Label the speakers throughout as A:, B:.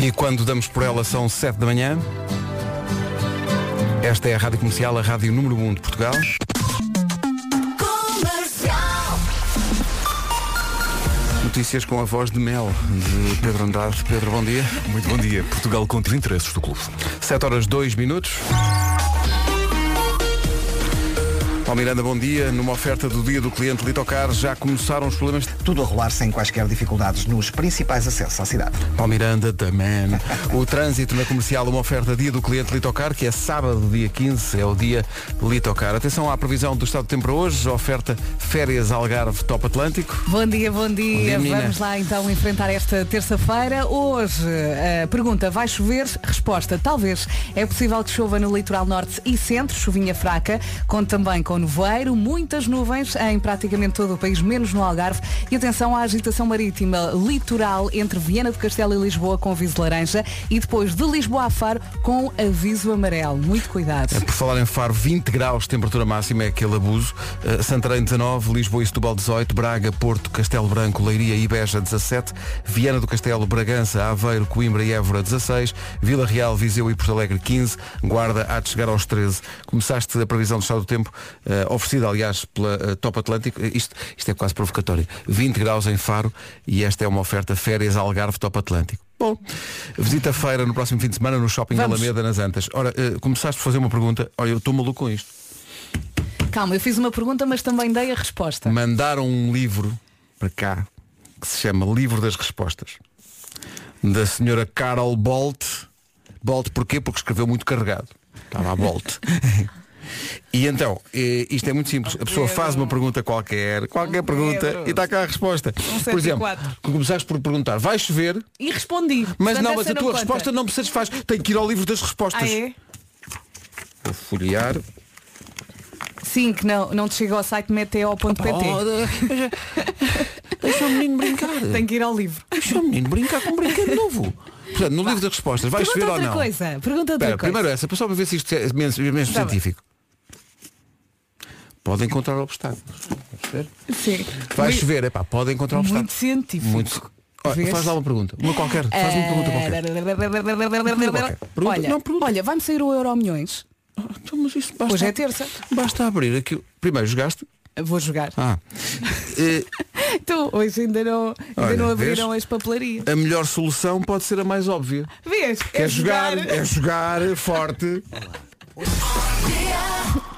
A: E quando damos por ela são 7 da manhã. Esta é a Rádio Comercial, a Rádio Número 1 de Portugal. Notícias com a voz de mel de Pedro Andrade. Pedro, bom dia.
B: Muito bom dia. Portugal contra interesses do clube.
A: 7 horas 2 minutos. Paulo Miranda, bom dia. Numa oferta do dia do cliente Litocar, já começaram os problemas.
C: Tudo a rolar sem quaisquer dificuldades nos principais acessos à cidade.
A: Paulo Miranda, the man. O trânsito na comercial, uma oferta dia do cliente Litocar, que é sábado, dia 15, é o dia Litocar. Atenção à previsão do estado do tempo para hoje, oferta férias Algarve Top Atlântico.
D: Bom dia, bom dia.
A: Bom dia, Nina.
D: Vamos lá então enfrentar esta terça-feira. Hoje, a pergunta, vai chover? Resposta, talvez. É possível que chova no litoral norte e centro, chuvinha fraca, conto também com nevoeiro, muitas nuvens em praticamente todo o país, menos no Algarve. E atenção à agitação marítima litoral entre Viena do Castelo e Lisboa com aviso laranja e depois de Lisboa a Faro com aviso amarelo. Muito cuidado.
A: É, Por falar em Faro, 20 graus de temperatura máxima é aquele abuso. Eh, Santarém 19, Lisboa e Setúbal 18, Braga, Porto, Castelo Branco, Leiria e Beja 17, Viana do Castelo, Bragança, Aveiro, Coimbra e Évora 16, Vila Real, Viseu e Porto Alegre 15, Guarda há de chegar aos 13. Começaste a previsão do estado do tempo, eh, oferecida aliás pela eh, Top Atlântico, Eh, isto, isto é quase provocatório, 20 graus em Faro e esta é uma oferta férias Algarve Top Atlântico. Bom, visita feira no próximo fim de semana no shopping
D: Vamos.
A: Alameda nas Antas. Ora, eh, começaste por fazer uma pergunta, olha, eu estou maluco com isto.
D: Calma, eu fiz uma pergunta, mas também dei a resposta.
A: mandaram um livro para cá que se chama Livro das Respostas da senhora Carol Bolt. Bolt porquê? Porque escreveu muito carregado. Estava a Bolt. E então, eh, isto é muito simples. A pessoa faz uma pergunta qualquer, qualquer pergunta, e está cá a resposta.
D: Um
A: Por exemplo,
D: 74.
A: começaste por perguntar, vai chover,
D: E respondi.
A: mas
D: Portanto,
A: não, mas
D: essa
A: a tua
D: conta.
A: resposta não me satisfaz. Tenho que ir ao livro das respostas.
D: Ah, é?
A: Vou folhear.
D: Sim, que não, não te chega ao site meteo.pt.
A: Deixa o menino brincar.
D: Tem que ir ao livro.
A: Deixa o menino brincar com um brinquedo novo. Portanto, no livro das respostas, vais
D: pergunta
A: ver ou
D: outra
A: não?
D: coisa. Pergunta outra
A: Espera,
D: coisa.
A: primeiro essa, só para ver se isto é mesmo, mesmo
D: Tá bem.
A: científico. Pode encontrar obstáculos. Vais ver?
D: Sim.
A: Vai
D: Muito-
A: chover, epá, pode encontrar
D: Muito
A: obstáculos.
D: científico.
A: Olha,
D: Vês?
A: faz lá uma pergunta. Uma qualquer. Faz uma pergunta qualquer. Pergunta-
D: Eh, Olha,
A: não, pergunta.
D: olha vai-me sair o euro milhões.
A: Ah, então, mas isso basta,
D: Hoje é terça.
A: Basta abrir aqui. o- Primeiro jogaste.
D: Vou jogar.
A: Ah. Eh,
D: Então, hoje ainda não, ainda
A: Olha,
D: não
A: vês?
D: abriram as papelarias.
A: a melhor solução pode ser a mais óbvia.
D: Vês?
A: Que é jogar, é jogar forte,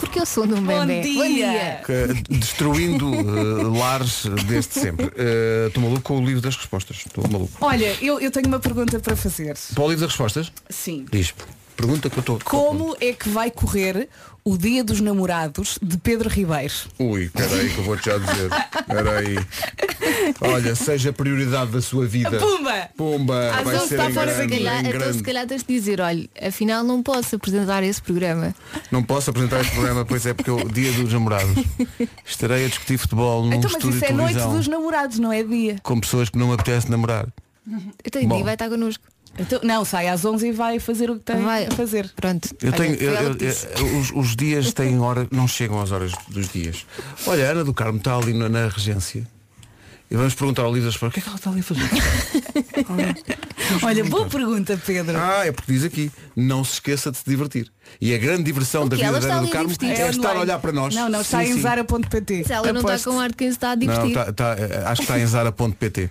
E: Porque eu sou do
D: Bom
E: bebê.
D: dia.
A: que- é destruindo eh, lares desde sempre. Eh, Estou maluco com o livro das respostas. Estou maluco.
D: Olha, eu, eu tenho uma pergunta para fazer.
A: Para o livro das respostas?
D: Sim.
A: Diz, pergunta que eu estou.
D: Como é que vai correr o Dia dos Namorados de Pedro Ribeiro?
A: Ui, peraí que eu vou-te já dizer. Peraí. Olha, seja a prioridade da sua vida.
D: Pumba! Ah,
A: Pumba!
D: Às
A: Ah, vai
D: onze
A: ser
D: está
A: em
D: tá fora
A: grande,
D: daqui. é
A: em
E: Calhar, então
A: grande.
E: se calhar tens de dizer, olha, afinal não posso apresentar esse programa.
A: Não posso apresentar este programa, pois é porque é o dia dos namorados. Estarei a discutir futebol num
D: então, mas
A: Um estúdio
D: isso
A: de
D: é noite
A: televisão
D: dos namorados, não é dia.
A: com pessoas que não me apetece namorar.
E: Então e
A: Bom.
E: vai estar connosco.
D: Então, não, sai às 11 e vai fazer o que tem
E: Vai
D: a fazer.
E: Pronto.
A: Eu
E: Olha,
A: tenho,
E: foi
A: eu-
E: ela
A: eu-
E: que disse.
A: eu- os, os dias têm hora, não chegam às horas dos dias. Olha, a Ana do Carmo está ali na, na regência. E vamos perguntar ao livro das respostas, o que é que ela está ali a fazer?
D: Olha, boa pergunta, Pedro.
A: Ah, é porque diz aqui, não se esqueça de se divertir. E a grande diversão
E: O
A: da
E: quê?
A: vida
E: Ela
A: da
E: está
A: Ana do
E: ali a
A: Carmo
E: divertir-se.
A: é,
D: online.
A: estar a olhar para nós.
D: Não, não, está
A: Sim,
D: em
A: sim.
D: zara.pt.
E: Se ela não está
D: Aposto.
E: com ar de quem se está a
A: Não,
E: divertir.
A: está- está, eh, acho que está em zara.pt.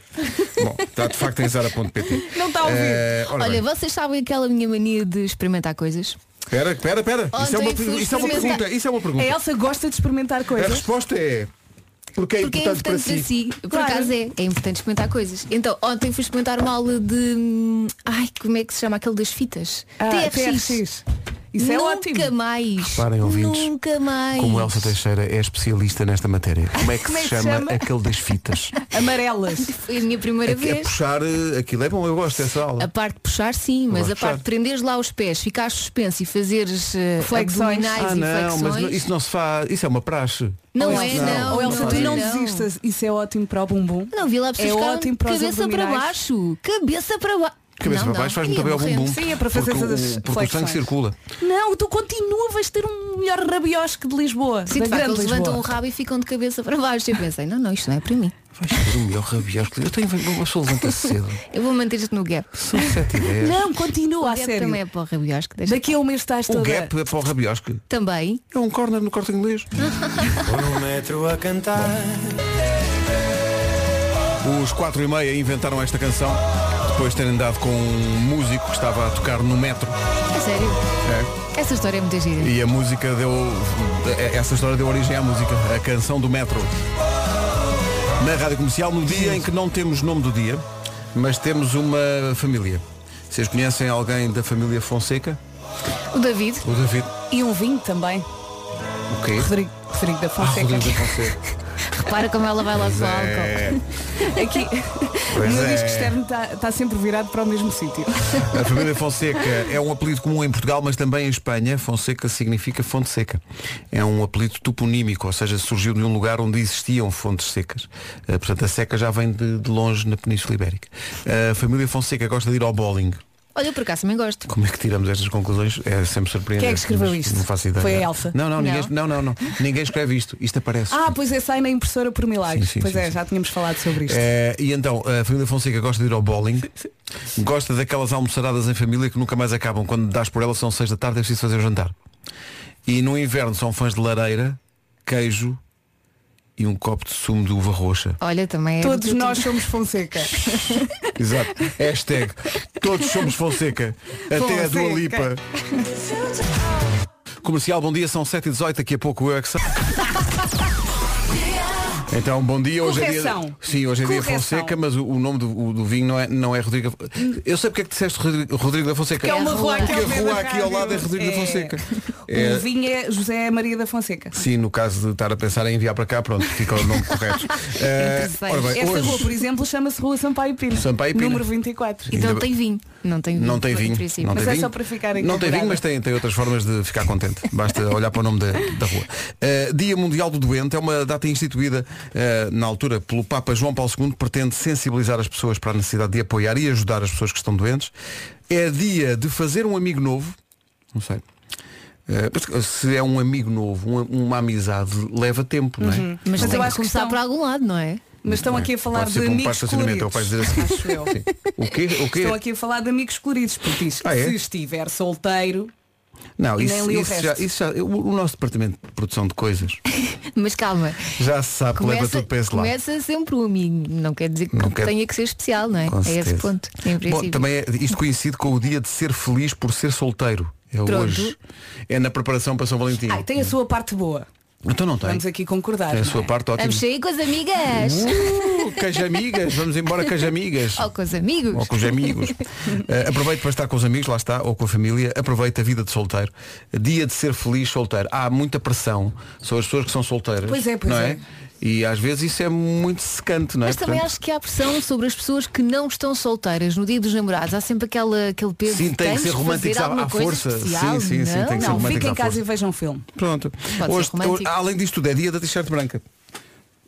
A: Bom, está de facto em zara.pt.
D: Não está a ouvir.
A: Eh, ora
E: Olha,
A: bem.
E: vocês sabem aquela minha mania de experimentar coisas?
A: Espera, espera, espera. Isso é, uma,
E: Ontem fui
A: isso é uma
E: experimentar-
A: pergunta. Isso é uma
D: A
A: pergunta. Eh,
D: Elsa gosta de experimentar
A: A
D: coisas.
A: resposta é porque é
E: Porque é
A: importante para
E: importante
A: si.
E: Por
D: Claro.
E: acaso é, é importante experimentar coisas. Então, ontem fui experimentar uma aula de. hum, Ai, como é que se chama aquele das fitas?
D: Ah, TRX. Isso é
E: Nunca
D: ótimo.
E: mais.
A: Reparem, ouvintes,
E: Nunca mais.
A: Como Elsa Teixeira é especialista nesta matéria. Como é que
D: Como
A: se chama, aquele das fitas?
D: Amarelas.
E: Foi a minha primeira
A: É que é
E: vez.
A: puxar, eh, aquilo é bom, eu gosto dessa aula.
E: A parte de puxar sim, mas
A: gosto
E: a
A: de
E: parte
A: puxar.
E: de prenderes lá os pés, ficares suspenso e fazeres eh,
D: Flexões.
E: abdominais
A: Ah
E: e
A: não, mas
E: flexões.
A: não- isso não se faz, isso é uma praxe.
E: Não
D: Ou
E: é,
D: Elsa,
E: não,
D: Ou Elsa,
E: não
D: tu
E: é,
D: não
E: não.
D: desistas. Isso é ótimo para o bumbum.
E: Não, vi lá pessoas que
D: É ótimo
E: estavam
D: para os
E: cabeça para
D: abdominais.
E: baixo. Cabeça para baixo.
A: Cabeça
E: Não,
A: para baixo
E: não.
A: faz muito
E: Ia
A: bem ao
E: morrendo.
A: bumbum.
D: Sim, é para fazer
A: porque o-
D: essas
A: Porque o sangue
D: flexões.
A: circula.
D: Não, tu continuas vais ter um melhor rabiosque de Lisboa.
E: Sim,
D: da
E: de facto,
D: grande
E: eles levantam o
D: Lisboa.
E: rabo e ficam de cabeça para baixo. Eu pensei, não, não, isto não é para mim.
A: Vais ter o melhor rabiosco. Eu tenho uma pessoa levanta-se cedo.
E: Eu vou manter isto no gap.
A: São 7 e 10.
D: Não, continua,
E: o
D: a
E: gap
D: sério.
E: também é para o rabiosco. Deixa...
D: Daqui a um mês estás toda...
A: O gap é para o rabiosco.
E: Também.
A: É um corner no corte inglês. Os 4 e meia inventaram esta canção depois de terem dado com um músico que estava a tocar no metro. né?
E: É sério. Essa história é muito gira.
A: E a música deu. Essa história deu origem à música, a canção do metro. Na rádio comercial, no dia em que não temos nome do dia, mas temos uma família. Vocês conhecem alguém da família Fonseca?
E: O David.
A: O David.
D: E um vinho também.
A: O quê?
D: Rodrigo, Rodrigo da
A: Ah,
D: Fonseca.
A: Rodrigo da Fonseca.
E: Repara como ela vai lá com o álcool.
A: É,
D: Aqui, o
A: Pois
D: meu
A: é.
D: disco externo está sempre virado para o mesmo sítio.
A: a família Fonseca é um apelido comum em Portugal, mas também em Espanha. Fonseca significa fonte seca. É um apelido toponímico, ou seja, surgiu de um lugar onde existiam fontes secas. Eh, Portanto, a seca já vem de, de longe na Península Ibérica. Eh, A família Fonseca gosta de ir ao bowling.
E: Olha, eu por acaso também gosto.
A: Como é que tiramos estas conclusões? É sempre surpreendente.
D: Quem é que escreveu
A: mas
D: isto?
A: Não faço ideia.
D: Foi a Elsa?
A: Não, não, ninguém, não.
E: Não.
A: não, não. Ninguém escreve isto. Isto aparece.
D: Ah, pois é, sai na impressora por milagre.
A: Sim, sim,
D: pois
A: sim,
D: é,
A: sim.
D: já tínhamos falado sobre isto.
A: É, e então, a família Fonseca gosta de ir ao bowling, gosta daquelas almoçaradas em família que nunca mais acabam. Quando dás por elas são seis da tarde, é preciso fazer o jantar. E no inverno são fãs de lareira, queijo e um copo de sumo de uva roxa.
E: Olha, também é.
D: Todos
E: lucrativo.
D: nós somos Fonseca.
A: Exato. Hashtag todos somos Fonseca. Até a Dua
D: Fonseca.
A: Lipa. Comercial, bom dia, são 7h18, daqui a pouco eu é que sei. Então, bom dia. Hoje é dia,
D: Correção.
A: sim, hoje é dia
D: Correção.
A: Fonseca, mas o, o nome do, o- do vinho não é, não é Rodrigo da Fonseca. Eu sei porque é que disseste Rodrigo, Rodrigo da Fonseca.
D: Que é uma rua aqui ao
A: Porque a
D: pé
A: rua
D: da
A: aqui ao
D: rádio.
A: lado é Rodrigo da
D: É.
A: Fonseca.
D: O vinho é José Maria da Fonseca.
A: Sim, no caso de estar a pensar em enviar para cá, pronto, fica o nome correto. Eh, ora bem,
D: Esta
A: hoje-
D: rua, por exemplo, chama-se Rua Sampaio Pina.
A: Sampaio Pina.
D: Número 24.
E: E não
A: Ainda-
E: tem vinho. Não tem vinho.
A: Não tem
E: por
A: vinho.
E: princípio.
A: Não
D: Mas
A: tem
D: é
A: vinho.
D: só para ficarem
A: Não tem
D: com
A: vinho,
D: brava.
A: mas tem, tem outras formas de ficar contente. Basta olhar para o nome da, da rua. Uh, Dia Mundial do Doente é uma data instituída uh, na altura pelo Papa João Paulo II, que pretende sensibilizar as pessoas para a necessidade de apoiar e ajudar as pessoas que estão doentes. É dia de fazer um amigo novo. Não sei. Uh, mas se é um amigo novo, uma, uma amizade, leva tempo, não é?
E: Mas,
D: Uhum. Mas
E: tem
D: eu
E: Então que
D: acho que
E: começar
D: estão-
E: por algum lado, não é?
D: Mas estão aqui a falar
A: Pode ser
D: de
A: por um
D: amigos
A: par de estacionamento,
D: coloridos.
A: é o que vais
D: Acho eu.
A: O quê? O quê?
D: Estão aqui a falar de amigos coloridos, porque diz,
A: Ah, é?
D: se estiver solteiro,
A: Não,
D: E
A: isso,
D: nem li o
A: isso
D: resto.
A: já, isso já- o- o nosso departamento de produção de coisas
E: Mas calma.
A: já se sabe que leva
E: Começa,
A: tudo para esse lado.
E: começa sempre um amigo. Não quer dizer que
A: Não quer-
E: tenha que ser especial, não é?
A: Com
E: é esse
A: certeza.
E: ponto. Em
A: Bom,
E: princípio.
A: também é, isto coincide com o dia de ser feliz por ser solteiro. É
E: Pronto.
A: hoje. É na preparação para São Valentim.
D: ai, tem a sua parte boa.
A: Então não tem.
D: Vamos aqui concordar.
A: Tem a
D: não
A: sua
D: é?
A: parte ótima.
E: Vamos sair com as amigas.
A: Uh, com as amigas, vamos embora com as amigas.
E: Ou com os amigos.
A: Ou com os amigos. Eh, aproveite para estar com os amigos, lá está, ou com a família. Aproveite a vida de solteiro. Dia de ser feliz solteiro. Há muita pressão sobre as pessoas que são solteiras.
D: Pois é, pois
A: não
D: é.
A: E às vezes isso é muito secante, não é?
E: Mas também
A: Portanto,
E: acho que há pressão sobre as pessoas que não estão solteiras. No dia dos namorados há sempre aquela, aquele peso.
A: Sim,
E: de
A: tem que
E: tens
A: ser
E: de
A: românticos
E: fazer
A: à-
E: alguma
A: à
E: coisa
A: força.
E: especial,
A: Sim, sim, sim, tem que ser
E: Não,
D: Não,
A: romântico
D: fica
A: à
D: em casa
A: força.
D: e veja um filme.
A: Pronto.
E: ser
A: Hoje,
E: romântico.
A: hoje- além disto tudo, é dia da t-shirt branca.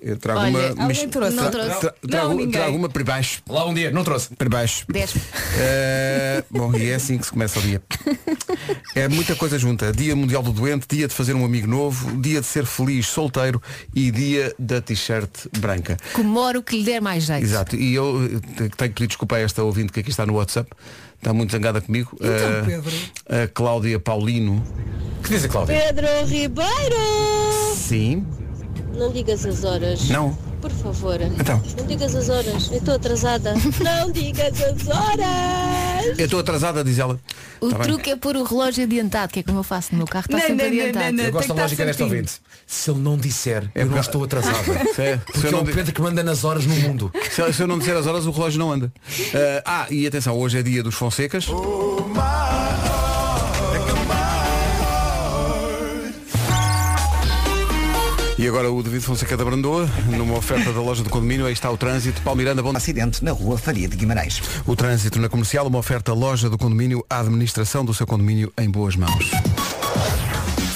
A: Eu trago
E: Olha,
A: uma.
E: alguém
A: mis-
D: trouxe?
A: tra-
E: Não trouxe.
A: tra- trago,
D: Não, ninguém.
A: trago uma para baixo.
B: Lá um dia, não trouxe.
A: Para baixo.
E: Dez.
A: Eh, bom, e é assim que se começa o dia. É muita coisa junta. Dia Mundial do Doente, dia de fazer um amigo novo, dia de ser feliz, solteiro e dia da t-shirt branca.
E: Comemora o que lhe der mais jeito.
A: Exato. E eu eh, te- tenho que pedir desculpa a esta ouvinte que aqui está no WhatsApp. Está muito zangada comigo. Eh,
D: Pedro?
A: A Cláudia Paulino.
B: Que diz a Cláudia?
F: Pedro Ribeiro!
A: Sim.
F: Não digas as horas.
A: Não.
F: Por favor.
A: Então.
F: Não digas as horas. Eu estou atrasada. Não digas as horas!
A: Eu estou atrasada, diz ela.
E: O
A: Tá bem.
E: truque é pôr o relógio adiantado, que é como eu faço no meu carro, está
D: Não,
E: sempre
D: não, não,
E: adiantado.
D: não, não.
G: Eu gosto
D: Tem
G: da
D: que
G: lógica
D: estar
G: desta
D: certinho.
G: ouvinte. Se ele não disser, eu não
A: É porque-
G: estou atrasada.
A: Se- se
G: Porque
A: eu
G: é
A: não
G: o
A: di-
G: Pedro que manda nas horas no mundo.
A: Se, eu- se eu não disser as horas, o relógio não anda. Eh, ah, e atenção, hoje é dia dos Fonsecas. E agora o David Fonseca da Brandoa, numa oferta da loja do condomínio, aí está o trânsito. Palmiranda, bom dia.
C: Acidente na rua Faria de Guimarães.
A: O trânsito na comercial, uma oferta loja do condomínio, a administração do seu condomínio em boas mãos.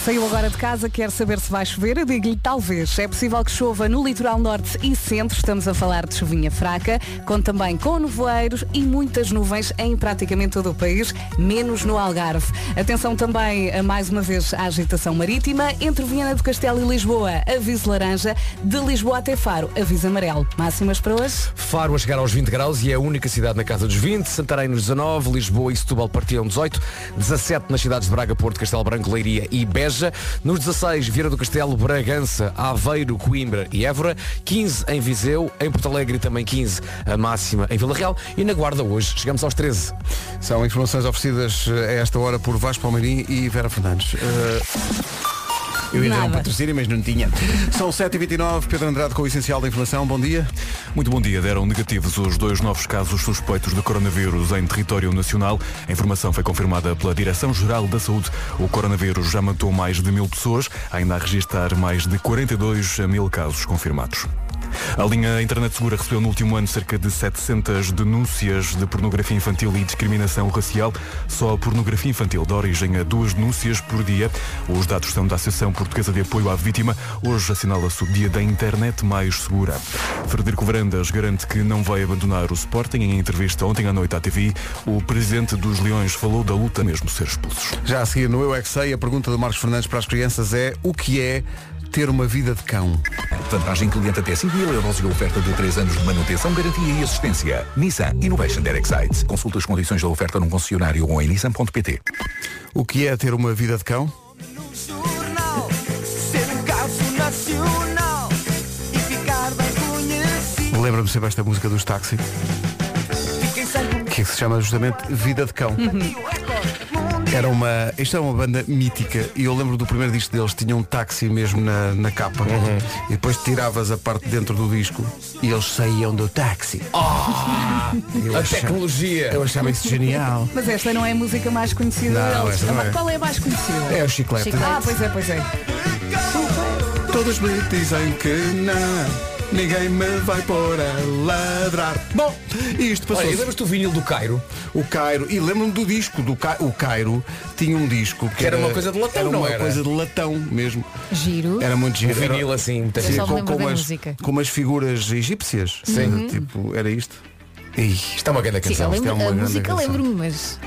D: Saiu agora de casa, quer saber se vai chover? Eu digo-lhe talvez. É possível que chova no litoral norte e centro. Estamos a falar de chuvinha fraca, conta também com nevoeiros e muitas nuvens em praticamente todo o país, menos no Algarve. Atenção também, a, mais uma vez, à agitação marítima. Entre Viana do Castelo e Lisboa, aviso laranja. De Lisboa até Faro, aviso amarelo. Máximas para hoje?
G: Faro a chegar aos 20 graus e é a única cidade na casa dos 20, Santarém nos 19, Lisboa e Setúbal partilham 18, 17 nas cidades de Braga, Porto, Castelo Branco, Leiria e Beja, nos 16 Vieira do Castelo, Bragança, Aveiro, Coimbra e Évora, 15 em Viseu, em Porto Alegre também 15 a máxima em Vila Real e na Guarda hoje chegamos aos 13.
A: São informações oferecidas eh, a esta hora por Vasco Palmeirim e Vera Fernandes. Eh, eu ia dar um
D: Nada.
A: patrocínio, mas não tinha. São 7h29, Pedro Andrade com o Essencial da Informação. Bom dia.
H: Muito bom dia. Deram negativos os dois novos casos suspeitos de coronavírus em território nacional. A informação foi confirmada pela Direção-Geral da Saúde. O coronavírus já matou mais de mil pessoas, ainda a registrar mais de 42 mil casos confirmados. A linha Internet Segura recebeu no último ano cerca de 700 denúncias de pornografia infantil e discriminação racial. Só a pornografia infantil dá origem a duas denúncias por dia. Os dados são da Associação Portuguesa de Apoio à Vítima. Hoje assinala-se o dia da internet mais segura. Frederico Varandas garante que não vai abandonar o Sporting. Em entrevista ontem à noite à TV, o presidente dos Leões falou da luta mesmo ser expulsos.
A: Já a seguir no Eu é Que Sei, a pergunta do Marcos Fernandes para as crianças é o que é ter uma vida de cão?
I: Vantagem cliente até 5 mil euros e oferta de 3 anos de manutenção, garantia e assistência. Nissan Innovation Direct Sites. Consulta as condições da oferta num concessionário ou em nissan.pt.
A: O que é ter uma vida de cão? Lembra-me sempre esta música dos táxi, que se chama justamente Vida de Cão. Era uma, isto é uma banda mítica e eu lembro do primeiro disco deles, tinha um táxi mesmo na, na capa. E depois tiravas a parte de dentro do disco e eles saíam do táxi.
B: Ah.
A: Eu
B: A
A: achava-
B: tecnologia.
A: Eu achava isso é genial.
D: Mas esta não é a música mais conhecida
A: Não,
D: deles.
A: esta não é.
D: Qual é a mais conhecida?
A: É o chiclete.
E: Chiclete.
D: Ah, pois é, pois é.
A: Todos me dizem que não, ninguém me vai pôr a ladrar. Bom,
B: Olha,
A: isto
B: e
A: passou-se.
B: lembras-te do vinil do Cairo?
A: O Cairo, e lembro-me do disco, do Ca... o Cairo tinha um disco que,
B: Que era uma coisa de latão,
A: era
B: não
A: uma
B: era?
A: coisa de latão mesmo.
J: Giro.
A: Era muito
B: O
A: giro. Era-
B: vinil assim, muito
J: Eu só me
A: com,
J: lembro
A: com
J: da
A: umas,
J: música.
A: com umas figuras egípcias. Sim. Tipo, era isto. Ih,
B: Isto é uma grande
E: Sim, eu
B: canção.
A: isto é
E: lembro,
A: uma
E: a
A: grande
E: música
A: canção.
E: lembro-me, mas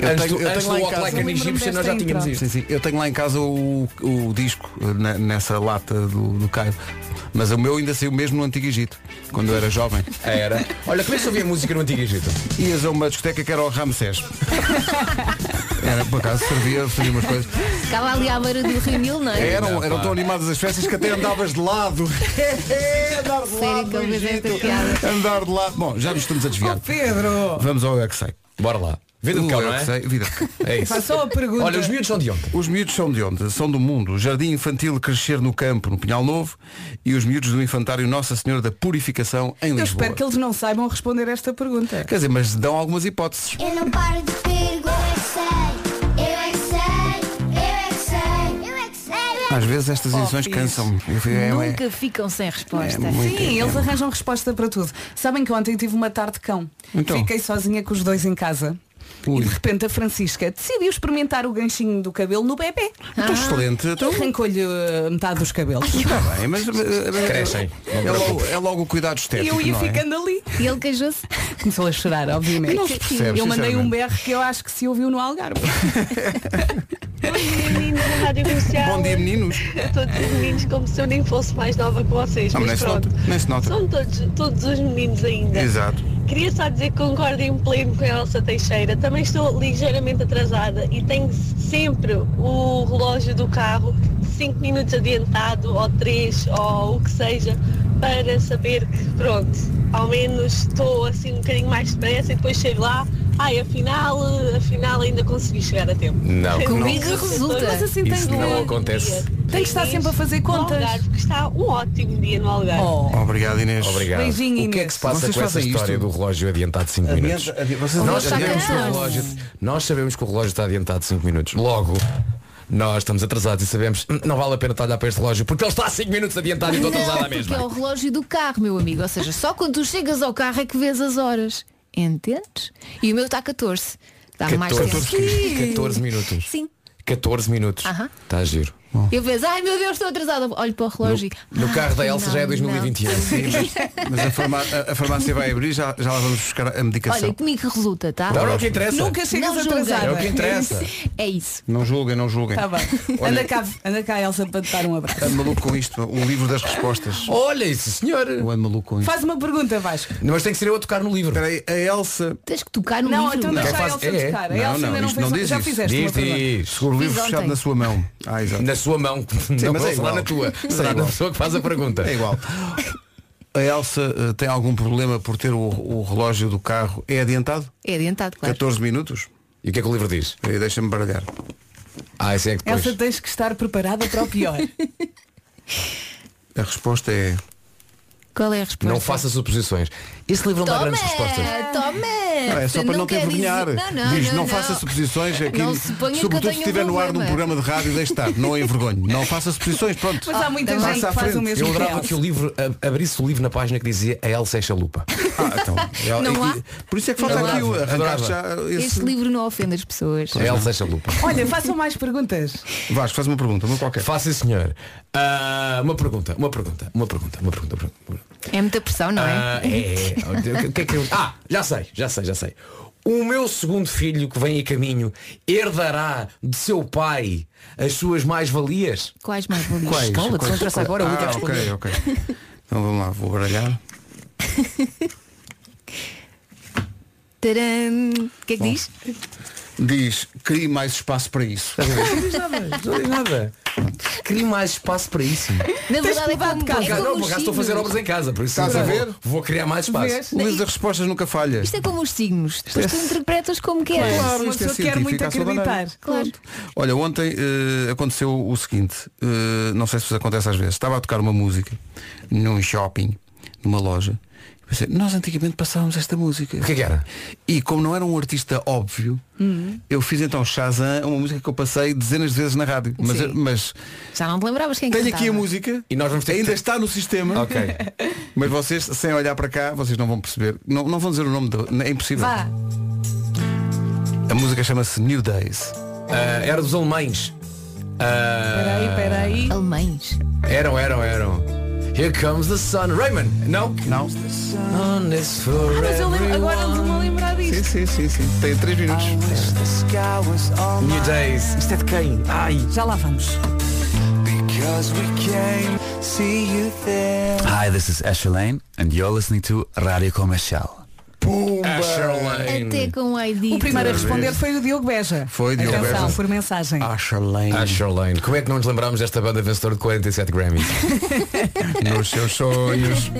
A: eu
B: Antes
A: tenho,
B: do,
A: eu
B: antes
A: tenho
B: do
A: lá em
B: Walk
A: casa.
B: Like an Egyptian nós já tínhamos isto.
A: Sim, sim. Eu tenho lá em casa o, o disco eh, na- nessa lata do, do Cairo. Mas o meu ainda saiu mesmo no Antigo Egito, quando eu era jovem.
B: Era. Olha, como é que se ouvia música no Antigo Egito?
A: Ias a uma discoteca que era o Ramsés. Era, por acaso, servia, servia umas coisas.
E: ficava ali à beira do Rio Nil, não é?
A: Eram, eram tão animadas as festas que até andavas de lado. Andar de
E: Sério
A: lado.
E: que eu
A: no
E: fiz esta
A: Egito.
E: piada.
A: Andar de lado. Bom, já nos estamos a desviar.
D: Pedro!
A: Vamos ao Eu É Que Sei.
B: Bora lá. Vida de
A: O
B: cão,
A: Eu
B: não
A: É Que
B: é?
A: Sei, vida de cão.
B: É isso.
D: Passou a pergunta.
B: Olha, os miúdos são de ontem.
A: Os miúdos são de onde? São do mundo. O Jardim Infantil Crescer no Campo, no Pinhal Novo, e os miúdos do Infantário Nossa Senhora da Purificação, em
D: Eu
A: Lisboa.
D: espero que eles não saibam responder esta pergunta.
A: Quer dizer, mas dão algumas hipóteses.
J: Eu não paro de perguntar. Eu é que sei, eu é que sei, eu é que sei.
A: Às vezes estas edições
D: fiz.
A: cansam. Eu fui- é- é-
J: Nunca ficam sem resposta.
A: É muito-
D: Sim, eles arranjam resposta para tudo. Sabem que ontem tive uma tarde cão.
A: Então.
D: Fiquei sozinha com os dois em casa.
A: Ui.
D: E de repente a Francisca decidiu experimentar o ganchinho do cabelo no bebê.
J: Ah.
A: Então, excelente. Então,
D: Arrancou-lhe eh, metade dos cabelos.
A: Está bem, mas eh,
B: Crescem.
A: É, logo, é logo o cuidado
D: E
B: tipo,
A: estético.
D: eu ia
A: não é?
D: ficando ali.
E: E ele queijou-se.
D: Começou a chorar, obviamente.
A: Não
B: é
A: se percebe,
D: eu mandei um
A: sinceramente.
D: berro que eu acho que se ouviu no Algarve.
F: meninos da Rádio Comercial.
A: Bom dia, meninos.
F: A todos os meninos, como se eu nem fosse mais nova que vocês.
A: Não, nem
F: mas
A: se
F: pronto.
A: nota, nem se nota.
F: São todos, todos os meninos ainda.
A: Exato.
F: Queria só dizer que concordo em pleno com a Elsa Teixeira. Também estou ligeiramente atrasada e tenho sempre o relógio do carro 5 minutos adiantado ou 3 ou o que seja para saber que pronto, ao menos estou assim um bocadinho mais depressa e depois chego lá. Ai, afinal, afinal ainda consegui chegar a tempo.
B: Não.
E: Comigo
F: Não.
E: resulta.
D: Mas assim tem
B: Isso
D: que
B: não acontece.
D: Tem que estar sempre a fazer contas.
F: No Algarve, que está um ótimo dia no Algarve.
D: Oh,
A: Obrigado, Inês.
B: Obrigado.
D: Beijinho,
B: o que é
D: Inês.
B: que se passa
A: Vocês
B: com essa
A: fazem
B: história
A: isto?
B: do relógio adiantado 5 minutos?
A: Adianta- adi- vocês
B: Nós
A: adiantam-
B: sabemos, que o relógio, nós sabemos que o relógio está adiantado 5 minutos. Logo, nós estamos atrasados e sabemos "Hum, não vale a pena estar a olhar para este relógio porque ele está a 5 minutos adiantado e estou atrasado à
E: Não, porque é
B: mesma.
E: o relógio do carro, meu amigo. Ou seja, só quando tu chegas ao carro é que vês as horas. Entendes? E o meu está 14. Dá mais tempo.
B: 14, 14 minutos.
E: Sim.
B: 14 minutos.
E: Aham.
B: Está a giro.
E: Eu penso, ai meu Deus, estou atrasada. Olho para o relógio e.
B: No
E: "Ah,
B: carro da Elsa já é
E: afinal, não."
B: 2021.
A: Mas a, farmá- a- a farmácia vai abrir, já, já lá vamos buscar a medicação.
E: Olha, comigo que resulta, tá?
B: Agora é o que interessa.
D: Nunca chegas
E: Não julguem.
D: atrasada.
B: É o que interessa.
E: É isso.
A: Não julguem, não julguem.
D: Tá bem. Anda cá, anda cá, Elsa, para te dar um abraço.
A: Ando maluco com isto, o livro das respostas.
B: Olha isso, senhor.
A: Eu ando maluco com isto.
D: Faz uma pergunta, Vasco.
B: Mas tem que ser eu a tocar no livro.
A: Espera aí, a Elsa,
E: Tens que tocar no
D: Não,
E: livro.
D: então deixa a
B: faz-
D: Elsa
B: é, é.
D: buscar. A
A: Não,
D: Elsa
A: não,
D: ainda não
A: isto
D: fez
A: não
D: uma-
A: diz
D: Já
A: isso.
D: fizeste
B: Diz,
D: uma pergunta.
B: diz.
A: segura o livro
E: Fiz
A: fechado
E: ontem.
A: na sua mão. Ah, exato.
B: Na sua mão. não
A: mas é
B: será
A: igual.
B: na tua.
A: É
B: Será na
A: igual.
B: pessoa que faz a pergunta.
A: É igual. A Elsa eh, tem algum problema por ter o, o relógio do carro? É adiantado?
E: É adiantado, claro.
A: 14 minutos?
B: E o que é que o livro diz?
A: Espera aí, Deixa-me baralhar.
B: Ah, isso é que depois.
D: Elsa, tens que estar preparada para o pior.
A: A resposta é.
E: Qual é a resposta?
B: Não faça suposições. Esse livro não dá
E: Toma!
B: grandes respostas.
E: Toma!
A: Ah, é só para não te
E: quer
A: envergonhar.
E: dizer- Não, não,
A: Diz,
E: não,
A: não, faça suposições aqui.
E: Não suponha que eu
A: sobretudo
E: tenho
A: se estiver
E: um
A: no ar num
E: problema.
A: programa de rádio, deixe estar. Não a envergonhe. Não faça suposições. Pronto.
D: Mas há muita
E: tá bem.
D: gente
A: Passa à
D: que faz o
A: frente.
D: mesmo
B: Eu
D: que
B: adorava
D: Elsa.
B: que o livro ab- abrisse o livro na página que dizia a Elsa é chalupa.
A: Ah, então. Ela-
E: Não
A: e-
E: há?
A: e- Por isso é que falta
B: Adorava,
A: aqui o arrancar
B: adorava.
A: já
E: Este
A: esse.
E: livro não ofende as pessoas.
B: A Elsa é chalupa.
D: Olha, façam mais perguntas.
A: Vasco, faz uma pergunta, uma qualquer.
B: Faça senhor. Ah, uma pergunta, uma pergunta, uma pergunta, uma pergunta, uma pergunta.
E: É muita pressão, não
B: Ah,
E: é?
B: é, é. O que é que eu- Ah, já sei, já sei, já sei. O meu segundo filho que vem a caminho herdará de seu pai as suas mais-valias?
E: Quais mais valias?
A: Quais?
E: Cala-te,
A: Quais?
E: não trouxe agora o
A: Ah, ok, ok. Então vamos lá, vou baralhar.
E: Tcharam. O que é que diz?
A: Diz, crie mais espaço para isso.
B: Não diz nada, não diz nada. Crie mais espaço para isso.
E: Na verdade é
D: mudar
E: como,
D: de casa.
E: é
B: Não,
E: como
B: por
E: os
B: acaso estou a fazer
E: signos.
B: obras em casa, por isso
A: Estás a
B: vou-
A: ver?
B: vou criar mais espaço.
D: Vês?
A: O livro das respostas nunca falha.
E: Isto é como os signos. Depois tu interpretas como queres.
A: é Claro,
D: Uma
A: isto é
D: pessoa quer muito
A: científico, à sua
D: acreditar.
A: maneira.
E: Claro.
B: é-
A: Olha, ontem eh, aconteceu o seguinte, eh, não sei se vos acontece às vezes, estava a tocar uma música num shopping, numa loja, e pensei, nós antigamente passávamos esta música.
B: O que é que era?
A: E como não era um artista óbvio, eu fiz então Shazam, uma música que eu passei dezenas de vezes na rádio. Mas,
E: Sim.
A: mas
E: Já não te lembravas quem
A: tenho
E: cantava.
A: aqui a música,
B: E nós vamos ter que-
A: ainda está no sistema,
B: Ok.
A: mas vocês, sem olhar para cá, vocês não vão perceber. Não, não vão dizer o nome, do, é impossível.
D: Vá.
A: A música chama-se New Days.
B: Ah, era dos alemães. Ah,
D: Peraí, peraí.
E: Alemães.
B: Eram, eram, eram. Here comes the sun. Raymond, não?
A: Não?
B: Sun is for
E: Ah,
D: Ah, Mas eu lembro, agora
B: everyone.
D: me lembrar disto.
A: Sim, sim, sim, sim. Tem 3 minutos.
B: New Days. Isto é de quem? Ai.
D: Já lá vamos.
K: Hi, this is Asher Lane and you're listening to Radio Comercial.
B: Asher
E: Até
B: Lane.
E: com ID.
D: O primeiro a responder foi o Diogo Beja.
A: Foi o Diogo
D: Atenção,
A: Beja.
D: por mensagem.
A: Asher Lane.
B: Asher Lane. Como é que não nos lembramos desta banda vencedora de 47 Grammys?
A: Nos seus sonhos.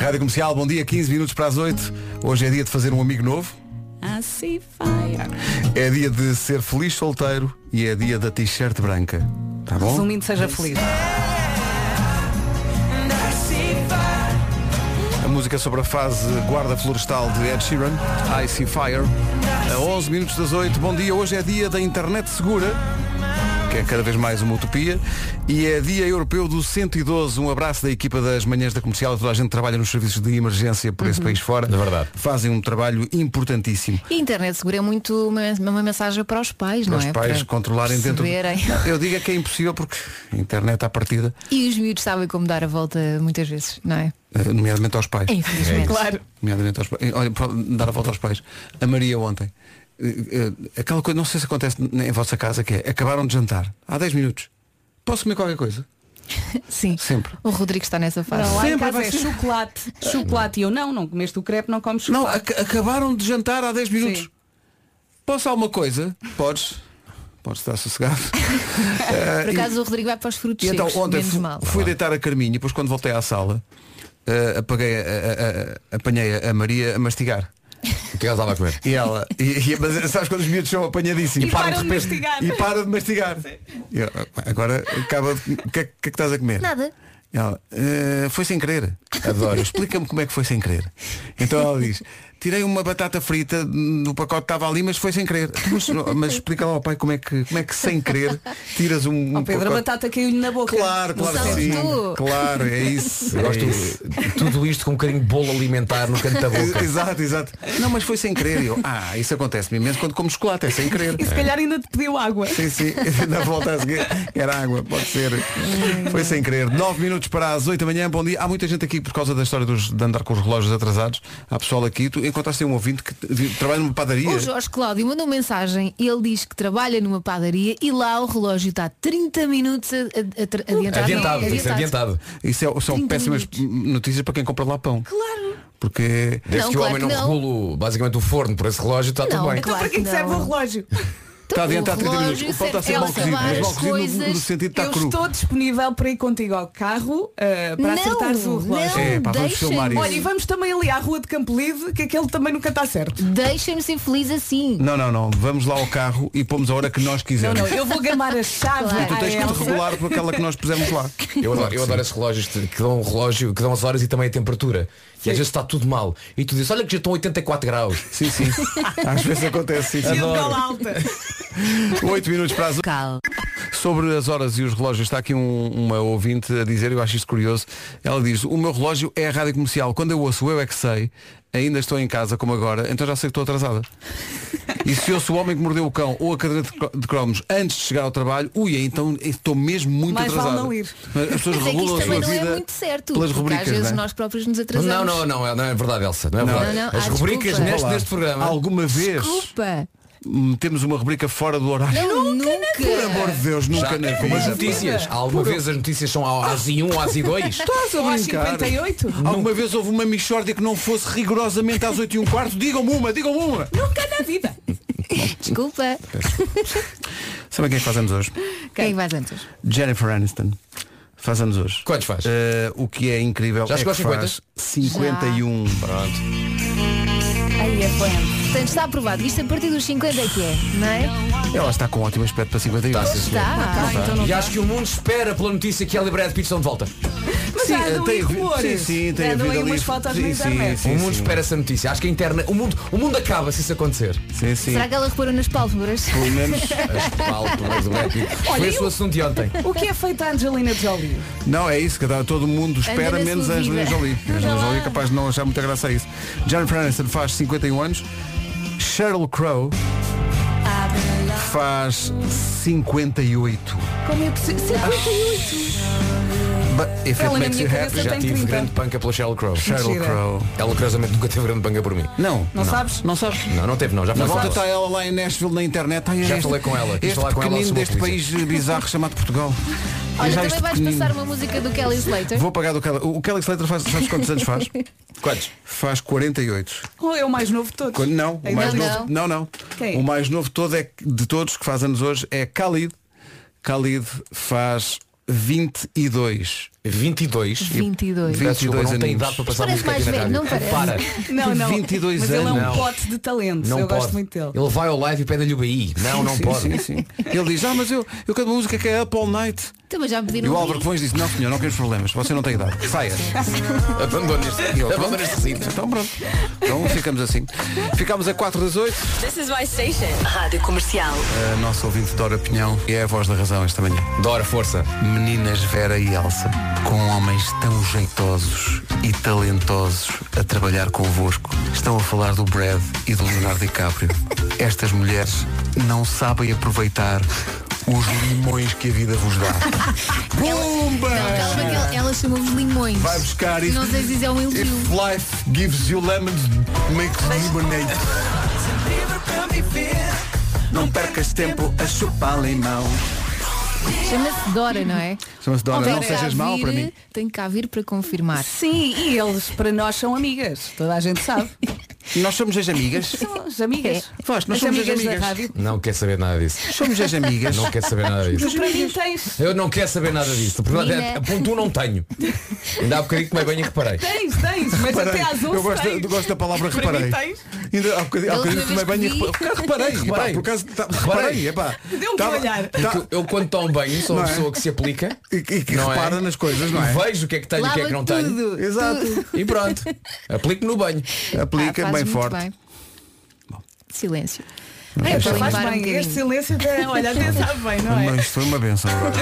A: Rádio Comercial, bom dia, 15 minutos para as 8. Hoje é dia de fazer um amigo novo.
D: Ah,
A: É dia de ser feliz solteiro e é dia da t-shirt branca. Tá bom?
D: Resumindo, seja feliz.
A: A música sobre a fase guarda florestal de Ed Sheeran, I See Fire. A 11 minutos das 8. Bom dia, hoje é dia da internet segura. Que é cada vez mais uma utopia. E é Dia Europeu do 112. Um abraço da equipa das manhãs da comercial. Toda a gente que trabalha nos serviços de emergência por
E: Uhum.
A: esse país fora.
B: É verdade.
A: Fazem um trabalho importantíssimo.
E: E a internet segura é muito uma, uma mensagem para os pais,
A: para
E: não
A: os
E: é?
A: pais
E: Para
A: controlarem dentro. do-
E: perceberem.
A: Eu digo é que é impossível porque a internet à partida,
E: E os miúdos sabem como dar a volta muitas vezes, não é?
A: eh, nomeadamente aos pais.
B: É
E: Infelizmente.
D: Claro.
A: Nomeadamente aos pais. Olha, para dar a volta aos pais. A Maria ontem. eh, eh, Aquela coisa, não sei se acontece em vossa casa, que é acabaram de jantar há 10 minutos. Posso comer qualquer coisa?
E: Sim.
A: Sempre.
E: O Rodrigo está nessa fase.
D: Não, lá em
A: Sempre
D: casa
A: vai
D: é
A: ser.
D: chocolate. Chocolate. E eu não, não comeste o crepe, não comes
A: Não,
D: chocolate.
A: ac- acabaram de jantar há 10 minutos.
D: Sim.
A: Posso alguma coisa? Podes. Podes estar sossegado. Eh,
E: Por
A: e-
E: acaso o Rodrigo vai para os frutos
A: E então
E: secos,
A: ontem
E: menos
A: fu-
E: mal.
A: fui deitar a Carminha, depois quando voltei à sala, eh, apaguei a- a- a- apanhei a Maria a mastigar.
B: O que ela estava a comer?
A: E ela, e, e- mas sabes quando os miúdos são apanhadíssimos
D: E param de mastigar.
A: E para de mastigar. E eu, agora acaba. de- O que, é- o que é que estás a comer?
E: Nada.
A: E ela, "Eh, foi sem querer.
B: Adoro.
A: Explica-me como é que foi sem querer. Então ela diz, Tirei uma batata frita hum, do pacote que estava ali, mas foi sem querer. Mas, mas explica lá ao pai como é que, como é que sem querer tiras um, um
D: Ó Pedro, a
A: pacote.
D: batata caiu-lhe na boca.
A: Claro,
D: Não
A: claro que
D: sabes
A: sim.
D: tu.
A: Claro, é isso.
B: É
A: Gosto
B: isso. Tudo isto com um bocadinho de bolo alimentar no canto da boca.
A: Exato, exato. Não, mas foi sem querer. Eu, ah, isso acontece-me imenso quando como chocolate, é sem querer.
D: E se calhar ainda te pediu água.
A: Sim, sim, na volta a seguir era água, pode ser. Foi sem querer. Nove minutos para as 8 da manhã, bom dia. Há muita gente aqui por causa da história dos, de andar com os relógios atrasados. Há pessoal aqui, tu encontraste um ouvinte que vi- trabalha numa padaria.
E: O Jorge Cláudio mandou mensagem e ele diz que trabalha numa padaria e lá o relógio está 30 minutos a- a- a- tra- adiantado.
B: Adiantado,
E: Não,
B: tem que ser adiantado.
A: Isso é- são
E: 30
A: péssimas notícias para quem compra lá pão.
E: Claro.
A: Porque
B: Desde
E: Não,
B: que o
E: claro
B: homem
E: que
B: não,
E: não.
B: regula o- basicamente o forno por esse relógio,
A: Tá
B: está tudo
E: Não,
B: bem.
E: claro
D: Então, Para que
E: que
D: serve o
E: não.
D: relógio?
A: está adiantado 30
E: relógio
A: minutos. O pão está a ser
E: serve
A: mal cozido,
E: para
A: mas mal
E: várias
A: cozido no- no,
E: coisas.
A: sentido que
D: Eu
A: está cru.
D: estou disponível para ir contigo ao carro eh, para
E: Não,
D: acertares o relógio.
E: não,
A: É, pá, vamos
E: deixem-me.
A: filmar isso.
D: Olha, e vamos também ali à rua de Campolide, que aquele também nunca está certo.
E: Deixem-me ser feliz assim.
A: Não, não, não. Vamos lá ao carro e pomos a hora que nós
D: Não,
A: quisermos.
D: não, eu vou gamar a chave
E: Claro.
A: Tu
D: à
A: tens que te
D: Elsa.
A: regular por aquela que nós pusemos lá.
B: Eu adoro, eu adoro esses relógios que que dão, um relógio, que dão as horas e também a temperatura. E às vezes está tudo mal. E tu dizes, olha que já estão 84 graus.
A: Sim, sim. Às vezes acontece, sim.
D: E
A: sim.
D: o gola alta.
A: 8 minutos para as
E: Cal.
A: Sobre as horas e os relógios, está aqui um- uma ouvinte a dizer, eu acho isto curioso, ela diz, o meu relógio é a rádio comercial, quando eu ouço eu é que sei, ainda estou em casa como agora, então já sei que estou atrasada. E se ouço o homem que mordeu o cão ou a cadeira de cro- de cromos antes de chegar ao trabalho, ui, então estou mesmo muito
D: Mais vale
A: atrasada.
D: não ir.
A: Mas As pessoas
E: Mas é que
A: regulam
E: isto
A: a
E: também
A: sua
E: não é
A: vida
E: muito certo.
A: pelas
E: porque
A: rubricas.
E: às vezes
A: não é?
E: nós próprios nos atrasamos.
B: Não, não, não, é- não é verdade, Elsa. Não é
A: Não.
B: verdade.
E: Não, não,
B: As
E: ah,
B: rubricas
E: desculpa.
B: neste,
A: Olá.
B: neste programa.
A: Alguma vez
E: Desculpa.
A: metemos uma rubrica fora do horário?
E: Não, nunca.
A: Por amor de Deus, nunca na
B: Como as
A: vida.
B: notícias. Alguma vez as notícias são ao ASI 1, ASI 2.
A: Estás a
D: Ou às
A: brincar?
D: 58?
A: Alguma vez houve uma mixórdia que não fosse rigorosamente às 8 e um quarto? Digam-me uma, digam-me uma!
D: Nunca na vida.
E: Desculpa.
A: Sabem quem é que fazemos hoje?
E: Quem vai antes?
A: Jennifer Aniston. Fazemos hoje.
B: Quantos faz?
A: Eh, o que é incrível
B: Já
A: é
B: chegou
A: que
B: aos
A: faz 51. Pronto.
E: Aí é foi. Portanto, está aprovado. Isto a partir dos 50 é que é, não é?
A: Ela está com um ótimo aspecto para 51.
E: Está.
D: então não
B: E
D: dá.
B: acho que o mundo espera pela notícia que ela e Brad Pitt estão de volta.
D: Mas
A: Sim, eh,
D: já andam
A: tem
D: aí
A: havido-
D: rumores.
A: sim, sim, tem
D: Já andam aí
A: havido ali-
D: umas fotos
A: sim,
D: na internet.
A: sim,
B: o mundo espera essa notícia. Acho que a interna. O mundo, o mundo acaba se isso acontecer.
A: Sim, sim.
E: Será que ela reparou nas pálpebras?
A: Pelo menos.
B: As pálpebras do Brad Pitt.
D: Olha,
B: Foi esse
D: eu-
B: o assunto de ontem.
D: O que é feito à Angelina Jolie?
A: Não, é isso, que dá- todo mundo espera,
E: na
A: menos a
E: sua
A: Angelina
E: vida.
A: Jolie. A Angelina Jolie é capaz de não achar muita graça a isso. Jennifer Aniston faz 51 anos. Sheryl Crow faz 58.
E: Como é possível? 58.
A: But if it
D: Ela na
A: makes
D: minha
A: you
D: cabeça
A: happy,
B: Já
D: tem
B: tive
D: 30.
B: grande panca pela Sheryl Crow.
A: Sheryl
D: Mentira.
A: Crow.
B: Ela curiosamente nunca teve grande panca por mim.
A: Não,
D: Não sabes?
A: Não sabes?
B: Não, não teve não, já
A: Na
B: falei com
A: volta
B: ela.
A: está ela lá em Nashville na internet. Ai,
B: Já
A: este-
B: falei com ela, quis
A: Este
B: falar com ela,
A: pequenino
B: assumo a
A: deste país
B: polícia.
A: bizarro chamado Portugal.
E: Olha,
A: Já
E: também
A: este
E: vais
A: pequenino.
E: passar uma música do Kelly Slater.
A: Vou pagar do Kelly. O Kelly Slater faz, sabes quantos anos faz?
B: Quantos?
A: Faz 48.
D: Ou é o mais novo de todos?
A: Quando- não, o
D: Ainda
A: mais
E: não.
A: novo, não, não.
D: Quem?
A: O mais novo todo é, de todos que faz anos hoje é Khalid. Khalid faz 22.
E: 22.
B: 22.
A: Vinte-
B: Peço desculpa, não tem
A: aninhos.
B: idade para passar
E: Parece
B: música aqui na
E: mais
B: rádio.
E: velho, não parece.
B: Para.
D: Não, não.
A: 22
D: Mas ele é um
A: anos.
D: pote de talentos.
B: Não
D: Eu
B: pode.
D: gosto muito dele.
B: Ele vai ao live e pede-lhe o BI. Não, não
A: Sim,
B: pode.
A: sim, sim. Ele diz, ah, mas eu, eu canto uma música que é Up All Night.
E: Também já me
A: E
E: pediram
A: o
E: um
A: Álvaro Covões disse, não senhor, não queremos problemas, você não tem idade. Saia.
B: Abandona este.
A: E eu,
B: Abandona este recinto.
A: Então pronto. Então ficamos assim. Ficamos a 4 das 8.
L: This is my station. Rádio Comercial.
A: A nossa ouvinte Dora Pinhão é a voz da razão esta manhã.
B: Dora, força.
A: Meninas Vera e Elsa, com homens tão jeitosos e talentosos a trabalhar convosco, estão a falar do Brad e do Leonardo DiCaprio. Estas mulheres não sabem aproveitar os limões que a vida vos dá.
E: Não,
A: Pumba!
E: calma, que ela, ela chamou-vos limões.
A: Vai buscar isso.
E: Não sei se isso é um elogio.
A: If life gives you lemons, make lemonade. Não percas tempo a chupar limão.
E: Chama-se Dora, não é?
A: Chama-se Dora,
E: Tenho
A: não
E: que
A: sejas
E: cá
A: mau
E: vir-
A: para mim.
E: Tenho cá vir para confirmar.
D: Sim, e eles para nós são amigas. Toda a gente sabe.
A: Nós somos Então, as amigas.
D: São as amigas.
A: Vós, nós
D: as
A: somos as
D: amigas
A: amigas.
D: da rádio.
B: Não quer saber nada disso.
A: Somos as amigas.
B: Não quer saber nada disso.
D: Tu para mim tens.
B: Eu não quero saber nada disso. Porque
E: Menina.
B: até- ponto um não tenho. Ainda há bocadinho que me bem e reparei.
D: Tens, tens, mas até
A: Reparei.
D: às 11
A: eu gosto,
D: tens.
A: eu gosto da palavra
D: Para mim
A: reparei.
D: tens.
A: Ainda há bocadinho, há
E: Da
A: bocadinho
E: última
A: tomei banho e
E: vez que
A: reparei. Epá, Reparei,
B: Reparei.
A: por acaso, tá-
B: Reparei.
A: reparei, epá.
D: Deu-me
A: Tava-
D: um olhar.
A: tá-
B: Porque eu quando tomo bem sou uma
A: Não é?
B: pessoa que se aplica
A: e, e que
B: Não é?
A: repara nas coisas, não é?
B: Vejo o que é que tenho e o
E: Lava
B: que é que não tenho
E: tudo.
A: Exato.
B: E pronto Aplico no banho
A: Aplica,
E: Ah, faz
A: bem bem
E: muito
A: forte.
E: bem. Silêncio. para
A: Olha, faz
E: limpar um
A: bem.
E: bocadinho.
A: Este
D: silêncio até- olha, até sabe bem, é?
A: Mas foi uma benção agora.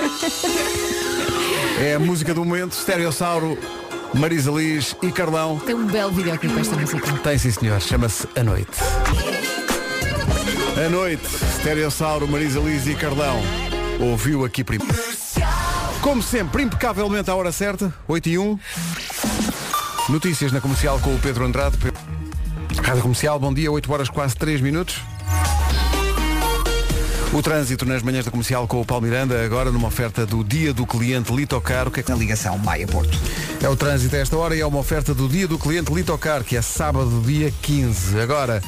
A: é a música do momento, Stereossauro, Marisa Liz e Carlão.
E: Tem um belo videoclipe para esta música.
A: Tem sim senhor, chama-se A Noite. A Noite, Stereossauro, Marisa Liz e Carlão. Ouviu aqui primeiro. Como sempre, impecavelmente à hora certa, 8 e 1. Notícias na comercial com o Pedro Andrade. Pe- Rádio Comercial, bom dia, 8 horas quase 3 minutos. O trânsito nas manhãs da comercial com o Paulo Miranda, agora numa oferta do Dia do Cliente Litocar, o que é que... na ligação Maia Porto. É o trânsito a esta hora e é uma oferta do Dia do Cliente Litocar, que é sábado, dia 15. Agora,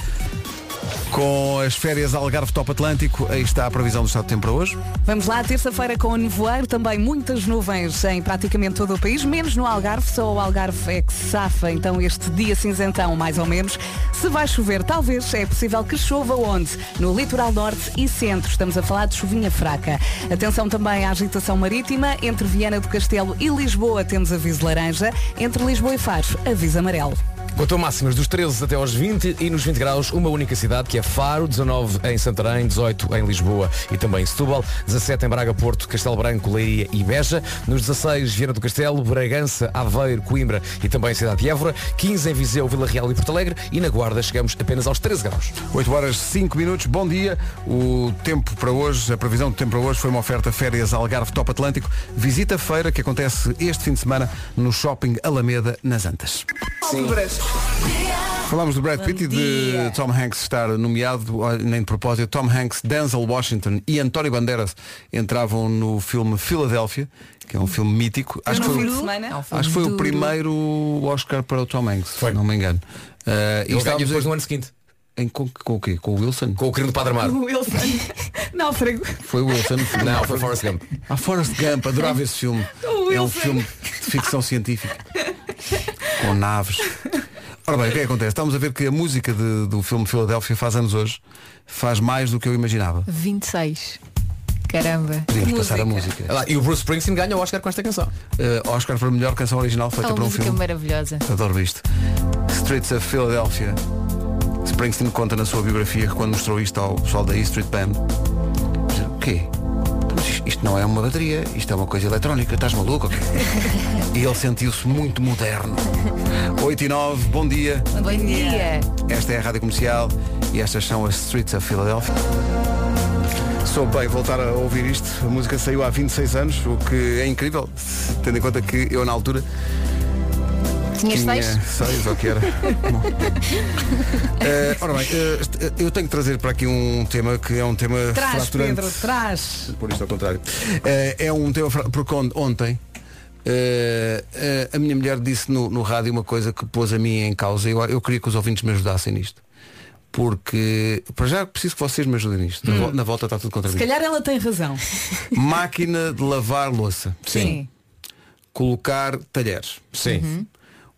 A: com as férias Algarve Top Atlântico, aí está a previsão do estado do tempo para hoje.
D: Vamos lá, terça-feira com o nevoeiro, também muitas nuvens em praticamente todo o país, menos no Algarve, só o Algarve é que se safa, então este dia cinzentão, mais ou menos. Se vai chover, talvez, é possível que chova onde? No litoral norte e centro, estamos a falar de chuvinha fraca. Atenção também à agitação marítima, entre Viana do Castelo e Lisboa temos aviso laranja, entre Lisboa e Faro, aviso amarelo.
G: Quanto a máximas dos 13 até aos 20 e nos 20 graus, uma única cidade que é Faro, 19 em Santarém, 18 em Lisboa e também em Setúbal, 17 em Braga, Porto, Castelo Branco, Leiria e Beja, nos 16 Viana do Castelo, Bragança, Aveiro, Coimbra e também Cidade de Évora, 15 em Viseu, Vila Real e Porto Alegre e na Guarda chegamos apenas aos 13 graus.
A: 8 horas 5 minutos, bom dia. O tempo para hoje, a previsão do tempo para hoje foi uma oferta férias Algarve Top Atlântico. Visita a feira que acontece este fim de semana no Shopping Alameda, nas Antas. Falámos do Brad Pitt e de Tom Hanks estar nomeado, olha, nem de propósito, Tom Hanks, Denzel Washington e António Banderas entravam no filme Filadélfia, que é um filme mítico.
D: Eu não
A: que foi,
D: vi de semana. É um filme
A: acho que foi o
D: duro.
A: primeiro Oscar para o Tom Hanks, se não me engano. Uh, e
G: Ele ganha
A: estávamos
G: depois
A: em-
G: no ano seguinte.
A: Em, com, com o quê? Com o Wilson?
G: Com o crime do Padre
D: O Wilson. Náufrago.
A: Foi o Wilson.
G: Não, foi Forrest Gump.
A: Ah, Forrest Gump, adorava esse filme.
D: O
A: É um
D: Wilson.
A: filme de ficção científica. Com naves. Ora bem, o que é que acontece? Estamos a ver que a música de- do filme Filadélfia faz anos hoje. Faz mais do que eu imaginava.
E: 26. Caramba.
A: Podíamos passar a música. Eh,
G: e o Bruce Springsteen ganha o Oscar com esta canção.
A: Oscar para a melhor canção original
E: É
A: feita
E: uma
A: para um
E: música
A: filme.
E: maravilhosa.
A: Adoro isto. Streets of Philadelphia. Springsteen conta na sua biografia que quando mostrou isto ao pessoal da E Street Band, disseram, o quê? Então, mas isto- Isto não é uma bateria, isto é uma coisa eletrónica, estás maluco? ou quê?" e ele sentiu-se muito moderno. 8 e 9, bom dia.
E: Bom dia.
A: Esta é a Rádio Comercial e estas são as Streets of Philadelphia. Sou bem voltar a ouvir isto. A música saiu há 26 anos, o que é incrível, tendo em conta que eu na altura
E: Tinhas
A: tinha
E: seis?
A: seis, ou que era. Bom. Eh, ora bem, eh, este- eh, eu tenho que trazer para aqui um tema que é um tema
D: Traz,
A: fraturante.
D: Pedro, traz.
A: Por isto ao contrário. Eh, é um tema fra- porque on- ontem eh, eh, a minha mulher disse no, no rádio uma coisa que pôs a mim em causa. Eu, eu queria que os ouvintes me ajudassem nisto. Porque para já preciso que vocês me ajudem nisto. Na,
D: Hum.
A: vol- na volta está tudo contra
D: Se
A: mim.
D: calhar ela tem razão.
A: Máquina de lavar louça.
D: Sim.
A: Colocar talheres. Sim.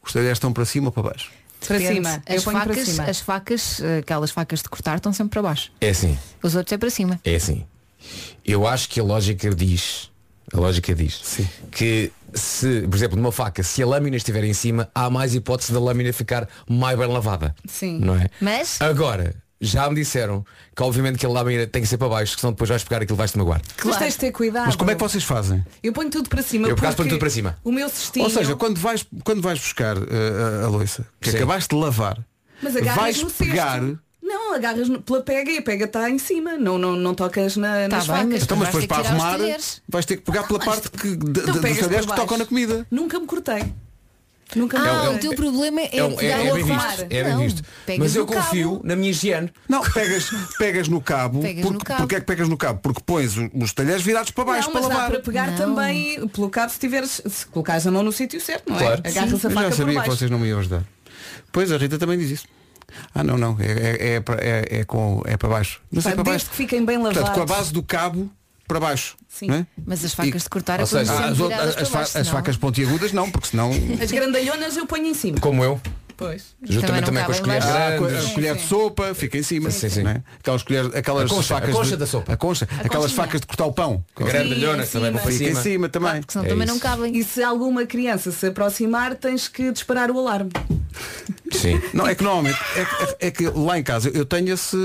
A: Os talheres estão para cima ou para baixo?
D: Para
E: Depende.
D: cima. Eu
E: As
D: ponho para
E: facas,
D: cima.
E: as facas, eh, aquelas facas de cortar estão sempre para baixo.
G: É assim.
E: Os outros é para cima.
G: É assim. Eu acho que a lógica diz, a lógica diz que se, por exemplo, numa faca, se a lâmina estiver em cima, há mais hipótese da lâmina ficar mais bem lavada.
D: Sim.
G: Não é?
E: Mas
G: Agora, já me disseram que obviamente que a lâmina tem que ser para baixo, que senão depois vais pegar aquilo vais-te magoar.
D: Mas tens de ter cuidado.
A: é que vocês fazem?
D: Eu ponho tudo para cima.
G: Eu, por acaso, ponho
D: porque
G: tudo para cima.
D: O meu cestinho.
A: Ou seja, quando vais, quando vais buscar eh, a, a louça, que acabaste de lavar,
D: mas agarras
A: vais
D: no
A: pegar.
D: cesto. Não, agarras no- pela pega e a pega está em cima. Não, não, não tocas
E: Tá
D: na, nas
A: Então,
D: facas.
A: mas depois para arrumar vais ter que pegar pela parte que, de, de,
D: Então
A: dos
D: pegas
A: talheres
D: por
A: que
D: baixo.
A: tocam na comida.
D: Nunca me cortei. Nunca me
E: Ah,
D: cortei.
E: o teu problema é,
G: É, um- é-
E: pegar
G: é
E: o
G: bem
E: lavar.
G: visto, é bem
E: Não,
G: visto.
E: pegas
G: Mas eu
E: no cabo.
G: confio na minha higiene.
A: Não, pegas, pegas no cabo.
E: Pegas
A: porque,
E: no cabo.
A: porque é que pegas no cabo? Porque pões o- os talheres virados para baixo
D: não,
A: para
D: mas dá
A: lavar.
D: para pegar também pelo cabo se tiveres, se colocares a mão no sítio certo, não é?
A: Claro.
D: Agarras a
A: Eu já
D: faca por
A: sabia que
D: baixo.
A: vocês não me iam ajudar. Pois a Rita também diz isso. Ah não, não, é, é, é, para- é, é com, é para baixo. Não sei
D: Pá,
A: para baixo.
D: desde que fiquem bem lavados.
A: Portanto, com a base do cabo para baixo.
D: Sim.
A: não é?
E: Mas as facas de cortar é
A: Ou seja,
E: quando
A: as,
E: são
A: outras-
E: viradas para
A: as fa-
E: baixo,
A: as
E: senão-
A: facas pontiagudas não, porque senão.
D: As grandalhonas eu ponho em cima.
G: Como eu.
D: Pois.
G: Justamente também, com as colheres
A: Ah, co-
G: grandes.
A: a colher de sopa fica em cima. né? Aquelas, colheres, aquelas
G: A concha,
A: facas.
G: a concha
A: de-
G: da sopa.
A: A concha,
G: A
A: aquelas
G: conchinha.
A: facas de cortar o pão.
G: A grandalhona
A: Fica em
G: também vai para
A: Fica em
G: cima. É
A: cima também.
E: Senão também não cabem.
D: E se alguma criança se aproximar, tens que disparar o alarme.
B: Sim.
A: Não, é que normalmente, é, que- é que lá em casa eu tenho esse,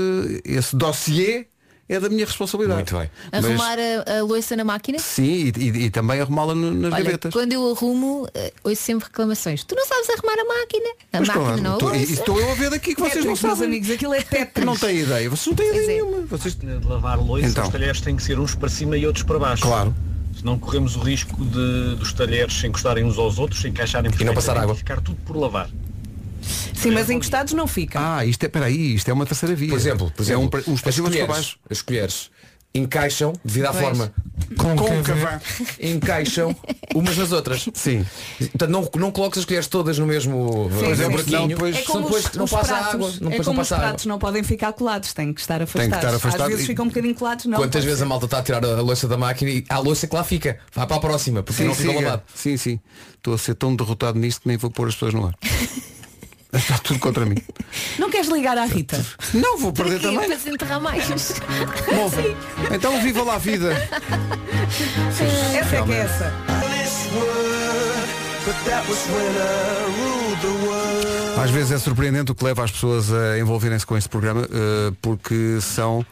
A: esse dossiê, é da minha responsabilidade. Muito bem.
E: Arrumar a, a louça na máquina?
A: Sim, e, e- e também arrumá-la no- nas
E: Olha,
A: gavetas.
E: quando eu arrumo, eh, ouço sempre reclamações. Tu não sabes arrumar a máquina. A
A: Mas
E: máquina
A: claro,
E: não a
A: estou-
E: louça.
A: isso estou eu a ver daqui que vocês não
D: Tetris, meus
A: sabem.
D: amigos, aquilo é Tetris. é.
A: Não têm ideia, vocês não têm ideia nenhuma. Vocês...
H: de lavar louça,
A: Então.
H: os talheres têm que ser uns para cima e outros para baixo.
A: Claro.
H: Senão corremos o risco de, dos talheres se encostarem uns aos outros, se encaixarem
A: E não passar
H: perfeitamente
A: água.
H: ficar tudo por lavar.
D: Sim, mas encostados não ficam.
A: Ah, isto é, peraí, isto é uma terceira via.
B: Por exemplo, por
A: é
B: exemplo
A: um, pra- uns
B: as,
A: passivos para
B: colheres,
A: baixo.
B: as colheres encaixam devido à
A: Pois.
B: forma
A: Côncava.
B: encaixam umas nas outras.
A: Sim.
B: Portanto, não, não coloques as colheres todas no mesmo.
A: Sim, sim, sim.
B: não,
D: é como os,
B: não
D: os
B: passa
D: pratos,
B: água. Não,
D: é
B: depois não
D: como
B: passa
D: os
B: água.
D: pratos não podem ficar colados, têm que estar
B: que
D: afastados.
B: estar afastado
D: Às vezes
B: e-
D: ficam um bocadinho colados, não.
B: Quantas
D: pode.
B: vezes a malta está a tirar a a louça da máquina e há a louça que lá fica. Vai para a próxima, porque não fica
A: sim,
B: lavado.
A: é. sim, sim. Estou a ser tão derrotado nisto que nem vou pôr as pessoas no ar. Está tudo contra mim.
D: Não queres ligar à Rita?
A: Não, vou perder
E: Para quê?
A: é, também.
E: Para se enterrar mais.
A: Bom, então viva lá a vida.
D: Essa é que é essa.
A: Às vezes é surpreendente o que leva as pessoas a envolverem-se com este programa, eh, porque são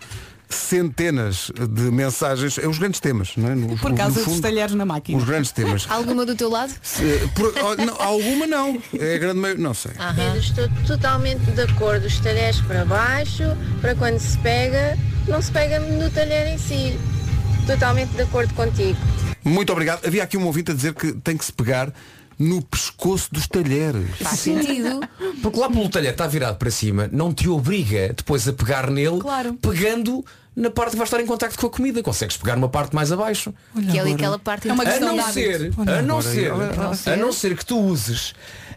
A: centenas de mensagens, é os grandes temas, não é? No-
D: Por
A: no
D: causa
A: fundo,
D: dos talheres na máquina.
A: os grandes temas.
E: Alguma do teu lado?
A: Eh, por- oh, não, alguma não, é a grande maioria, não sei.
M: Eu estou totalmente de acordo. Os talheres para baixo, para quando se pega, não se pega no talher em si. Totalmente de acordo contigo.
A: Muito obrigado. Havia aqui um ouvinte a dizer que tem que se pegar no pescoço dos talheres.
E: Faz sentido.
B: Porque lá pelo talher está virado para cima, não te obriga depois a pegar nele, pegando na parte que vai estar em contacto com a comida. Consegues pegar uma parte mais abaixo.
E: que é ali aquela parte
B: É uma
E: entre-
B: questão de hábito. a não ser, a não ser que tu uses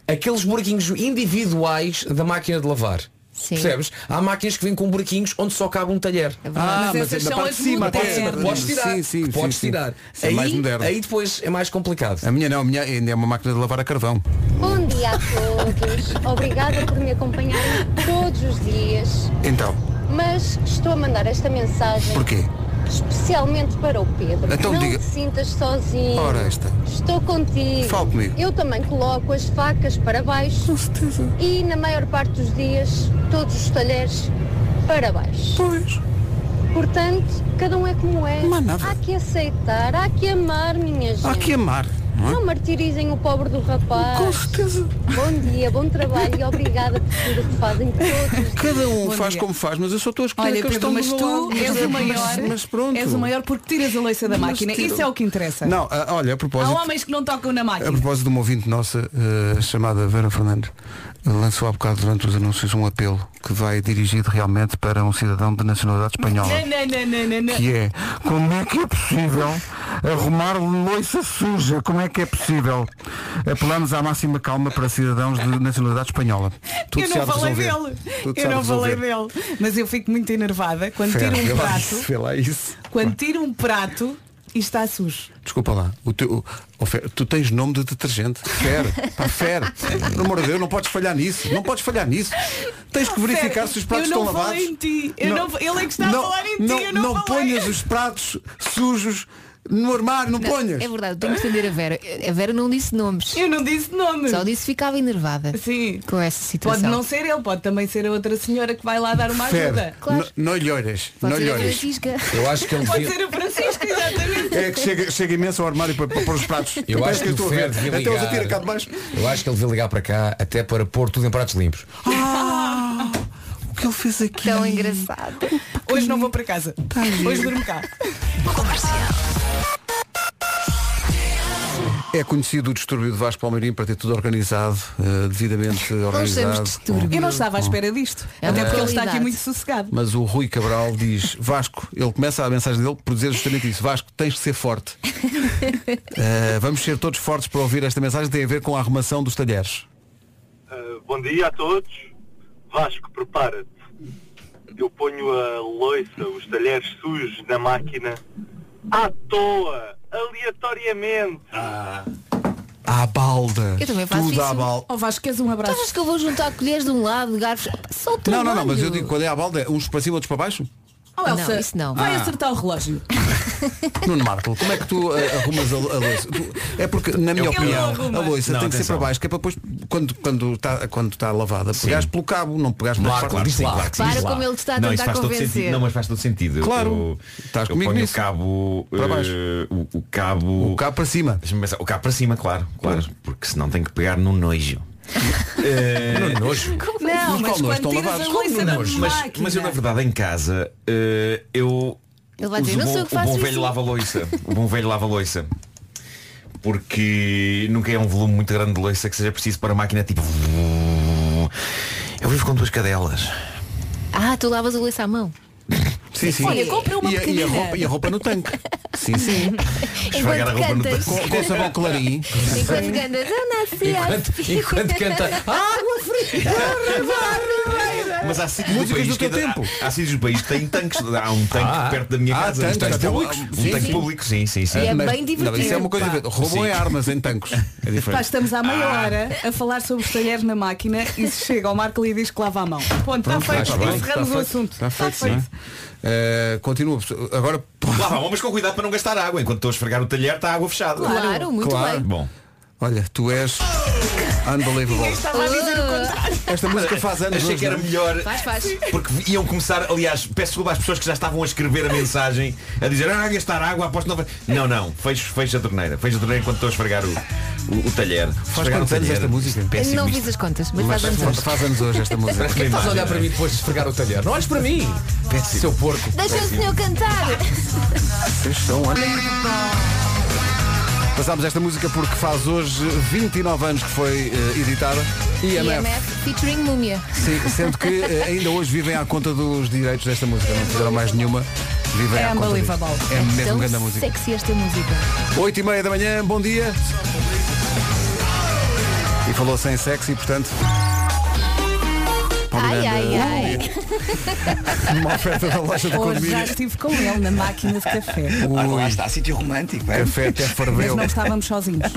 B: aqueles buraquinhos individuais da máquina de lavar.
E: Sim. É
B: Percebes? Há máquinas que vêm com buraquinhos onde só cabe um talher.
A: verdade. Mas essas são as
B: Podes,
A: modernas.
B: podes tirar.
A: Sim, sim,
B: podes
A: sim, sim.
B: tirar.
A: Isso é mais moderno.
B: aí depois é mais complicado.
A: A minha não, a minha ainda é uma máquina de lavar a carvão.
M: Bom dia a todos. Obrigada por me acompanharem todos os dias.
A: Então,
M: Mas estou a mandar esta mensagem
A: porquê?
M: especialmente para o Pedro.
A: Então
M: não
A: diga.
M: te sintas sozinho.
A: Ora, esta.
B: Hum.
M: Estou contigo.
A: Fale comigo.
M: Eu também coloco as facas para baixo. E na maior parte dos dias, todos os talheres para baixo.
A: Pois.
M: Portanto, cada um é como é.
A: Manava.
M: Há que aceitar, há que amar, minha gente.
A: Há que amar. não é?
M: Não martirizem o pobre do rapaz.
A: Com certeza.
M: Bom dia, bom trabalho e obrigada por tudo o que fazem todos.
A: Cada um
M: Bom
A: faz
M: dia.
A: como faz, mas eu só estou a escolher
D: Olha,
A: aqueles que
D: Pedro,
A: estão
D: mas
A: do
D: tu
A: meu lado.
D: és o
A: Mas- é
D: maior.
A: Mas pronto.
D: És o maior porque tiras a louça da
A: Mas
D: máquina.
A: tiro.
D: Isso é o que interessa.
A: Não, ah, olha, a
D: Há um
A: propósito.
D: homens que não tocam na
A: A
D: máquina.
A: propósito de uma ouvinte nossa, eh, chamada Vera Fernandes, eh, lançou há bocado durante os anúncios um apelo que vai dirigido realmente para um cidadão de nacionalidade espanhola.
D: Não, não, não, não, não, não.
A: Que é, como é que é possível arrumar louça suja? Como é que é possível? Apelamos à máxima calma para cidadãos de nacionalidade espanhola. Tudo
D: eu
A: se há
D: não
A: de
D: falei
A: resolver.
D: dele.
A: Tudo se
D: Eu
A: há de
D: não falei
A: resolver.
D: dele. Mas eu fico muito enervada quando tiro
A: Vera,
D: um
A: vê lá
D: prato.
A: isso, vê lá isso.
D: Quando tiro um prato e está sujo.
A: Desculpa lá, o teu, o- oh, Fer, tu tens nome de detergente. Fer, pá, Fer, pelo amor de Deus, não podes falhar nisso, não podes falhar nisso. Tens que verificar se os pratos
D: eu não
A: estão lavados.
D: falei em ti. Eu não- ele é que está a falar em ti,
A: Não,
D: eu não falei.
A: ponhas os pratos sujos no armário, não,
E: Não,
A: ponhas.
E: É verdade, tenho que defender a Vera. A Vera não disse nomes.
D: Eu não disse nomes.
E: Só disse que ficava enervada.
D: Sim.
E: Com essa situação.
D: Pode não ser ele, pode também ser a outra senhora que vai lá dar uma ajuda.
A: Fer, n- não lhe olhas,
D: Pode
A: não
D: ser
A: lhe
D: a
A: olhas.
D: Francisca.
B: Eu acho que
A: um
B: ele
D: Pode
B: devia-
D: ser a Francisca, exatamente.
A: É que chega, chega imenso ao armário para, para pôr os pratos.
B: Eu
A: Parece
B: acho que,
A: eu estou
B: o
A: a
B: Fer
A: ver.
B: devia
A: Até os
B: ligar.
A: atira cá de baixo.
B: Eu acho que ele devia ligar para cá até para pôr tudo em pratos limpos.
D: Ah,
A: o que ele fez aqui?
E: Tão engraçado.
D: Hoje não vou para casa. Hoje durmo cá.
A: É conhecido o distúrbio de Vasco Palmeirim para ter tudo organizado, eh, devidamente organizado.
D: Eu não estava à espera disto.
A: É
D: até
A: uma
D: porque ele está
A: qualidade.
D: aqui muito sossegado.
A: Mas o Rui Cabral diz, Vasco, ele começa a mensagem dele por dizer justamente isso, Vasco, tens de ser forte. Uh, vamos ser todos fortes para ouvir esta mensagem, tem a ver com a arrumação dos talheres.
N: Uh, bom dia a todos. Vasco, prepara-te. Eu ponho a loiça, os talheres sujos na máquina à toa, aleatoriamente.
A: À balda.
E: Eu também faço
A: Tudo
E: isso.
A: à balda.
D: Oh, Vasco, queres um abraço?
E: Tu achas que eu vou juntar colheres de um lado, garfos? Só o
A: Não, não,
E: trabalho.
A: é não, mas eu digo, quando é à balda, uns para cima, outros para baixo?
D: Oh, Elsa,
E: Não, isso não.
D: vai
A: Ah.
D: acertar o relógio.
A: Nuno Marco, como é que tu eh, arrumas a, a louça? Tu- é porque, na minha
N: Eu
A: opinião,
N: arrumo.
A: a louça
N: Não,
A: tem que ser
N: atenção.
A: para baixo, que é para depois, quando está quando tá, quando tá lavada, pegares pelo cabo, não pegares pela
N: Claro,
A: parte.
N: claro, sim, claro que sim.
E: Repara
N: Claro.
E: como ele te está a
N: não, isso
E: tentar
N: faz todo
E: convencer.
N: sentido. Não, mas faz todo sentido.
A: Claro.
N: Eu,
A: Estás
N: eu
A: comigo
N: ponho
A: nisso.
N: o cabo
A: Para
N: eh,
A: baixo.
N: o, o cabo. O
A: cabo para cima.
N: Deixa-me pensar. O cabo para cima, claro, claro. Porque senão tem que pegar no nojo. Eh,
G: No nojo?
D: Não, mas quando tiras a louça da
N: Mas, mas eu na
D: máquina.
N: verdade em casa eh, eu
D: Ele vai
N: uso
D: dizer,
N: o
D: "Não
N: bom,
D: sou eu que
N: o bom
D: faço
N: velho
D: isso."
N: lava loiça. O bom velho lava loiça. Porque nunca é um volume muito grande de loiça que seja preciso para a máquina tipo. Eu vivo com duas cadelas.
E: Ah, tu lavas o lenço à mão.
A: Sim, sim.
E: Olha, compra uma
A: e, a- e, a
E: pequenina.
A: roupa, e a roupa no tanque. Sim, sim.
E: Esfregar a Enquanto roupa no cantas. tanque.
A: Com, com sabão clarim.
E: Enquanto cantas, eu nasci assim.
J: Água fria!
N: Mas há sítios
A: Músicas
N: do país
A: do teu
N: que ainda-
A: tempo.
N: Há, há sítios do país que têm tanques. Há um tanque
A: Ah,
N: perto da minha
A: há
N: casa.
A: tanques,
N: um tanque
A: há
N: público.
A: tanques.
N: Um
A: Sim,
N: tanque
A: sim.
N: público, sim, sim, sim.
E: E é
A: Mas-
E: bem divertido,
A: Não, isso é uma coisa
E: pá.
A: diferente. Roubam
N: Sim.
A: é armas em tanques. É
D: Pá,
A: diferente.
D: estamos há meia
A: Ah.
D: hora a falar sobre os talheres na máquina e se chega ao Marco e diz que lava a mão. Ponto, está
A: Pronto,
D: feito.
A: está bem, está
D: Encerramos o
A: Tá feito,
D: assunto.
A: Está
D: Está
A: feito,
E: Tá
D: feito.
A: não é? Eh, Continua. pessoal. Agora.
N: Lá vão, mas com cuidado para não gastar água. Enquanto estou a esfregar o talher, está a água fechada.
E: Claro, muito
A: Claro.
E: bem.
N: Bom.
A: Olha, tu és unbelievable.
E: Uh.
A: Esta música faz anos.
N: Achei
A: hoje,
N: que era
A: não é?
N: melhor.
E: Faz, faz.
N: Porque iam começar, aliás, peço desculpa às pessoas que já estavam a escrever a mensagem, a dizer, ah, gastar água, aposto que não vai. Não, não, fecho, fecho a torneira. Fecho a torneira enquanto estou a esfregar o, o, o talher.
A: Faz quantos anos esta música?
N: Péssimo
E: não
N: isto.
E: fiz as contas, mas,
A: Mas
E: faz anos hoje.
A: faz anos hoje esta música.
N: Parece uma
G: Estás a
N: imagem,
G: olhar para
N: não é?
G: mim depois de esfregar o talher. Não olhes para mim! Seu porco.
E: Deixa o senhor cantar.
A: Vocês são Passámos esta música porque faz hoje 29 anos que foi eh, editada. IMF.
E: IMF featuring múmia.
A: Sim, sendo que eh, ainda hoje vivem à conta dos direitos desta música. Não fizeram mais nenhuma. Vivem
E: É
A: à conta disto.
E: unbelievable. Então,
A: É mesmo
E: Tão
A: grande a música.
E: sexy esta música.
A: 8 e meia da manhã, bom dia. E falou sem sexo e portanto. Paulo
E: Ai,
A: Miranda,
E: ai, ai.
A: Uma oferta da loja do
D: Hoje já
A: condomínio.
D: estive com ele na máquina de café.
A: Ui.
C: Lá está, sítio romântico. é?
A: Café até
D: Mas
A: ferveu.
D: não estávamos sozinhos.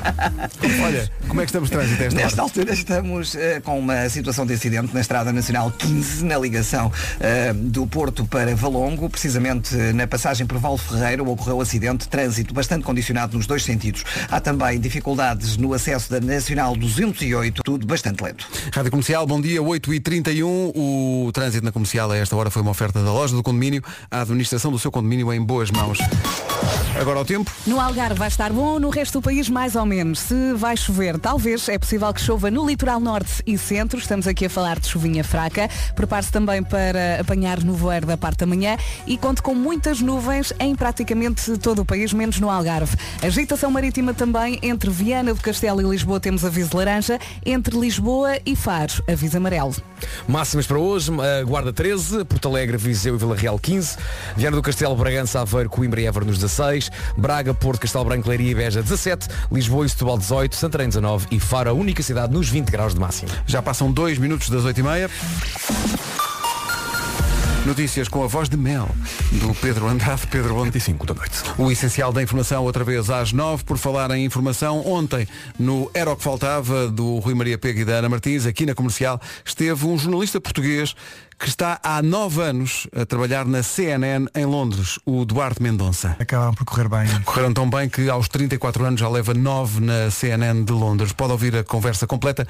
A: Olha, como é que estamos de trânsito a esta
C: Nesta
A: hora?
C: altura estamos eh, com uma situação de acidente na Estrada Nacional 15, na ligação eh, do Porto para Valongo, precisamente eh, na passagem por Val Ferreira ocorreu acidente, trânsito bastante condicionado nos dois sentidos. Há também dificuldades no acesso da Nacional 208, tudo bastante lento.
A: Rádio Comercial, bom dia, 8h31. O trânsito na comercial a esta hora foi uma oferta da loja do condomínio, a administração do seu condomínio em boas mãos. Agora ao tempo.
D: No Algarve vai estar bom, no resto do país mais ou menos. Se vai chover, talvez é possível que chova no litoral norte e centro. Estamos aqui a falar de chuvinha fraca. Prepare-se também para apanhar nevoeiro da parte da manhã e conte com muitas nuvens em praticamente todo o país, menos no Algarve. Agitação marítima também entre Viana do Castelo e Lisboa temos aviso laranja, entre Lisboa e Faro, aviso amarelo.
G: Máximas para hoje, eh, Guarda 13, Porto Alegre, Viseu e Vila Real 15, Viana do Castelo, Bragança, Aveiro, Coimbra e Évora nos 16, Braga, Porto, Castelo Branco, Leiria e Beja 17, Lisboa e Setúbal 18, Santarém 19 e Faro, a única cidade nos 20 graus de máximo.
A: Já passam dois minutos das 8h30. Notícias com a voz de mel do Pedro Andrade. Pedro, bom
H: 25 da noite.
A: O essencial da informação, outra vez às nove, por falar em informação, ontem, no Era o que Faltava, do Rui Maria Pego e da Ana Martins, aqui na comercial, esteve um jornalista português que está há nove anos a trabalhar na CNN em Londres, o Duarte Mendonça.
O: Acabaram por correr bem.
A: Correram tão bem que aos 34 anos já leva 9 na CNN de Londres. Pode ouvir a conversa completa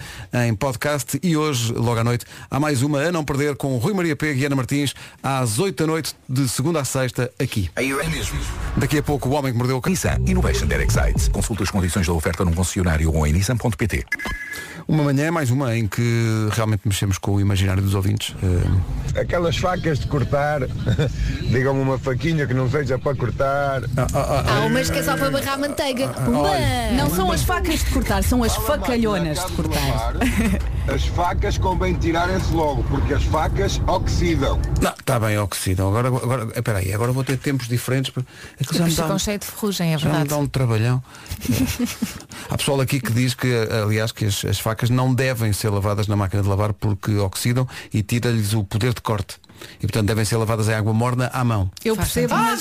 A: em podcast e hoje, logo à noite, há mais uma a não perder com Rui Maria Pego e Ana Martins às 8 da noite, de segunda à sexta, aqui. Daqui a pouco o homem que mordeu o
I: Nissan Innovation Direct Sites. Consulta as condições da oferta num concessionário ou em nissan.pt.
A: Uma manhã é mais uma em que realmente mexemos com o imaginário dos ouvintes. Eh,
P: Aquelas facas de cortar, digam-me uma faquinha que não seja para cortar.
A: Ah,
D: Ah,
E: Há umas que é só para barrar a manteiga. Pumba!
D: Não são as facas de cortar, são as facalhonas de cortar.
P: As facas convém tirarem-se logo, porque as facas oxidam.
A: Não, está bem oxidam. Agora, agora, espera aí, agora vou ter tempos diferentes. Para... Aquilo já me
E: Depois
A: dá um-
E: ficam cheio de ferrugem, é
A: Já me
E: verdade.
A: dá um trabalhão. Há pessoal aqui que diz que, aliás, que as, as facas não devem ser lavadas na máquina de lavar porque oxidam e tira-lhes o poder de corte. E portanto devem ser lavadas em água morna à mão.
D: Eu percebo, mas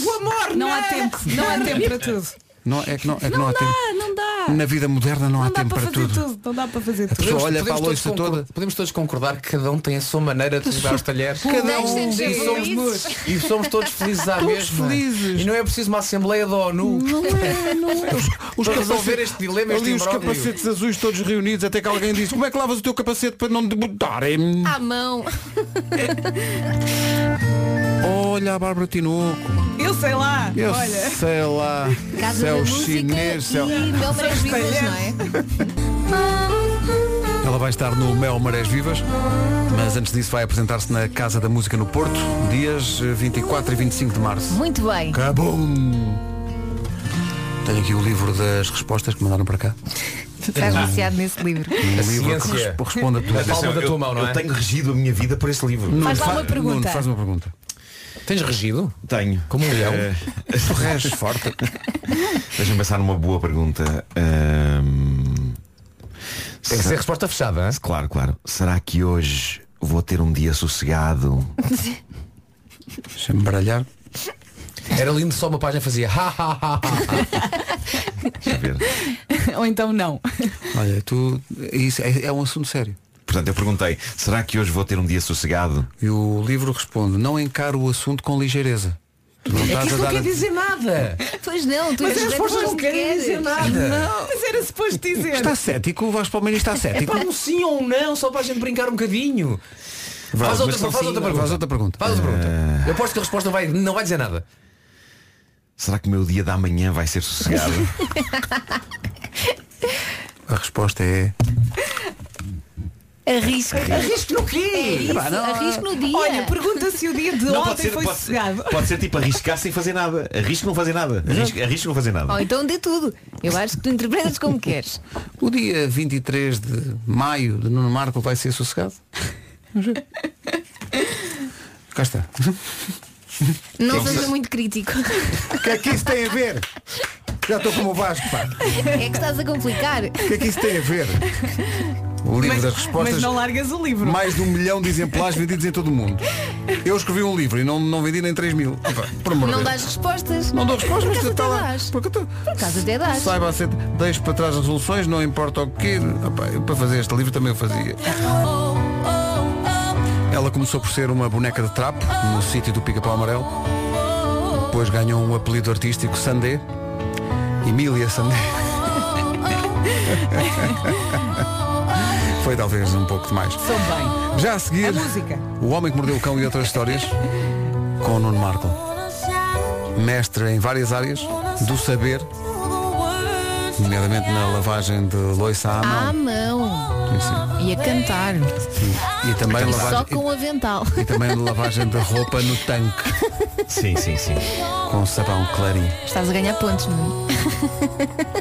D: não há tempo, não há tempo para tudo.
A: Não, é que não, é que
D: Não
A: não há
D: dá,
A: tempo.
D: não dá. dá.
A: Na vida moderna não, há
D: Não dá
A: tempo
D: para
A: para,
D: fazer
A: tudo.
D: tudo. Não dá para fazer tudo.
A: pessoa olha para a
B: todos
A: louça toda.
B: concor- Podemos todos concordar que cada um tem a sua maneira de usar os talheres.
D: Cada um.
B: E
D: Deixem de ser
B: somos,
D: felizes.
B: e somos todos felizes à
D: Todos
B: mesma. E não é preciso uma Assembleia da ONU.
D: Não é, não é. Os-
B: Os
A: Para
B: resolver
A: capacete-
B: este dilema, este
A: Ali os
B: imbróglio.
A: capacetes azuis todos reunidos até que alguém diz como é que lavas o teu capacete para não é- debutarem?
E: À mão.
A: Olha a Bárbara Tinoco.
D: Eu sei lá.
A: Eu
D: Olha.
A: sei lá.
D: Casa
A: Se é
D: da
A: o
D: Música
A: chinês, se é o-
E: E Mel Marés Vivas, não é?
A: Ela vai estar no Mel Marés Vivas, mas antes disso vai apresentar-se na Casa da Música no Porto, dias eh, 24 e 25 de março.
E: Muito bem.
A: Cabum! Tenho aqui o livro das respostas que mandaram para cá.
E: Estás viciado nesse livro.
A: Um
N: A
A: livro que
N: ciência.
A: res- responde a tudo.
N: Atenção, eu- Eu tenho regido a minha vida por esse livro.
A: Nuno,
E: Faz um- lá
A: fa-
E: uma pergunta.
A: Nuno, é? faz uma pergunta.
B: Tens regido?
N: Tenho.
B: Como um leão?
N: Eh,
A: Tu reges forte.
N: Deixa-me pensar numa boa pergunta. Ahm,
B: Tem que
N: se-
B: ser resposta fechada. hein?
N: Claro, claro. Será que hoje vou ter um dia sossegado?
A: Deixa-me baralhar.
B: Era lindo só uma página fazia. Ha, ha, ha, ha.
N: Deixa eu ver.
D: Ou então não.
A: Olha, tu. Isso é, é um assunto sério.
N: Portanto, eu perguntei, será que hoje vou ter um dia sossegado?
A: E o livro responde, não encaro o assunto com ligeireza. Tu
B: É
A: não
B: que
A: estás a
B: isso não
A: dar.
B: quer dizer nada.
E: Pois não, tu
B: Mas
E: és
B: as respostas não querem dizer nada.
D: Mas era suposto dizer.
A: Está cético, o Vasco Palmeiras está
B: É
A: cético.
B: para um sim ou um não, só para a gente brincar um bocadinho.
A: Vá,
B: faz, outra,
A: mas são
B: faz,
A: sim,
B: outra
A: não.
B: pergunta.
A: Faz outra pergunta. É.
B: Faz
N: Ah,
B: outra pergunta. Eu aposto que a resposta vai, não vai dizer nada.
N: Será que o meu dia da manhã vai ser sossegado?
A: A resposta é.
E: Arrisco.
B: Arrisco no
D: É
B: quê?
E: Isso, arrisco no dia.
D: Olha, pergunta se o dia de
N: Não,
D: ontem foi
N: pode,
D: sossegado.
N: ser, pode ser tipo arriscar sem fazer nada. Arrisco não fazer nada. Arrisco, arrisco não fazer
E: Ou
N: nada.
E: então dê tudo. Eu acho que tu interpretas como queres.
A: O dia 23 de maio de Nuno Marco vai ser sossegado? Vamos ver. Cá está. é
E: Não
N: Sim.
E: seja muito crítico.
A: O que é que isso tem a ver? Já estou como o Vasco, pá.
E: É que estás a complicar.
A: O que é que isso tem a ver? O livro
D: Mas,
A: das respostas.
D: mas não largas o livro.
A: Mais de um milhão de exemplares vendidos em todo o mundo. Eu escrevi um livro e não, não vendi nem 3 mil. Opa, por amor de
E: Não
A: Deus.
E: dás respostas.
A: Não dou resposta,
E: Por
A: mas
E: acaso
A: está
E: até
A: lá.
E: dás.
A: Porque eu tô-
E: Por acaso até dás.
A: Saiba a ser, deixo para trás resoluções, não importa o quê. Opa, eu para fazer este livro também o fazia. Ela começou por ser uma boneca de trapo no sítio do Pica-Pau Amarelo. Depois ganhou um apelido artístico Sandé. Emília Sandé. Foi talvez um pouco demais.
D: São bem.
A: Já a seguir,
D: A música.
A: O Homem que Mordeu o Cão e outras histórias com o Nuno Marco. Mestre em várias áreas do saber, nomeadamente na lavagem de loiça à
E: À
A: mão
E: mão. E a cantar.
A: e também
E: E só
A: lavagem
E: com o avental.
A: e também lavagem de roupa no tanque
N: Sim, sim, sim.
A: com sabão clarinho.
E: Estás a ganhar pontos, não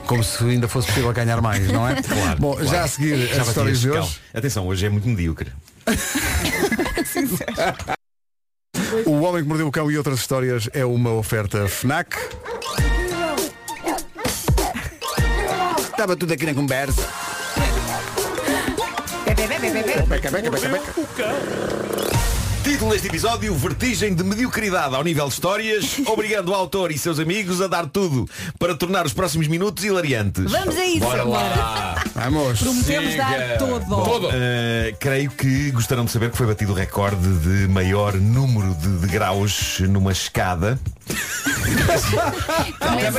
A: Como se ainda fosse possível ganhar mais, não é?
N: Claro,
A: Bom,
N: claro.
A: já a seguir
N: Já
A: as
N: bati
A: histórias
N: este
A: de
N: cal.
A: hoje.
N: Atenção, hoje é muito medíocre.
A: O Homem que Mordeu o Cão e outras histórias é uma oferta FNAC. Estava tudo aqui na conversa.
N: Título deste episódio, Vertigem de Mediocridade ao nível de histórias, obrigando o autor e seus amigos a dar tudo para tornar os próximos minutos hilariantes.
E: Vamos a isso.
N: Bora lá!
A: Vamos.
D: Prometemos dar todo.
N: Uh, creio que gostarão de saber que foi batido o recorde de maior número de degraus numa escada.
E: Começou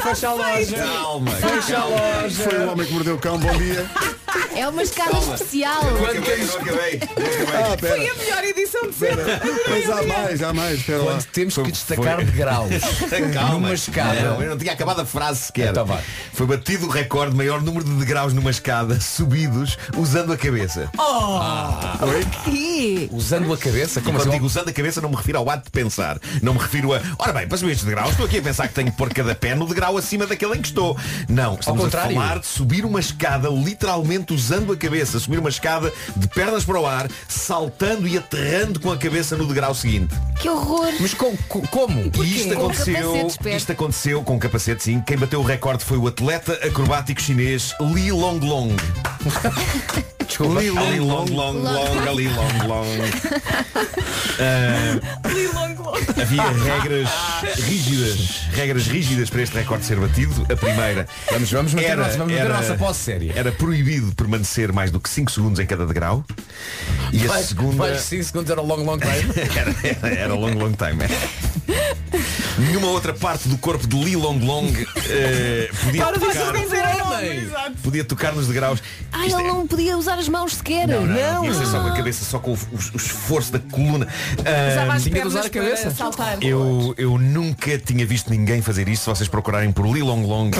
A: fecha a loja.
N: Calma!
A: Fecha a loja. Foi o Homem que Mordeu o Cão, bom dia.
E: bem. É uma escada especial.
N: Não acabei, não acabei.
A: Ah, pera.
D: Foi a melhor edição de sempre.
A: Mas há mais, há mais, espera lá.
B: Quando temos que destacar degraus.
N: Calma.
B: Numa escada.
N: Não, eu não tinha acabado a frase sequer.
B: Então vai.
N: Foi batido o recorde maior número de degraus numa escada subidos usando a cabeça.
E: Sim.
B: Usando a cabeça,
N: E
B: como
N: quando
B: assim?
N: digo usando a cabeça não me refiro ao ato de pensar Não me refiro a Ora bem, para subir estes degraus Estou aqui a pensar que tenho que pôr cada pé no degrau acima daquele em que estou Não, estamos a
B: contrário.
N: falar de subir uma escada Literalmente usando a cabeça Subir uma escada de pernas para o ar Saltando e aterrando com a cabeça no degrau seguinte
E: Que horror.
B: Mas com- com- um como?
N: E isto
E: Com
N: aconteceu,
E: capacete, espero.
N: isto aconteceu com um capacete sim Quem bateu o recorde foi o atleta acrobático chinês Li Longlong
A: Li
N: Ali
A: Long
N: long, long, long, ali long, long. Ah,
J: longo.
N: Havia regras rígidas, regras rígidas para este recorde ser batido. A primeira,
G: vamos, vamos manter a nossa- vamos manter a nossa posse
N: séria. Era proibido permanecer mais do que 5 segundos em cada degrau. E a
G: Mais-
N: segunda
G: mais cinco segundos era long, long time.
N: era, era, era long, long time. é. Nenhuma outra parte do corpo de Lee Long Long eh, podia,
J: Para vocês
N: tocar,
J: não verem a mão, exato.
N: podia tocar nos degraus.
E: Ai, ele não podia usar as mãos sequer. Não.
N: Tinha que ser é só com a cabeça, só com o, o- o esforço da coluna.
E: Usava
N: Ah,
E: as pernas para saltar.
N: Eu, eu nunca tinha visto ninguém fazer isto. Se vocês procurarem por Lee Long Long.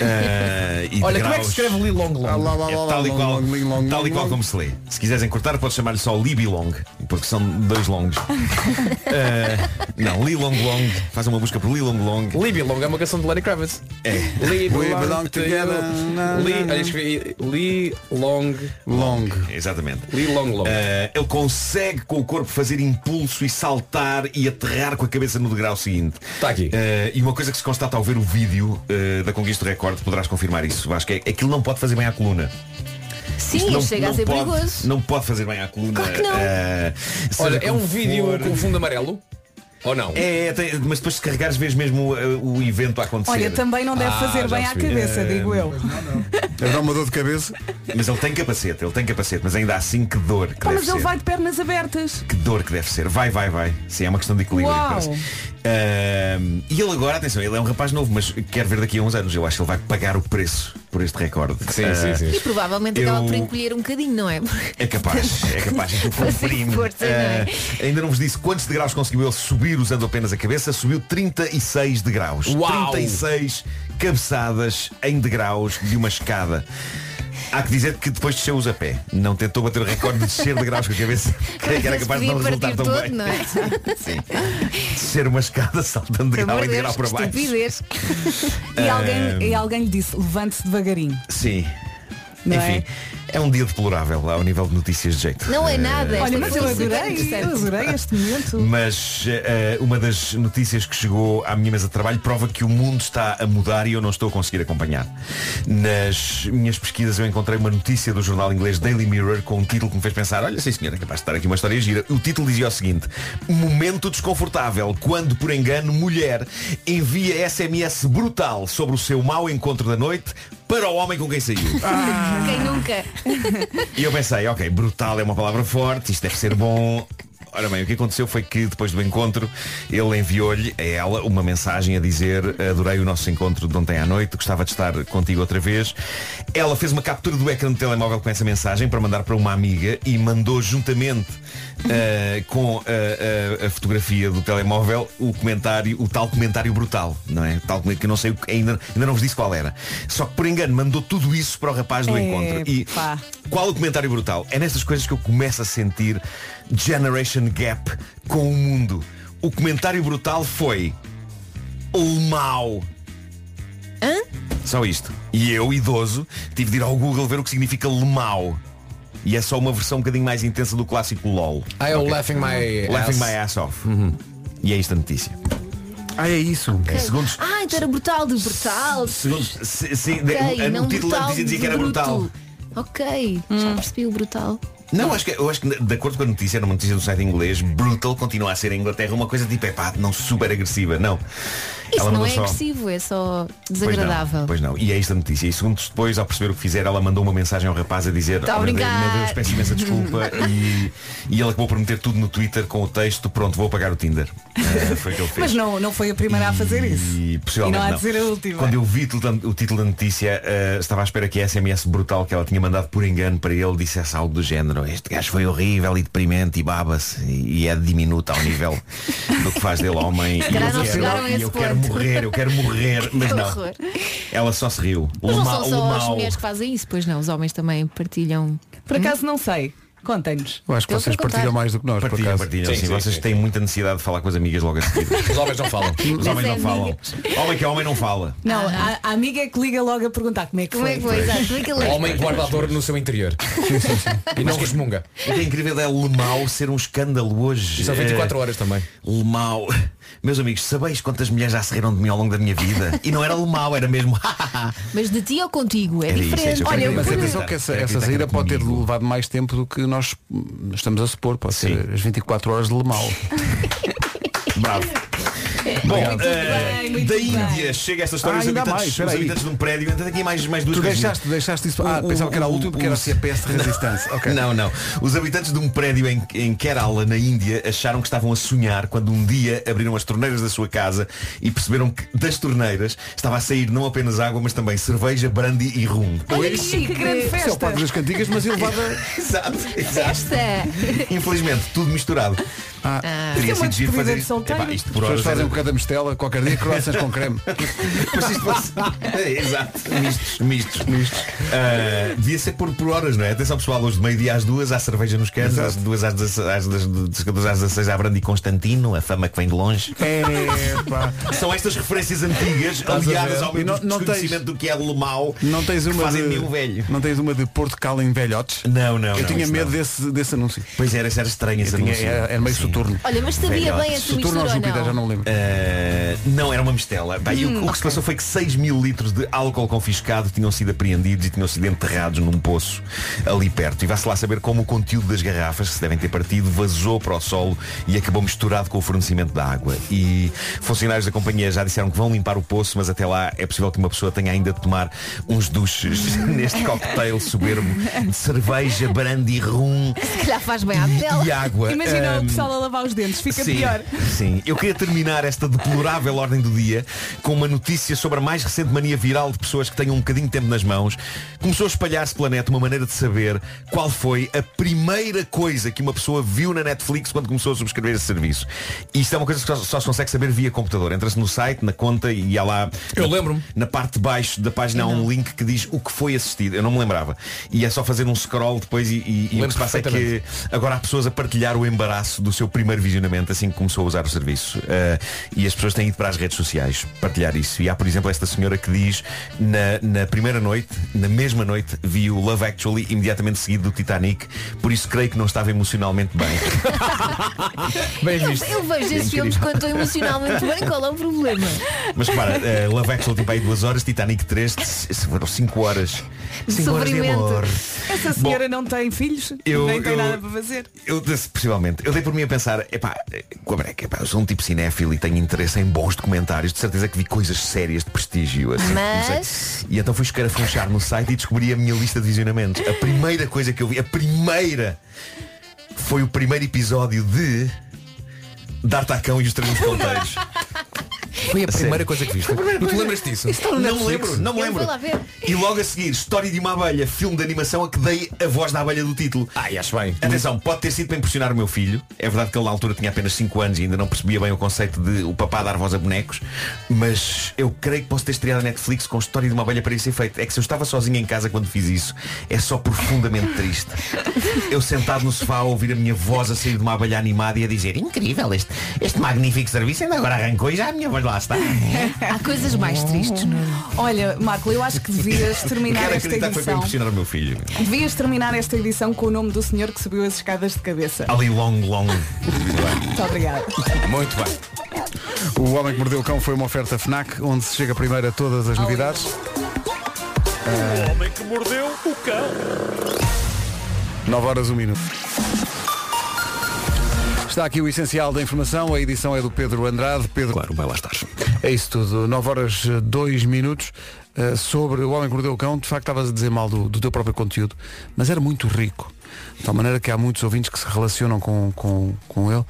N: ah,
G: Olha,
N: e
G: como é que
N: degraus,
G: se escreve Lee Long Long?
N: é tal e qual, tal e qual como se lê. Se quiserem cortar, podes chamar-lhe só Libi Long, porque são dois longos. Ah, não, Lee Long Long, faz uma busca por Lee Long Long.
G: Libby Long é uma canção de Lenny Kravitz.
N: É.
G: Lee
N: We
G: belong,
N: belong
G: together.
N: together. Na,
G: Lee,
N: na, na.
G: olha, escrevi Lee Long.
N: Long. Exatamente.
G: Lee Long Long.
N: Eh, ele consegue com o corpo fazer impulso e saltar e aterrar com a cabeça no degrau seguinte.
G: Tá
N: Está aqui. Eh, e uma coisa que se constata ao ver o vídeo eh, da conquista do recorde, poderás confirmar isso. Acho que é, aquilo não pode fazer bem à coluna.
E: Sim,
N: Isto não,
E: chega
N: não
E: a ser
N: pode,
E: perigoso.
N: Não pode fazer bem à coluna.
E: Claro que não.
N: eh, seja
G: Olha, é um
N: como
G: vídeo
N: for.
G: com fundo amarelo? Ou não?
N: É, é, tem- mas depois se carregares vês mesmo eh, o evento a acontecer.
D: Olha, também não
N: Ah,
D: deve fazer bem à cabeça, digo eu.
N: É dar uma dor de cabeça. Eh, Mas ele tem capacete, ele tem capacete, mas ainda assim que dor que
D: Pá,
N: deve
D: mas
N: ser.
D: ele vai de pernas abertas.
N: Que dor que deve ser. Vai, vai, vai. Sim, é uma questão de equilíbrio.
D: Uau.
N: parece. Ahm, e ele agora, atenção, ele é um rapaz novo, mas quero ver daqui a uns anos. Eu acho que ele vai pagar o preço por este recorde. Sim,
E: E provavelmente acaba por encolher um bocadinho, não é?
N: É capaz, é capaz. Aquilo foi um
E: Fazer
N: primo.
E: força, não é?
N: Ah, ainda não vos disse quantos degraus conseguiu ele subir usando apenas a cabeça. Subiu 36 degraus.
G: Uau!
N: 36 cabeçadas em degraus de uma escada. Há que dizer que depois desceu-os a pé. Não tentou bater o recorde de descer degraus com a cabeça. Creio que era capaz de não
E: Podia
N: resultar
E: partir
N: tão
E: todo,
N: bem.
E: Não é?
N: Descer uma escada saltando de
E: Por
N: grau
E: amor
N: em
E: de
N: degrau
E: Deus,
N: para
E: que
N: baixo.
E: estupidez.
D: E alguém,
N: Ahm.
D: e alguém lhe disse, levante-se devagarinho.
N: Sim.
D: Não é?
N: Enfim, é? um dia deplorável ao nível de notícias de jeito.
E: é
N: Eh,
D: Olha, mas eu
N: parece-
D: adorei, eu adorei este momento.
N: Mas eh, uma das notícias que chegou à minha mesa de trabalho prova que o mundo está a mudar e eu não estou a conseguir acompanhar. Nas minhas pesquisas eu encontrei uma notícia do jornal inglês Daily Mirror com um título que me fez pensar, olha sim senhor, é capaz de estar aqui uma história gira. O título dizia o seguinte, momento desconfortável quando por engano mulher envia SMS brutal sobre o seu mau encontro da noite para o homem com quem saiu.
E: Quem nunca?
N: E eu pensei, ok, brutal é uma palavra forte, isto deve ser bom. Ora bem, o que aconteceu foi que depois do encontro ele enviou-lhe a ela uma mensagem a dizer adorei o nosso encontro de ontem à noite, gostava de estar contigo outra vez. Ela fez uma captura do ecrã do telemóvel com essa mensagem para mandar para uma amiga e mandou juntamente eh, com eh, a- a- a fotografia do telemóvel o comentário, o tal comentário brutal, não é? Tal que eu não sei o que ainda, ainda não vos disse qual era. Só que por engano mandou tudo isso para o rapaz do encontro. E
D: Epá.
N: qual o comentário brutal? É nestas coisas que eu começo a sentir Generation Gap com o mundo. O comentário brutal foi o mau.
E: Hã?
N: Só isto. E eu, idoso, tive de ir ao Google ver o que significa lemau. E é só uma versão um bocadinho mais intensa do clássico LOL.
G: Ah, é o Laughing My
N: Laughing
G: Ass. Uhum.
N: My Ass Off. E é esta a notícia. Ah, é isso.
E: Ok.
N: Segundo,
E: Ah, então era brutal de brutal.
N: segundo, se- se-
E: Ok,
N: no
E: não
N: um título
E: brutal
N: dizia, dizia que
E: de
N: era
E: bruto.
N: brutal.
E: Ok,
D: Hum.
E: já percebi o brutal.
N: Não, acho que, eu acho que de acordo com a notícia, era uma notícia do site inglês, brutal continua a ser em Inglaterra uma coisa tipo, é pá, não super agressiva, não.
E: Isso não
N: mandou
E: é
N: só-
E: agressivo, é só
N: Pois não,
E: desagradável.
N: Pois não, E é esta a notícia. E segundos depois, ao perceber o que fizer, ela mandou uma mensagem ao rapaz a dizer
E: Tá a
N: "Oh, meu, Deus,
E: brincar."
N: meu Deus, peço imensa desculpa. e, e ele acabou por meter tudo no Twitter com o texto, pronto, vou apagar o Tinder. Ah, foi o que ele fez.
D: Mas não, não foi a primeira a fazer isso.
N: E possivelmente
D: E não há
N: não.
D: de ser a última.
N: Quando eu vi o título da- o título da notícia, eh, estava à espera que a SMS brutal que ela tinha mandado por engano para ele dissesse algo do género. Este gajo foi horrível e deprimente e baba-se e e é diminuto ao nível do que faz dele homem.
E: Se calhar
N: e eu,
E: não
N: quero-
E: chegaram a
N: e
E: esse
N: eu quero
E: ponto.
N: morrer, eu quero morrer. Mas
E: Que
N: não.
E: horror.
N: Ela só se riu.
E: Mas não
N: Lema-
E: são só as
N: Lemau.
E: mulheres que fazem isso, pois não, os homens também partilham.
D: Por acaso não sei. Contem-nos.
A: Eu acho que
E: Deu
A: vocês
E: para contar.
A: partilham mais do que nós, por
N: Partilham,
A: acaso.
N: partilham, sim, vocês têm muita necessidade de falar com as amigas logo a seguir. Os homens não
E: Ah,
N: falam. Os
D: Mas
N: homens
D: é
N: não falam. Homem que é homem não fala.
D: Não, a, a amiga é que liga logo a perguntar como é que
E: Como
D: foi.
E: é que foi? Exato, como é que ele é?
G: Homem que guarda a dor no seu interior. E não resmunga.
N: O que é incrível é Lemau ser um escândalo hoje.
G: E são 24
N: horas também. Lemau. Meus amigos, sabeis quantas mulheres já se riram de mim ao longo da minha vida? E não era Lemau, era mesmo. Ah,
E: Mas de ti ou contigo é
N: Era isso, é
E: diferente.
N: isso, é eu quero
E: Olha,
N: acreditar.
A: Mas
E: por-
N: tá
A: atenção que essa, essa saída pode ter levado mais tempo do que nós hum, estamos a supor, pode ser as 24 horas de Le Mans.
N: Bravo. Bom,
A: Obrigado.
N: eh,
A: Muito bem, muito
N: da
A: bem.
N: Índia chega esta história
A: Ah,
N: dos
A: ainda
N: habitantes,
A: mais,
N: dos
A: espera aí.
N: habitantes de um prédio. Então aqui mais, mais duas
A: Tu
N: coisinhas.
A: deixaste, deixaste isso. Ah, pensava que era o último porque era o CPS de Resistance. Ok.
N: Não, não. Os habitantes de um prédio em, em Kerala, na Índia, acharam que estavam a sonhar quando um dia abriram as torneiras da sua casa e perceberam que das torneiras estava a sair não apenas água, mas também cerveja, brandy e rum.
A: Olha que chique.
E: grande
A: Isso é o
E: festa.
A: Parque das Cantigas, mas elevada.
N: exato, exato.
E: Esta.
N: Infelizmente, tudo misturado.
A: Ah.
N: Teria sido giro fazer isto. Epá, isto por
A: As
N: horas
A: pessoas fazem
N: era-
A: um bocado da mistela, qualquer dia, croissants com creme.
N: Mas isto fosse... É, Exato, mistos, mistos, mistos. Ah, devia ser por, por horas, não é? Atenção pessoal, hoje de meio-dia às duas há cerveja nos canos, às duas às 16 às, das- das 14 às 16 há Brandi Constantino, a fama que vem de longe.
A: É.
N: São estas referências antigas
A: Estás a
N: aliadas
A: ver?
N: ao meu
A: E não- não tens-
N: desconhecimento do que é o mau
A: Não tens uma
N: fazem
A: de,
N: de mim um velho.
A: Não tens uma de Porto Cala em velhotes?
N: Não, não.
A: Eu
N: não,
A: tinha
N: isso
A: medo
N: não.
A: desse, desse anúncio.
N: Pois era, isso era estranho esse
A: Eu tinha-
N: anúncio.
A: era- era meio
N: Sim.
A: soturno.
E: Olha, mas sabia
N: Velhote.
E: bem essa mistura ou não? Hum,
A: não lembro.
N: Eh, não, era uma mistela. Pá, e o, o que se passou foi que 6 mil litros de álcool confiscado tinham sido apreendidos e tinham sido enterrados num poço ali perto. E vá-se lá saber como o conteúdo das garrafas, que se devem ter partido, vazou para o solo e acabou misturado com o fornecimento da água. E funcionários da companhia já disseram que vão limpar o poço, mas até lá é possível que uma pessoa tenha ainda de tomar uns duches neste cocktail soberbo de cerveja, brandy, rum
E: Se calhar faz bem à pele.
N: e água.
D: Imagina
N: Ahm,
D: o pessoal a lavar os dentes, fica
N: sim,
D: pior.
N: Sim, eu queria terminar esta deplorável ordem do dia com uma notícia sobre a mais recente mania viral de pessoas que tenham um bocadinho de tempo nas mãos. Começou a espalhar-se pela net uma maneira de saber qual foi a primeira coisa que uma pessoa viu na Netflix quando começou a subscrever esse serviço. E isto é uma coisa que só, só se consegue saber via computador. Entra-se no site, na conta e há lá. Eu lembro-me. Na parte de baixo da página há um link que diz o que foi assistido. Eu não me lembrava. E é só fazer um scroll depois e, e, e o que se passa é que
G: perfeitamente.
N: Agora há pessoas a partilhar o embaraço do seu primeiro visionamento assim que começou a usar o serviço. Ah, e as pessoas têm ido para as redes sociais partilhar isso. E há, por exemplo, esta senhora que diz na, na primeira noite, na mesma noite, vi o Love Actually imediatamente seguido do Titanic, por isso creio que não estava emocionalmente bem. bem
E: Eu, eu vejo esses filmes quando estou emocionalmente bem, qual é o problema?
N: Mas para, Love Actually tipo aí duas horas, Titanic 3, foram 5 horas.
D: De
N: 5 horas de
D: sofrimento.
N: amor.
D: Essa
N: Bom,
D: senhora não tem filhos,
N: eu-
D: nem tem
N: eu-
D: nada para fazer.
N: Eu disse, possivelmente. Eu dei por mim a pensar, epá, como é que epá, eu sou um tipo cinéfilo e tenho interesse em bons documentários, de certeza que vi coisas sérias de prestígio. Assim,
E: Mas-
N: não sei. E então fui escarafunchar no site e descobri a minha lista de visionamentos. A primeira coisa que eu vi, a primeira, foi o primeiro episódio de D'Artacão e os Três Ponteiros.
G: Foi a
N: sério.
G: primeira coisa que viste. E tu lembras disso?
N: Não me lembro, não me
E: Eu vou
N: lembro.
E: lá ver.
N: E logo a seguir, História de uma Abelha, filme de animação a que dei a voz da abelha do título. Ai, acho bem. Atenção, pode ter sido para impressionar o meu filho. É verdade que ele na altura tinha apenas 5 anos e ainda não percebia bem o conceito de o papá dar voz a bonecos. Mas eu creio que posso ter estreado a Netflix com História de uma Abelha para esse efeito. É que se eu estava sozinho em casa quando fiz isso, é só profundamente triste. Eu sentado no sofá a ouvir a minha voz a sair de uma abelha animada e a dizer incrível, este, este magnífico serviço ainda agora arrancou e já a minha voz lá está.
E: Há coisas mais tristes, não é?
D: Olha, Marco, eu acho que devias terminar
N: Quero
D: esta
N: acreditar que foi para
D: edição.
N: impressionar o meu filho.
D: Devias terminar esta edição com o nome do senhor que subiu as escadas de cabeça.
N: Ali long, long.
D: Muito obrigada.
N: Muito bem.
A: O Homem que Mordeu o Cão foi uma oferta FNAC, onde se chega primeiro a todas as novidades.
J: O homem que mordeu o cão.
A: 9 Eh, horas, 1 minuto. Está aqui o essencial da informação, a edição é do Pedro Andrade. Pedro... Claro, vai lá estar. É isso tudo, 9 horas, 2 minutos. Uh, sobre o Homem que Mordeu o Cão, de facto estavas a dizer mal do, do teu próprio conteúdo, mas era muito rico. De tal maneira que há muitos ouvintes que se relacionam com, com, com ele.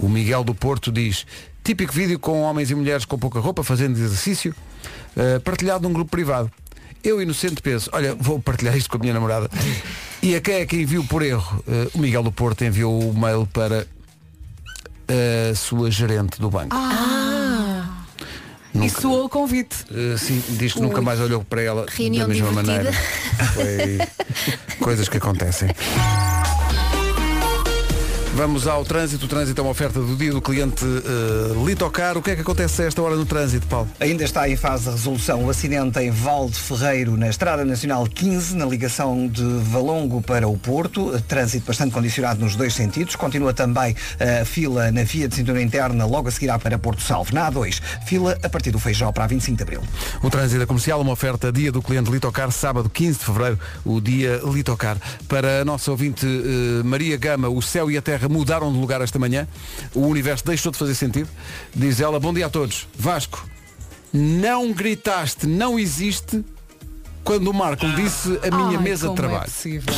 A: O Miguel do Porto diz, típico vídeo com homens e mulheres com pouca roupa fazendo exercício, uh, partilhado num grupo privado. Eu inocente penso, olha, vou partilhar isto com a minha namorada. E a quem é que enviou por erro? Eh, o Miguel do Porto enviou o mail para a sua gerente do banco.
D: Ah.
A: Nunca-
D: E soou o convite.
A: Eh, sim, diz que nunca
D: Ui.
A: mais olhou para ela
D: Reunião
A: da mesma
D: divertida.
A: maneira. Foi coisas que acontecem. Vamos ao trânsito. O trânsito é uma oferta do dia do cliente eh, Litocar. O que é que acontece a esta hora no trânsito, Paulo?
C: Ainda está em fase de resolução o acidente em Valde Ferreiro, na Estrada Nacional 15, na ligação de Valongo para o Porto. Trânsito bastante condicionado nos dois sentidos. Continua também a fila na via de cintura interna, logo a seguir à para Porto Salvo. Na A2, fila a partir do Feijó para a 25 de Abril.
A: O trânsito é comercial, uma oferta dia do cliente Litocar, sábado 15 de fevereiro, o dia Litocar. Para a nossa ouvinte eh, Maria Gama, o céu e a terra mudaram de lugar esta manhã, o universo deixou de fazer sentido. Diz ela, bom dia a todos. Vasco, não gritaste, não existe, quando o Marco disse a minha
D: Ah. Ai,
A: mesa de
D: como É
A: trabalho.
D: possível.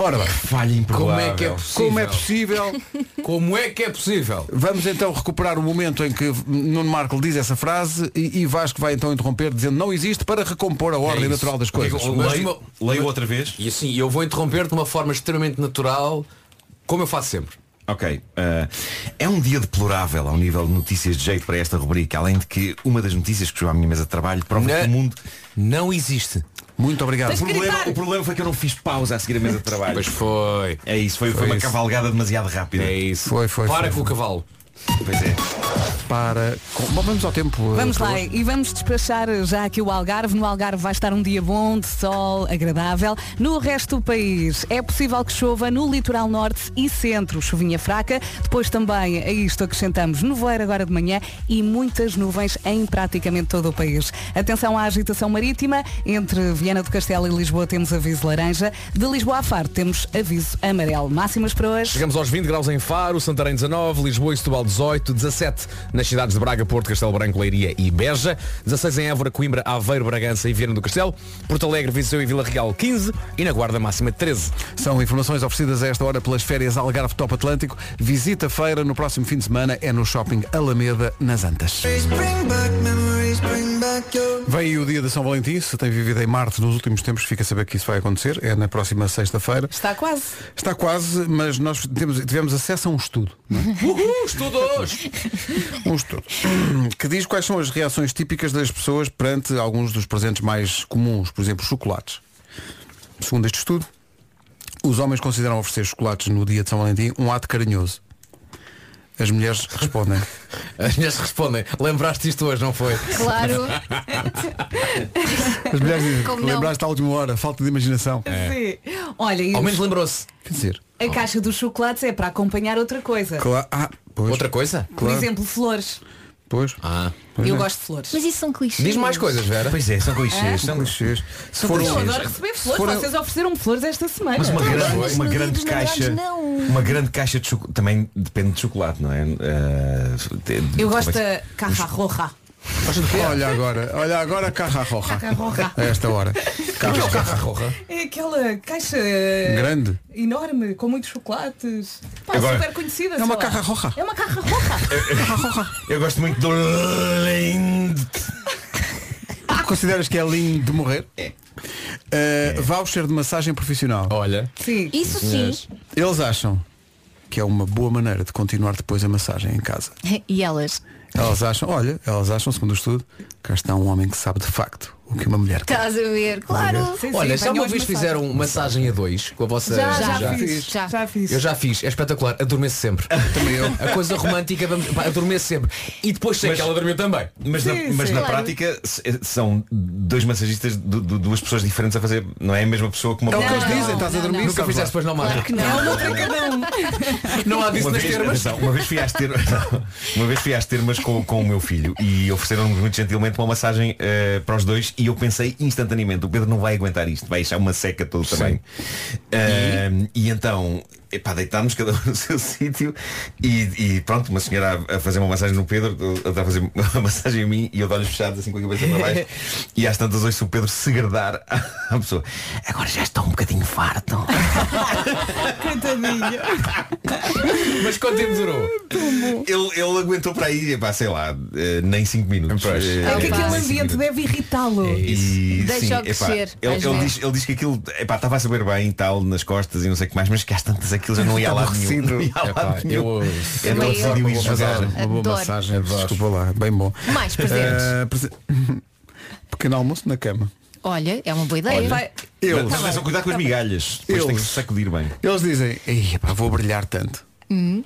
A: Ora bem,
G: falha
A: como é que é
G: improvável.
A: Como é possível?
G: Como é que é possível?
A: Vamos então recuperar o momento em que Nuno Marco diz essa frase e, e Vasco vai então interromper dizendo não existe para recompor a
G: É
A: ordem
G: isso.
A: natural das coisas.
G: Mas
A: Mas-
G: uma-
N: leio outra vez.
G: E assim, eu vou interromper de uma forma extremamente natural, como eu faço sempre.
N: Ok. eh, é um dia deplorável ao nível de notícias de jeito para esta rubrica, além de que uma das notícias que chegou à minha mesa de trabalho prova que o mundo
G: não existe.
A: Muito
N: O
A: obrigado. Tens de
N: problema,
A: gritar.
N: o problema foi que eu não fiz pausa a seguir a mesa de trabalho.
G: Pois foi.
N: É isso, foi, foi uma
G: isso.
N: cavalgada demasiado rápida.
G: É isso.
A: Foi, foi,
G: Para
A: foi,
G: com
A: foi.
G: o cavalo.
N: Pois é.
A: Para. com- Bom, vamos ao tempo. eh,
D: Vamos
A: por
D: lá
A: favor.
D: e vamos despachar já aqui o Algarve. No Algarve vai estar um dia bom, de sol, agradável. No resto do país é possível que chova no litoral norte e centro, chuvinha fraca. Depois também a isto acrescentamos nevoeiro agora de manhã e muitas nuvens em praticamente todo o país. Atenção à agitação marítima. Entre Viana do Castelo e Lisboa temos aviso laranja. De Lisboa a Faro temos aviso amarelo. Máximas para hoje.
G: Chegamos aos 20 graus em Faro, Santarém 19, Lisboa e Setúbal 18, 17 nas cidades de Braga, Porto, Castelo Branco, Leiria e Beja, 16 em Évora, Coimbra, Aveiro, Bragança e Viana do Castelo, Porto Alegre, Viseu e Vila Real 15 e na Guarda Máxima 13.
A: São informações oferecidas a esta hora pelas férias Algarve Top Atlântico. Visita a feira no próximo fim de semana. É no Shopping Alameda, nas Antas. Vem aí o dia de São Valentim. Se tem vivido em Marte nos últimos tempos, fica a saber que isso vai acontecer. É na próxima sexta-feira.
D: Está quase.
A: Está quase, mas nós temos- tivemos acesso a um estudo. não é?
G: Uhul, estudos!
A: Um estudo que diz quais são as reações típicas das pessoas perante alguns dos presentes mais comuns, por exemplo, chocolates. Segundo este estudo, os homens consideram oferecer chocolates no dia de São Valentim um ato carinhoso. As mulheres respondem.
G: As mulheres respondem, lembraste isto hoje, não foi?
E: Claro.
A: As mulheres dizem,
E: Como não?
A: lembraste à última hora, falta de imaginação.
D: Sim. Olha, e
G: É. Ao menos lembrou-se.
A: Quer dizer,
D: a caixa dos chocolates é para acompanhar outra coisa.
A: claro, ah, pois,
G: Outra coisa?
D: Por
A: claro,
D: exemplo, flores.
A: pois,
G: Ah.
A: pois
D: eu
A: é.
D: gosto de flores.
E: Mas isso são clichês.
G: Diz mais coisas, Vera.
N: Pois é, são clichês.
A: São
N: São
A: clichês. Se
N: São
A: for
D: Eu
N: clichês.
A: um-
D: adoro receber flores.
A: foram-
D: Vocês ofereceram flores esta semana.
N: Mas uma grande,
E: mas
N: uma
E: no Dia
N: grande
E: dos Namorados,
N: caixa.
E: não.
N: Uma grande caixa de chocolate. Também depende de chocolate, não é? Eh, de- de-
D: Eu gosto
N: talvez-
D: da caja roja.
G: É.
A: Olha agora, olha agora carra roja.
D: Carra roja.
A: A esta hora. Carra roja.
D: É aquela caixa
A: Grande.
D: enorme, com muitos chocolates. Pá,
N: Agora-
D: super conhecida.
A: É uma
D: sei lá.
A: carra roja.
D: É uma carra roja.
N: Eu gosto muito do.
A: Consideras que é lindo de morrer? É. voucher de massagem profissional.
G: Olha.
D: Sim.
E: Isso sim.
A: Eles acham que é uma boa maneira de continuar depois a massagem em casa.
E: E elas?
A: Elas acham, olha, elas acham, segundo o estudo, cá está um homem que sabe de facto o que uma mulher quer.
E: Estás a ver? Claro.
D: Sim, sim,
G: Olha, já
D: venham
G: uma
D: as
G: vez
D: massagens.
G: fizeram massagem a dois com a
B: um
G: vossa.
D: Já, já,
E: Já.
D: fiz.
E: Já.
D: Já fiz.
G: Eu já fiz, é espetacular, adormeço sempre. Também eu. A coisa romântica, vamos, pá, adormeço sempre. E depois sei
N: Mas-
G: que ela dormiu também.
N: Mas, na,
D: Sim,
N: mas
D: sim.
N: na
E: Claro.
N: prática s- eh, são dois massagistas, du- du- duas pessoas diferentes a fazer, não é a mesma pessoa que uma
A: É o que
E: Não,
A: eles dizem, estás a
E: não,
A: dormir.
E: não.
G: Nunca
A: sabes
G: fizeste
A: lá.
G: depois não marca.
E: Claro que
D: é
E: não.
D: um.
G: Não há disso
N: Uma
G: nas
N: vez,
G: termas.
N: atenção, uma vez fui às termas, uma vez fui às termas com, com o meu filho e ofereceram-me muito gentilmente uma massagem eh, para os dois e eu pensei instantaneamente, o Pedro não vai aguentar isto, vai achar uma seca todo também. Ah, e? então, epá, deitámos cada um no seu sítio e, e pronto, uma senhora a, a fazer uma massagem no Pedro, a, a fazer uma massagem a mim e eu de olhos fechados assim com a cabeça para baixo e às tantas ouço o Pedro segredar à, à pessoa. Agora já está um bocadinho farto.
G: Mas quanto tempo durou?
N: Ele, ele aguentou para aí, epá, sei lá, eh, nem 5 minutos.
G: Pois.
N: Eh,
D: É que
N: nem
D: aquele
N: cinco
D: ambiente
N: minutos.
D: deve irritá-lo.
N: E,
E: Deixa-o
N: sim, epá,
E: crescer,
N: Ele,
E: às
N: ele
E: vezes.
N: diz, ele diz que aquilo epá, estava a saber bem e tal, nas costas e não sei o que mais, mas que às tantas aquilo já não ia lá nenhum. Não ia lá
G: Epá,
N: nenhum.
G: eu-
N: Então
E: eu-
N: decidiu ir
E: eu-
N: jogar.
A: Uma boa
E: Adoro.
A: massagem, desculpa lá, bem bom.
E: Mais presentes.
A: Eh, prese- Pequeno almoço na cama.
E: Olha, é uma boa ideia.
N: Olha,
A: Eu.
N: Mas atenção, cuidado com as migalhas. Depois
A: Tá Eu.
N: tem que se sacudir bem.
A: Eles dizem, "Ei, pá, vou brilhar tanto.
E: Hum.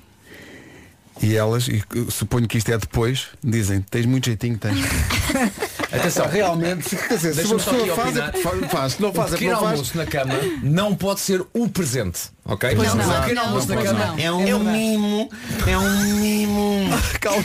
A: E elas, e uh, suponho que isto é depois, dizem, tens muito jeitinho, tens.
B: Atenção,
A: realmente, se, quer dizer, se uma
B: Deixa-me só aqui
A: pessoa faz, é
B: opinar.
A: porque faz, faz, se não faz,
B: um
A: é porque
B: pequeno
A: não faz.
B: almoço na cama não pode ser
G: um
B: o presente, ok?
A: Pois
B: Um
A: não.
B: pequeno
A: Não,
B: almoço na
A: pois
B: cama
A: não.
B: é um, mimo, é um mimo.
A: Calma,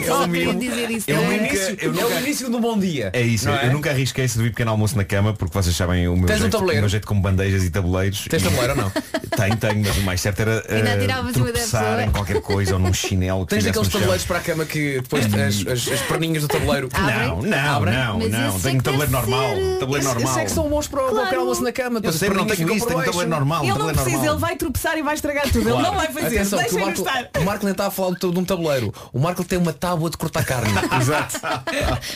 N: É um mimo. Eu nunca- eu
B: É o
N: nunca-
B: início do bom dia.
N: É isso,
B: não
N: eu nunca arrisquei subir pequeno almoço na cama porque vocês sabem o meu,
B: Tens um
N: jeito,
B: tabuleiro?
N: o meu jeito como bandejas e tabuleiros.
B: Tens
N: E-
B: tabuleiro ou não?
N: tenho, tenho, mas o mais certo era
B: Ainda
N: eh,
B: atiravas uma da
N: tropeçar
B: pessoa.
N: em qualquer coisa ou num chinelo que
B: Tens
N: tivesse
B: aqueles
N: no chão. É
B: tabuleiros para a cama que depois as, as, as perninhas do tabuleiro.
N: Não, não,
B: Abrem?
N: não, não.
B: é
N: Tenho um tabuleiro normal. Tabuleiro
B: Esse-
N: normal.
B: Esse é que são bons para o
D: Claro.
B: pequeno almoço na cama. depois
N: sei,
B: as
N: mas não
B: perninhas
N: tenho
B: ficam
N: isso,
B: para
N: tenho
B: baixo.
N: tabuleiro normal,
D: Ele não precisa, ele vai tropeçar e vai estragar tudo. Ele
B: Claro.
D: não vai fazer.
B: Atenção, que o
D: Deixem-no
B: Marco,
D: estar.
B: o Marco nem está a falar do, de um tabuleiro. O Marco tem uma tábua de cortar carne.
A: Exato.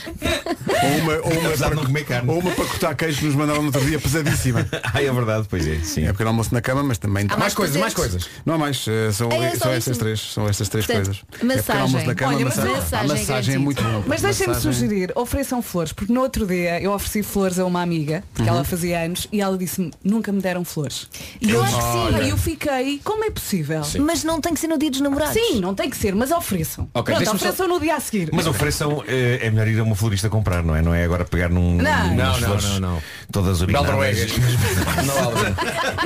A: Ou uma, ou uma, para, não comer carne. Ou uma para cortar queijo que nos mandaram no outro dia pesadíssima.
N: Ah, é verdade, pois é. Sim.
A: É porque almoço na cama, mas também.
E: Há mais Mais coisas, presentes? mais coisas.
A: Não há mais, eh, são,
E: É, é só
A: são
E: isso.
A: estas três. São estas três
E: Portanto,
A: coisas. É pequeno
E: massagem.
A: almoço na cama,
E: Olha, mas
A: massagem.
E: massagem
A: A
E: é
A: massagem é,
E: garantido.
A: muito bom.
D: Mas deixem-me
A: Massagem-
D: sugerir, ofereçam flores, porque no outro dia eu ofereci flores a uma amiga, porque
A: Uhum.
D: ela fazia anos, e ela disse-me, nunca me deram flores.
E: E eu acho que sim.
D: E eu fiquei, como é possível?
N: Sim.
E: Mas não tem que ser no dia dos namorados.
D: Sim, não tem que ser, mas ofereçam.
N: Ok,
D: Pronto,
N: deixa-me só-
D: ofereçam no dia a seguir.
N: Mas ofereçam, eh, é melhor ir a uma florista comprar, não é? Não é agora pegar num.
D: Não.
N: num-
D: Não,
N: umas
B: não,
N: flores
B: não, não.
N: Todas urinadas.
B: Noruegas. Não, Álvaro.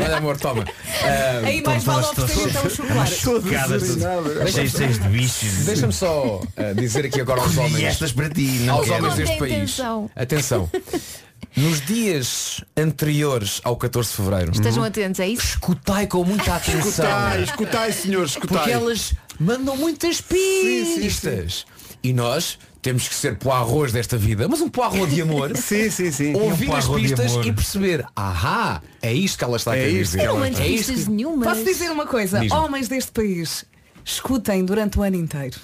B: Olha amor, toma. Ah,
D: Aí mais vale oferecer então o chocolate.
N: Cheias cheias de bichos.
B: Deixa-me só ah, dizer aqui agora aos
N: Cozinhei
B: homens.
N: estas para ti, não
B: aos
N: quero.
B: homens deste
N: Não tem
B: país.
E: atenção.
B: Atenção. Nos dias anteriores ao 14 de Fevereiro,
E: Estejam
B: Uhum.
E: atentos, é isso?
B: escutai com muita atenção.
E: Escutai,
A: escutai, senhores, escutai.
B: Porque elas mandam muitas pistas. E nós temos que ser poarros desta vida, mas um poarro de amor.
A: sim, sim, sim.
B: Ouvir
A: Um
B: as
A: poirot de
B: pistas
A: amor.
B: e perceber, ahá, é isto que ela está a
A: É
B: querer
A: isto
B: dizer.
A: que ela Eu não está-
B: É
A: mando
B: isto que-
E: nenhuma.
D: Posso dizer uma coisa?
B: Diz-me.
D: Homens deste país, escutem durante o ano inteiro.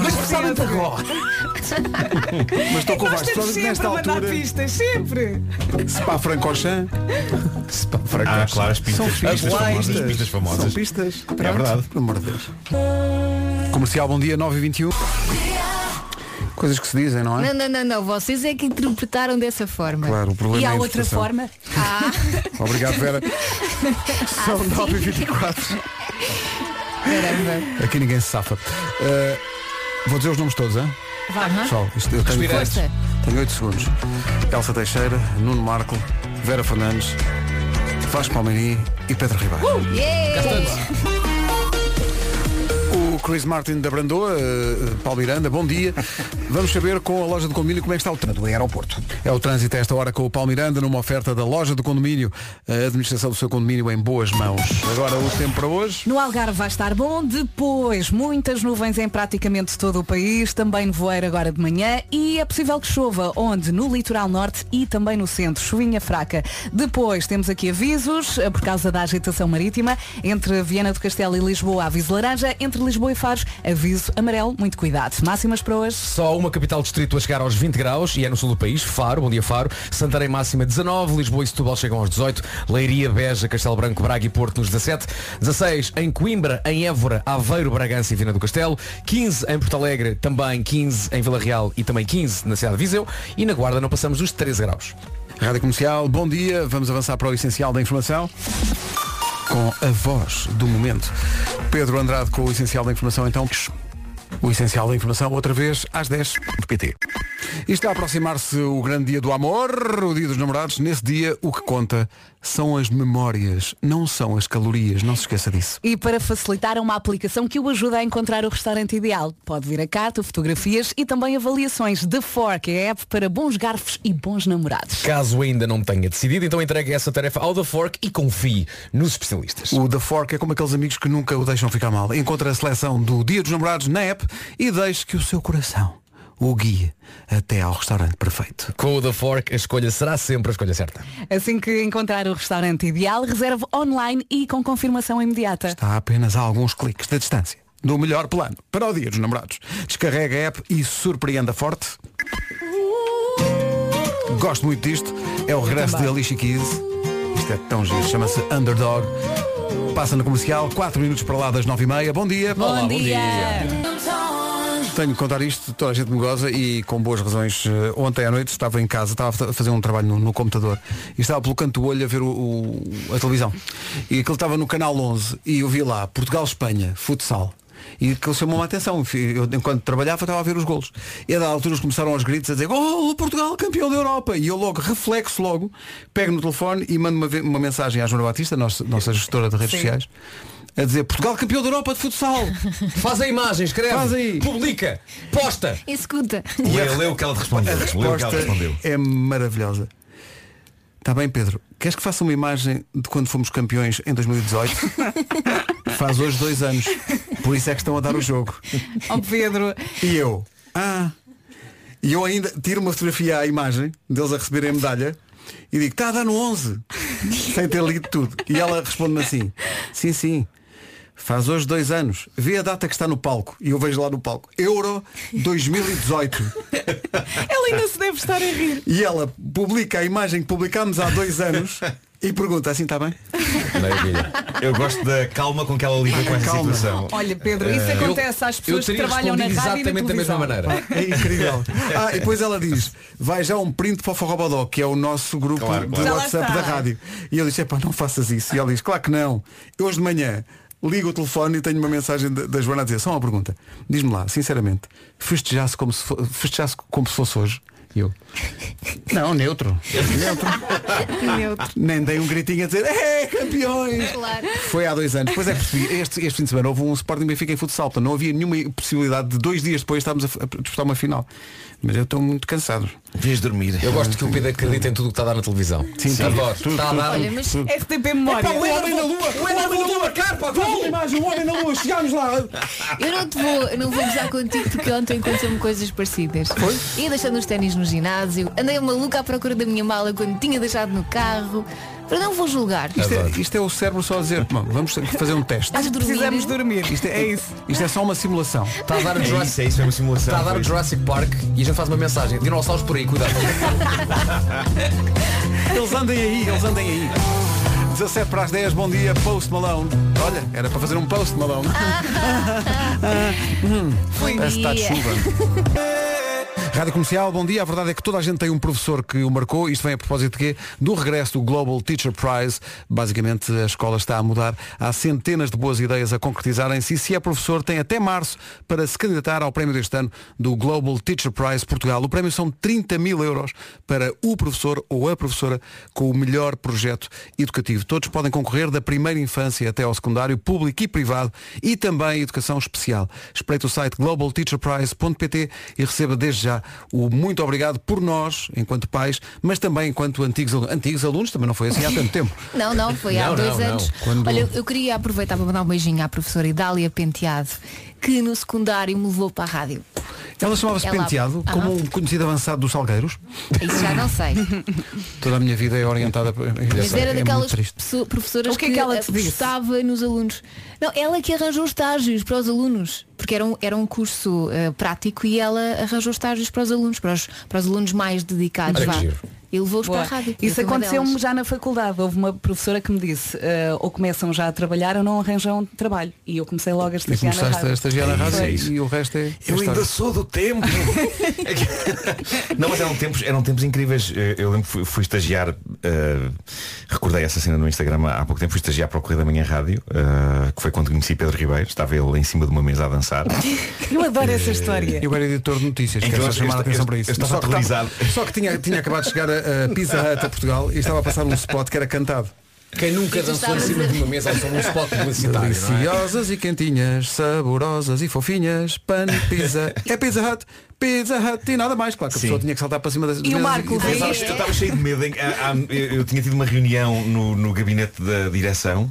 B: Mas especialmente agora.
A: Ah. Mas estou com o
D: Nós
A: Vasco,
D: temos
A: só
D: sempre
A: nesta
D: a mandar
A: altura.
D: pistas, sempre.
A: Spa Francorchamps. Spa
N: Ah, claro, as pistas,
A: São
N: pistas
A: pistas.
N: famosas, pistas
A: São
N: famosas.
A: pistas.
N: É verdade.
A: Pelo amor de Deus. Comercial, bom dia, 9 e 21 Coisas que se dizem, não é?
E: Não, não, não, não. Vocês é que interpretaram dessa forma.
A: Claro, o problema
E: E
A: é
E: há
A: a
E: outra
A: interpretação.
E: forma? Ah.
A: Obrigado, Vera. São 9h24.
E: Caramba.
A: Aqui ninguém se safa. Eh, vou dizer os nomes todos, hein?
E: Vá, hã?
A: Pessoal, isto, eu tenho,
E: Respira.
A: oito-
E: Força.
A: tenho 8 segundos. Elsa Teixeira, Nuno Marco, Vera Fernandes, Vasco Palmeirim e Pedro Ribeiro.
E: Uh! Yeah.
A: O Chris Martin da Brandoa, eh, Paulo Miranda, bom dia. Vamos saber com a loja do condomínio como é que está o trânsito do aeroporto. É o trânsito a esta hora com o Paulo Miranda numa oferta da loja do condomínio, a administração do seu condomínio em boas mãos. Agora o tempo para hoje.
D: No Algarve vai estar bom, depois muitas nuvens em praticamente todo o país, também nevoeiro agora de manhã e é possível que chova, onde no litoral norte e também no centro, chuvinha fraca. Depois temos aqui avisos eh, por causa da agitação marítima, entre Viana do Castelo e Lisboa, aviso laranja, entre Lisboa e Faros, aviso amarelo, muito cuidado. Máximas para hoje.
B: Só uma capital distrito a chegar aos 20 graus e é no sul do país, Faro, bom dia Faro, Santarém máxima 19, Lisboa e Setúbal chegam aos 18, Leiria, Beja, Castelo Branco, Braga e Porto nos 17, 16 em Coimbra, em Évora, Aveiro, Bragança e Viana do Castelo, 15 em Porto Alegre, também 15 em Vila Real e também 15 na cidade de Viseu e na Guarda não passamos dos 13 graus.
A: Rádio Comercial, bom dia. Vamos avançar para o essencial da informação. Com a voz do momento. Pedro Andrade com o essencial da informação, então. O essencial da informação, outra vez, às 10. PT. E está a aproximar-se o grande dia do amor, o dia dos namorados. Nesse dia, o que conta são as memórias, não são as calorias. Não se esqueça disso.
D: E para facilitar, há uma aplicação que o ajuda a encontrar o restaurante ideal. Pode vir a carta, fotografias e também avaliações. The Fork é a app para bons garfos e bons namorados.
B: Caso ainda não tenha decidido, então entregue essa tarefa ao The Fork e confie nos especialistas.
A: O The Fork é como aqueles amigos que nunca o deixam ficar mal. Encontra a seleção do Dia dos Namorados na app e deixe que o seu coração o guie até ao restaurante perfeito.
B: Com o The Fork, a escolha será sempre a escolha certa.
D: Assim que encontrar o restaurante ideal, reserve online e com confirmação imediata.
A: Está apenas a alguns cliques da distância. Do melhor plano, para o dia dos namorados. Descarrega a app e surpreenda forte. Gosto muito disto. É o regresso de Alicia Keys. Isto é tão giro. Chama-se Underdog. Passa na comercial, 4 minutos para lá das 9h30. Bom dia.
D: Bom dia.
J: Don't
A: Tenho que contar isto, toda a gente me goza e com boas razões. Eh, Ontem à noite estava em casa, estava a fa- fazer um trabalho no, no computador e estava pelo canto do olho a ver o, o- a televisão. E aquilo estava no canal 11 e eu vi lá Portugal-Espanha, futsal. E aquilo chamou-me a atenção. Eu, enquanto trabalhava, estava a ver os golos. E a dada altura eles começaram aos gritos a dizer Gol, Portugal, campeão da Europa! E eu logo, reflexo logo, pego no telefone e mando uma, ve- uma mensagem à Joana Batista, nossa, nossa gestora de redes
D: Sim.
A: sociais, a dizer Portugal, campeão da Europa de futsal!
B: Faz a imagem, escreve.
A: Faz aí.
B: Publica. Posta.
E: Escuta.
N: Lê, lê o que ela te respondeu.
A: A
N: Lê o que ela te
A: resposta
N: respondeu.
A: é maravilhosa. Está bem, Pedro. Queres que faça uma imagem de quando fomos campeões em 2018? Faz hoje dois anos. Por isso é que estão a dar o jogo.
D: Ó Pedro,
A: E eu, ah, e eu ainda tiro uma fotografia à imagem deles a receberem a medalha e digo, está a dar no 11, sem ter lido tudo. E ela responde-me assim, sim, sim, faz hoje dois anos, vê a data que está no palco, e eu vejo lá no palco, Euro 2018.
D: ela ainda se deve estar a rir.
A: E ela publica a imagem que publicámos há dois anos e pergunta, assim está bem?
N: Maravilha. Eu gosto da calma com que ela lida com essa
A: Calma.
N: situação.
D: Olha, Pedro, isso
N: Eh,
D: acontece às pessoas que
B: teria
D: trabalham na
B: respondido
D: rádio e na
B: exatamente da mesma
D: televisão.
B: maneira.
A: É incrível. Ah, e depois ela diz, vai já um print para o Forrobodó, que é o nosso grupo
N: Claro,
A: de
N: claro.
D: Já lá
A: WhatsApp
D: está.
A: da rádio. E eu disse, epá, não faças isso. E ela diz, claro que não. Eu hoje de manhã ligo o telefone e tenho uma mensagem da da Joana a dizer, só uma pergunta. Diz-me lá, sinceramente, festejasse como se, fo- festejasse como se fosse hoje. E eu. Não, neutro.
E: Neutro.
A: Nem dei um gritinho a dizer, é campeões!
E: Claro.
A: Foi há dois anos. Depois é que percebi, este, este fim de semana houve um Sporting Benfica em futsal, portanto não havia nenhuma possibilidade de dois dias depois estarmos a, f- a disputar uma final. Mas eu estou muito cansado.
N: Devias dormir.
B: Eu gosto que o Pedro acredita em tudo o que está a dar na televisão. Sim, Adoro. Está a dar.
E: Olha, mas
D: RTP Memória.
B: carpa,
A: imagem, o homem na lua, chegámos lá.
E: eu não te vou, eu não vou gozar contigo porque ontem aconteceu-me coisas parecidas. Ia deixando os ténis no ginásio, andei maluca à procura da minha mala quando tinha deixado no carro. Para não vou julgar.
A: Isto é, isto é o cérebro só a dizer, "Bom, vamos fazer um teste.
E: Estás a dormir?
D: Precisamos dormir.
A: Isto é, isto é só uma simulação.
B: Está a dar o
N: É
A: um
B: Jurassic
N: isso, é isso, é uma simulação.
B: Está a dar o
N: Foi isso.
B: Jurassic Park e a gente faz uma mensagem. Dinossauros por aí, cuidado.
A: Eles andem aí, eles andem aí. 17 para as 10, bom dia, Post Malone. Olha, era para fazer um Post Malone. Hum.
E: Bom
A: Parece que está de
E: dia.
A: chuva. Rádio Comercial, bom dia. A verdade é que toda a gente tem um professor que o marcou. Isto vem a propósito de quê? Do regresso do Global Teacher Prize. Basicamente, a escola está a mudar. Há centenas de boas ideias a concretizarem-se. E se é professor, tem até março para se candidatar ao prémio deste ano do Global Teacher Prize Portugal. O prémio são 30 mil euros para o professor ou a professora com o melhor projeto educativo. Todos podem concorrer da primeira infância até ao secundário, público e privado, e também educação especial. Espreite o site globalteacherprize.pt e receba desde já o muito obrigado por nós, enquanto pais, mas também enquanto antigos alunos. Antigos alunos também não foi assim há tanto tempo.
E: Não, não, foi há
B: Não,
E: dois
B: não,
E: anos.
B: não. Quando-
E: Olha, eu- eu queria aproveitar para mandar um beijinho à professora Idália Penteado, que no secundário me levou para a rádio.
A: Ela chamava-se
E: Ela-
A: Penteado,
E: Ah.
A: como um conhecido avançado dos Salgueiros.
E: Isso já não sei.
A: Toda a minha vida é orientada por...
E: Mas era
A: é muito
E: daquelas
A: triste.
E: pesso- professoras
D: O que é que ela te disse?
E: apostava nos alunos. Não, ela que arranjou estágios para os alunos, porque era um, era um curso eh, prático e ela arranjou estágios para os alunos, para os, para os alunos mais dedicados.
B: Olha que
E: vá.
B: giro.
E: E levou-os para
D: Boa.
E: a rádio. Eu
D: Isso
E: fui uma
D: aconteceu-me
E: delas.
D: já na faculdade. Houve uma professora que me disse, eh, ou começam já a trabalhar ou não arranjam trabalho. E eu comecei logo a
A: E
D: estagiar na
A: começaste a
D: rádio.
A: estagiar na
N: É isso,
A: rádio
N: é isso.
A: e o resto é...
N: Eu
A: é história.
N: ainda sou do tempo. não, mas eram tempos, eram tempos incríveis. Eh, Eu lembro que fui, fui estagiar, eh, recordei essa cena no Instagram há há pouco tempo, fui estagiar para o Correio da Manhã Rádio, eh, que foi quando conheci Pedro Ribeiro, estava ele em cima de uma mesa a dançar.
D: Eu adoro essa história.
A: Eu era editor de notícias,
N: Então,
A: quero só
N: eu-
A: chamar a
N: eu-
A: atenção
N: eu-
A: para isso.
N: eu estava
A: só, que tá-
N: aterrorizado.
A: só que tinha, tinha acabado de chegar a, a Pizza Hut a Portugal e estava a passar um spot que era cantado.
B: Quem nunca dançou em cima de uma mesa ao som de um spot publicitário, não é?
A: Deliciosas e quentinhas, saborosas e fofinhas, pan, pizza. É Pizza Hut, Pizza Hut e nada mais. Claro que a
N: Sim.
A: pessoa tinha que saltar para cima das mesas
D: Marco
A: e-
N: Mas sabes que eu estava cheio de medo. em- ah, ah, eu, eu tinha tido uma reunião no, no gabinete da direção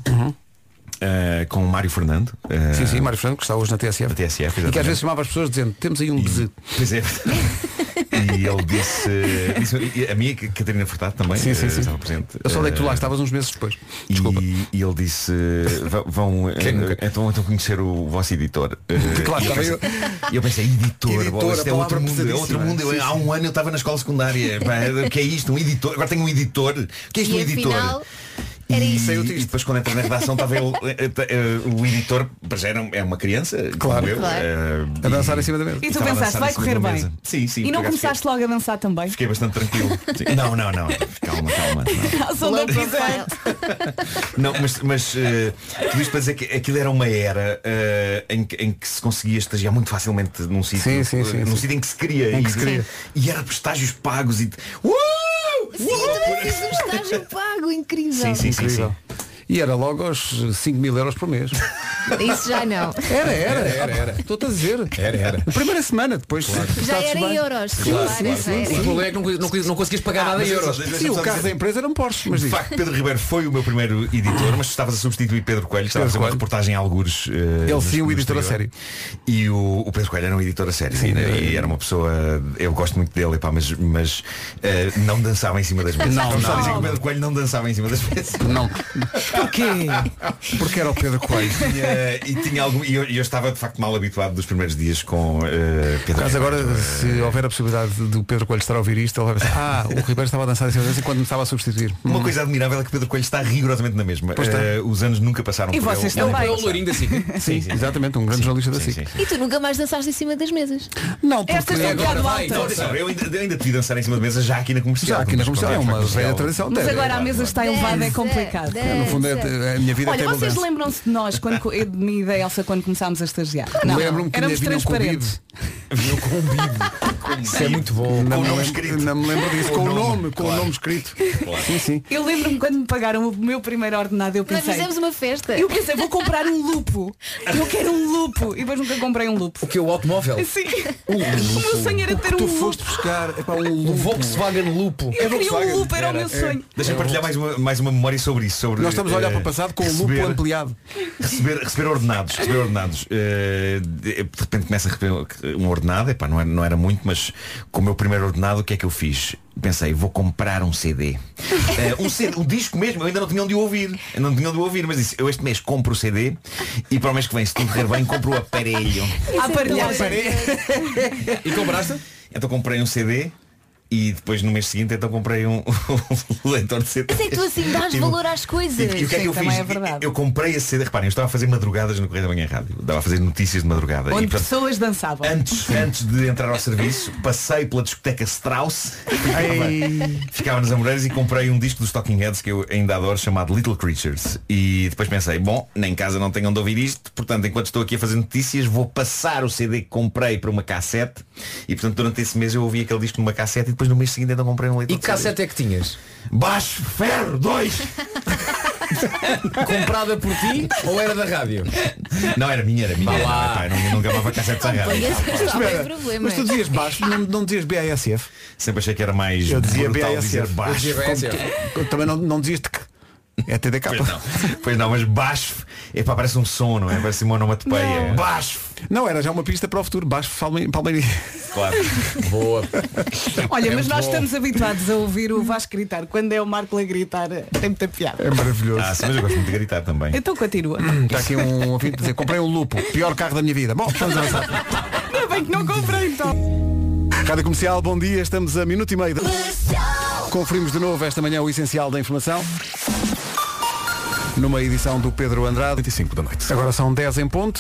N: ah, com o Mário Fernando. ah,
A: Uhum. Sim, sim, Mário Franco, que está hoje na TSF.
N: Da TSF,
A: e que às
N: exatamente.
A: vezes chamava as pessoas dizendo, temos aí um bzz.
N: Pois é. e ele disse, disse- e a minha que a Catarina Furtado também
A: Sim, sim,
N: eh,
A: sim.
N: estava presente.
A: Eu só dei que tu lá
N: Eh,
A: estavas uns meses depois.
N: e-
A: Desculpa.
N: E, ele disse, eh, va- vão eh,
B: Quem nunca?
N: então, então conhecer o vosso editor. Eh,
A: Claro,
N: e eu
A: estava
N: pensei, e eu pensei, editor,
A: Editor,
N: bolas, isto
A: a
N: é
A: palavra
N: outro mundo, é outro
A: pesadíssima.
N: mundo. Eu,
A: Sim,
N: há um ano eu estava na escola secundária. pá, O que é isto? Um editor? Agora tenho um editor. O que é isto
E: E
N: um editor?
E: afinal-
N: E
E: Era
N: E,
E: isso.
N: saiu o texto. E depois quando entra na redação estava ele, eh, ta- eh, o editor, para já era um- é uma criança,
A: Claro.
N: como eu,
A: Claro.
N: eh,
A: A dançar em cima da mesa.
D: E tu
N: estava a
D: pensaste,
N: dançar
D: vai
N: em cima
D: correr
N: da
D: bem.
N: mesa. Sim, sim.
D: e não
N: por acaso
D: começaste logo a dançar também.
N: Fiquei, fiquei bastante tranquilo. Sim. Não, não, não. Calma, calma. não.
D: Ao som da profile.
N: Não, mas, mas eh, tudo isto para dizer que aquilo era uma era eh, em, que- em que se conseguia estagiar muito facilmente num sítio.
A: Sim, sim, sim,
N: eh, num
A: sim.
N: sítio em que se queria.
A: Em que
N: e,
A: se queria.
N: e era por estágios pagos e. Uh!
E: Sim, eu também fiz um estágio pago, incrível.
N: Sim, sim, sim, sim.
A: Incrível. E era logo aos 5 mil euros por mês.
E: Isso já não.
A: Era, era, era. era. Estou-te a dizer.
B: Era, era.
A: Na primeira semana, depois.
E: Já
A: trates
E: era
A: bem.
E: em euros.
A: Sim,
E: repara,
A: sim,
E: já
A: sim,
E: era.
A: sim. Ah,
B: O problema é que não, não, não conseguias pagar nada em euros.
A: Sim, o carro da empresa era um Porsche, mas
N: De
A: diz.
N: facto, Pedro Ribeiro foi o meu primeiro editor, mas estavas a substituir Pedro Coelho, estava a fazer uma
A: Coelho.
N: reportagem a algures. eh,
A: Ele
N: no-
A: sim, o
N: no
A: editor a
N: exterior.
A: sério.
N: E o, o Pedro Coelho era um editor a sério. e, e era uma pessoa. Eu gosto muito dele, epá, mas, mas eh, não dançava em cima das mesas.
A: Não,
N: Vamos só
A: não.
N: dizer que o Pedro Coelho não dançava em cima das mesas.
A: Não. Porquê? Porque era o Pedro Coelho.
N: Tinha- e tinha algum, e eu, e eu estava de facto mal habituado dos primeiros dias com eh, Pedro
A: Caso
N: Ribeiro.
A: agora, se houver a possibilidade do Pedro Coelho estar a ouvir isto, ele vai pensar, ah, o Ribeiro estava a dançar em cima da mesa enquanto me estava a substituir.
N: Uma coisa admirável é que Pedro Coelho está rigorosamente na mesma.
A: Pois está.
N: Eh, os anos nunca passaram
D: E
N: por
D: vocês
N: ele.
D: também.
B: É o loirinho da SIC.
A: Sim, exatamente, um grande jornalista da
N: Sim,
A: SIC.
N: sim, sim.
E: E tu nunca mais dançaste em cima das mesas.
A: Não, porque
D: Estas
N: é
D: estão um
B: agora
D: bocado
B: vai,
N: Não,
D: altas.
N: atenção, então, eu ainda, eu ainda te vi dançar em cima de mesa já aqui na comercial.
A: já aqui na
N: Mas
A: comercial é
N: pronto,
A: uma
N: para
A: velha
N: comercial.
A: tradição.
D: Mas
A: Deve-
D: agora a mesa está elevada, é complicado.
E: Dança,
A: No fundo, é- a minha vida é
D: Olha,
A: até
D: vocês
A: mudança.
D: lembram-se de nós, quando, co- eu, de mim e da Elsa, quando começámos a estagiar? Não,
A: Lembro-me que ainda
D: éramos
A: vinham com o Bibe.
D: transparentes.
N: Vinham com um bibo. Isso é muito bom. Com o
A: Não, me
N: nome
A: lembro-
N: escrito.
A: não me lembro disso. Com o nome, com o
N: claro.
A: nome escrito.
N: Claro.
A: Sim, sim.
D: Eu lembro-me quando me pagaram o meu primeiro ordenado, eu
E: Nós
D: pensei.
E: é, fizemos uma festa.
D: Eu pensei, vou comprar um lupo. Eu quero um lupo. E depois nunca comprei um lupo.
B: O que é o automóvel?
D: Sim. o meu sonho era ter um
A: Tu
D: lupo.
A: foste buscar epá, um
B: O
A: lupo.
B: Volkswagen Lupo.
D: Eu queria um lupo, era o meu sonho.
N: Deixa-me partilhar mais uma, mais uma memória sobre isso. Sobre,
A: é. um Nós estamos a olhar
N: eh,
A: para o passado com o lupo
N: receber-
A: ampliado.
N: receber, receber ordenados, receber ordenados. Eh, de de repente começa a receber um ordenado, epá, não, era, não era muito, mas com o meu primeiro ordenado, o que é que eu fiz? Pensei, vou comprar um CD. Eh, um CD, um disco mesmo, eu ainda não tinha onde o ouvir. Eu não tinha onde o ouvir, mas disse, eu este mês compro o CD e para o mês que vem, se tudo correr bem, compro o aparelho.
D: À partilhagem.
B: E compraste?
N: Então comprei um CD e depois no mês seguinte então comprei um, um leitor de CD.
E: Mas é que tu assim dás
N: E-
E: valor às coisas.
N: E, e o que é que
D: Sim,
N: eu
D: também
N: fiz?
D: é verdade.
N: eu comprei esse CD, reparem, eu estava a fazer madrugadas no Correio da Manhã Rádio. Estava a fazer notícias de madrugada.
D: Onde
N: E, portanto,
D: pessoas dançavam.
N: Antes, antes de entrar ao serviço, passei pela discoteca Strauss, ficava, ficava nas Amoreiras e comprei um disco dos Talking Heads que eu ainda adoro, chamado Little Creatures. E depois pensei, bom, nem em casa não tenho onde ouvir isto, portanto, enquanto estou aqui a fazer notícias, vou passar o CD que comprei para uma cassete. E portanto, durante esse mês eu ouvi aquele disco numa cassete e depois no mês seguinte então comprei um leitor
B: E que
N: de CD.
B: cassete é que tinhas?
N: Baixo Ferro 2!
B: Comprada por ti ou era da rádio?
N: Não, era minha, era minha.
B: Vá lá.
N: Não, epá, eu nunca- nunca amava cassetes à rádio.
E: Esse é o
A: Espera,
E: problema.
A: mas tu dizias baixo, não, não dizias BASF.
N: Sempre achei que era mais
A: Eu dizia
N: brutal
A: BASF.
N: dizer baixo.
B: dizia
A: Como
B: BASF.
A: tu- também não, não dizias que é TDK.
N: Pois não, pois não, mas baixo, epá, parece um som, não é? Parece uma onomatopeia. Baixo!
A: Não, era já uma pista para o futuro. Baixo Palme- Palmeirinho.
N: Claro.
B: Boa.
D: Olha,
B: É
D: mas
B: muito
D: nós
B: bom.
D: estamos habituados a ouvir o Vasco gritar. Quando é o Marco a gritar, tem muita piada.
A: É maravilhoso. É
N: Ah, sim, mas eu gosto muito de gritar também.
D: Então continua.
B: Hum, tá
A: Está aqui um ouvinte a dizer, comprei um lupo, pior carro da minha vida. Bom, vamos avançar.
D: Ainda bem que não comprei então.
A: Rádio Comercial, bom dia, estamos a minuto e meio. da- Conferimos de novo esta manhã o essencial da informação. Numa edição do Pedro Andrade. 25 da noite. Agora são 10 em ponto.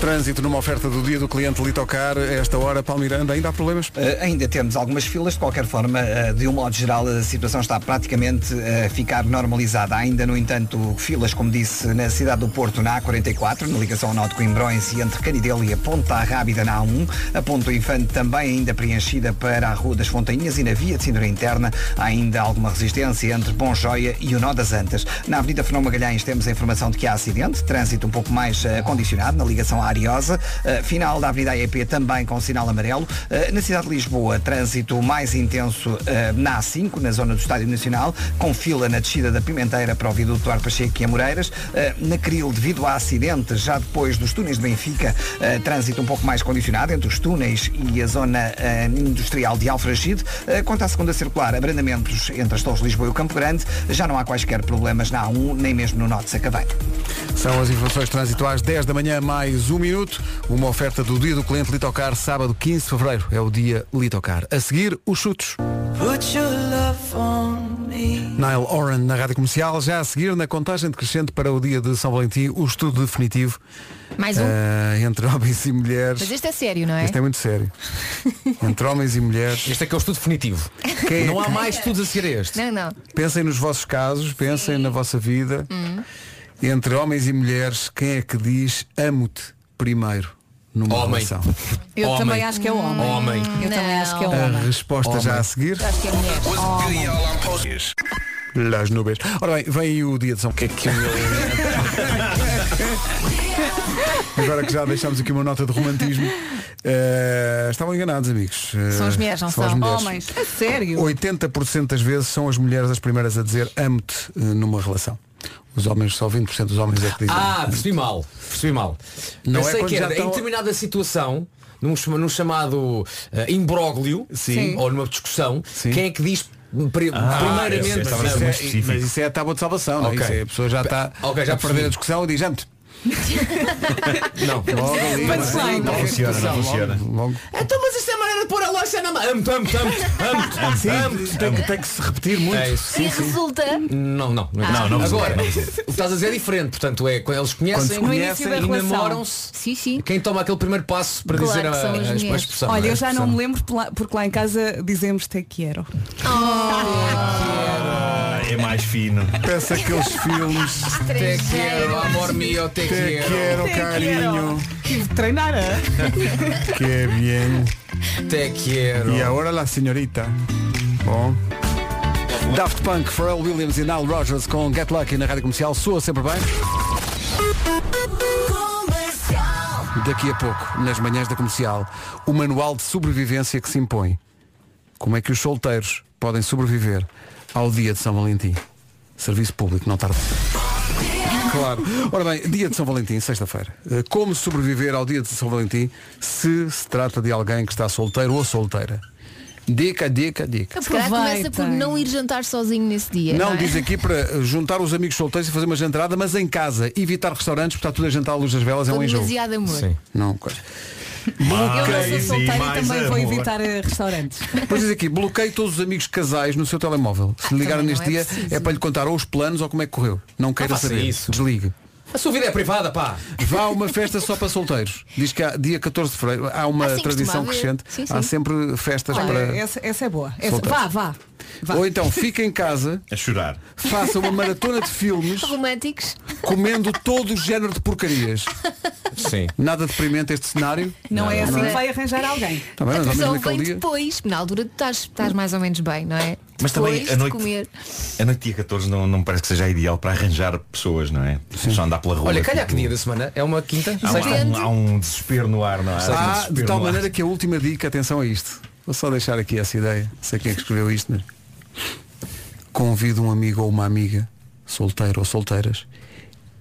A: Trânsito numa oferta do dia do cliente Litocar. A Esta hora, Palmiranda, ainda há problemas?
C: Eh, ainda temos algumas filas, de qualquer forma, eh, de um modo geral, a situação está praticamente eh, a ficar normalizada. Há Ainda, no entanto, filas, como disse, na cidade do Porto, na A44, na ligação ao Norte de Coimbrões e entre Canidelo e a Ponta Rábida, na A1, a Ponta Infante também ainda preenchida para a Rua das Fontainhas e na Via de Cintura Interna, há ainda alguma resistência entre Bom Joia e o Nó das Antas. Na Avenida Fernão Magalhães temos a informação de que há acidente, trânsito um pouco mais eh, condicionado na ligação à Ariosa, eh, final da Avenida AEP também com sinal amarelo. Eh, na cidade de Lisboa, trânsito mais intenso eh, na A5, na zona do Estádio Nacional, com fila na descida da Pimenteira para o viaduto do Arpacheco e Amoreiras. Eh, na Cril, devido a acidente, já depois dos túneis de Benfica, eh, trânsito um pouco mais condicionado entre os túneis e a zona eh, industrial de Alfragide. Eh, quanto à segunda circular, abrandamentos entre as Torres de Lisboa e o Campo Grande, já não há quaisquer problemas na A1, nem mesmo no Norte de Sacavém.
A: São as informações de trânsito às 10 da manhã, mais um minuto. Uma oferta do dia do cliente Litocar, sábado 15 de fevereiro. É o dia Litocar. A seguir, os chutos.
L: Put
A: Nile Oran na Rádio Comercial, já a seguir na contagem decrescente para o dia de São Valentim, o estudo definitivo
E: Mais um.
A: eh, entre homens e mulheres.
E: Mas este é sério, não é?
A: Isto é muito sério. Entre homens e mulheres.
B: Este é que é o estudo definitivo.
A: Quem- é
B: Não há mais estudos a ser este.
E: Não, não.
A: Pensem nos vossos casos, pensem na vossa vida.
E: Hum.
A: Entre homens e mulheres, quem é que diz amo-te primeiro numa
B: Homem.
A: relação?
D: Eu
A: Homem.
D: também acho que é homem.
A: Homem.
D: Eu também acho que é
A: A
D: homem.
A: resposta já a seguir.
D: Acho que é mulher.
A: Las nubes. Ora bem, vem aí o dia de São que é que Agora que já deixámos aqui uma nota de romantismo, eh, estavam enganados, amigos. Eh,
D: São as mulheres, não são?
A: as mulheres.
D: Homens. A sério.
A: 80% das vezes são as mulheres as primeiras a dizer amo-te eh, numa relação. Os homens, só 20% dos homens é que dizem.
B: Ah, percebi mal. Percebi mal.
A: Não é
B: Pensei
A: quando
B: que
A: já
B: era
A: estão-
B: em determinada situação, num, chama- num chamado eh, imbróglio,
A: Sim.
B: ou numa discussão, quem é que diz pri-
A: Ah,
B: primeiramente.
A: eu sei, estava a ser muito específico. Mas isso é a tábua de salvação, não é? Isso é, a pessoa já está
B: Ok, já
A: a perder a discussão e diz amo-te.
B: Não.
A: Logo ali,
B: Mas
A: mas-
B: bem,
A: logo-
B: não
N: funciona, não
A: logo-
N: funciona.
A: logo-
B: Então, mas isto é maneira de pôr a loja na mão. Amo-te, amo-te, amo-te, amo-te, amo-te,
A: Sim, tem, que,
B: amo-te.
A: tem que se repetir muito.
B: É isso.
E: E resulta.
B: Não, não, não, é
E: Ah.
B: isso.
E: Não, não resulta,
B: Agora,
E: não
B: o que estás a dizer é diferente, portanto é quando eles conhecem,
A: Quando se
D: conhecem
B: e
D: relação.
B: namoram-se.
E: Sim, sim.
B: Quem toma aquele primeiro passo para
E: Claro
B: dizer
E: que
B: a,
E: são as
B: a,
E: mulheres.
B: a expressão.
D: Olha, eu
B: é?
D: já não me lembro por lá- porque lá em casa dizemos te quero.
N: Ah, é mais fino.
A: Peça aqueles filmes.
B: Te
E: Estrangeiros.
B: quero, amor mio, te
A: Te
B: quero.
A: quero, carinho.
D: Tive de treinar a.
A: Que bien.
B: Te quero.
A: E agora la senhorita. Bom. Daft Punk, Pharrell Williams e Nile Rogers com Get Lucky na rádio comercial. Soa sempre bem. Daqui a pouco, nas manhãs da comercial, o manual de sobrevivência que se impõe. Como é que os solteiros podem sobreviver ao dia de São Valentim? Serviço público, não tarda. Claro. Ora bem, dia de São Valentim, sexta-feira. Eh, Como sobreviver ao dia de São Valentim se se trata de alguém que está solteiro ou solteira? Dica, dica, dica.
E: Se calhar começa por
D: Aproveitem.
E: não ir jantar sozinho nesse dia.
A: Então Não,
E: é?
A: diz aqui para juntar os amigos solteiros e fazer uma jantarada, mas em casa. Evitar restaurantes, porque está tudo a jantar à luz das velas, é
E: Com
A: um enjoo.
E: demasiado amor.
B: Sim.
A: Não, coisa.
D: Eu não
N: Ok,
D: sou
N: sim,
D: solteira e
N: mais
A: é
D: também vou
N: amor.
D: evitar eh, restaurantes.
A: Pois diz aqui, bloqueie todos os amigos casais no seu telemóvel. Se lhe
D: Ah,
A: ligarem
E: também
A: neste
E: não
A: dia,
E: é preciso.
A: é para lhe contar ou os planos ou como é que correu. Não queira
B: Ah, faça
A: saber.
B: isso.
A: Desligue.
B: A sua vida é privada, pá.
A: Vá a uma festa só para solteiros. Diz que há dia 14 de fevereiro. Há
D: Ah,
A: uma
E: Assim costuma
A: tradição
E: haver.
A: crescente.
E: Sim,
A: Há
E: sim.
A: sempre festas
D: Olha,
A: para.
D: essa, essa é boa. Essa-
A: Solteiros.
D: vá, vá. vá.
A: Ou então fica em casa,
N: A chorar.
A: faça uma maratona de filmes,
E: Românticos.
A: comendo todo o género de porcarias.
B: Sim.
A: Nada deprimente este cenário.
D: Não, é assim
A: não
D: que
A: é?
D: vai arranjar alguém.
A: Está Tá bem,
E: a
A: mas ao menos
E: pessoa
A: naquele
E: vem
A: dia.
E: depois. Na altura tu estás, estás mais ou menos bem, não é?
N: Mas também
E: depois
N: a noite-
E: de comer.
N: A noite dia 14 não, não me parece que seja ideal para arranjar pessoas, não é? Só andar pela rua.
B: Olha, calhar
N: tipo,
B: que dia da semana? É uma quinta?
N: Há, um-
B: Sexta?
N: há um, há um desespero no ar, não é? Há um
A: Ah,
N: desespero
A: de tal
N: no ar.
A: maneira que a última dica, atenção a isto. Vou só deixar aqui essa ideia. Não Sei quem é que escreveu isto, mas convido um amigo ou uma amiga, solteiro ou solteiras,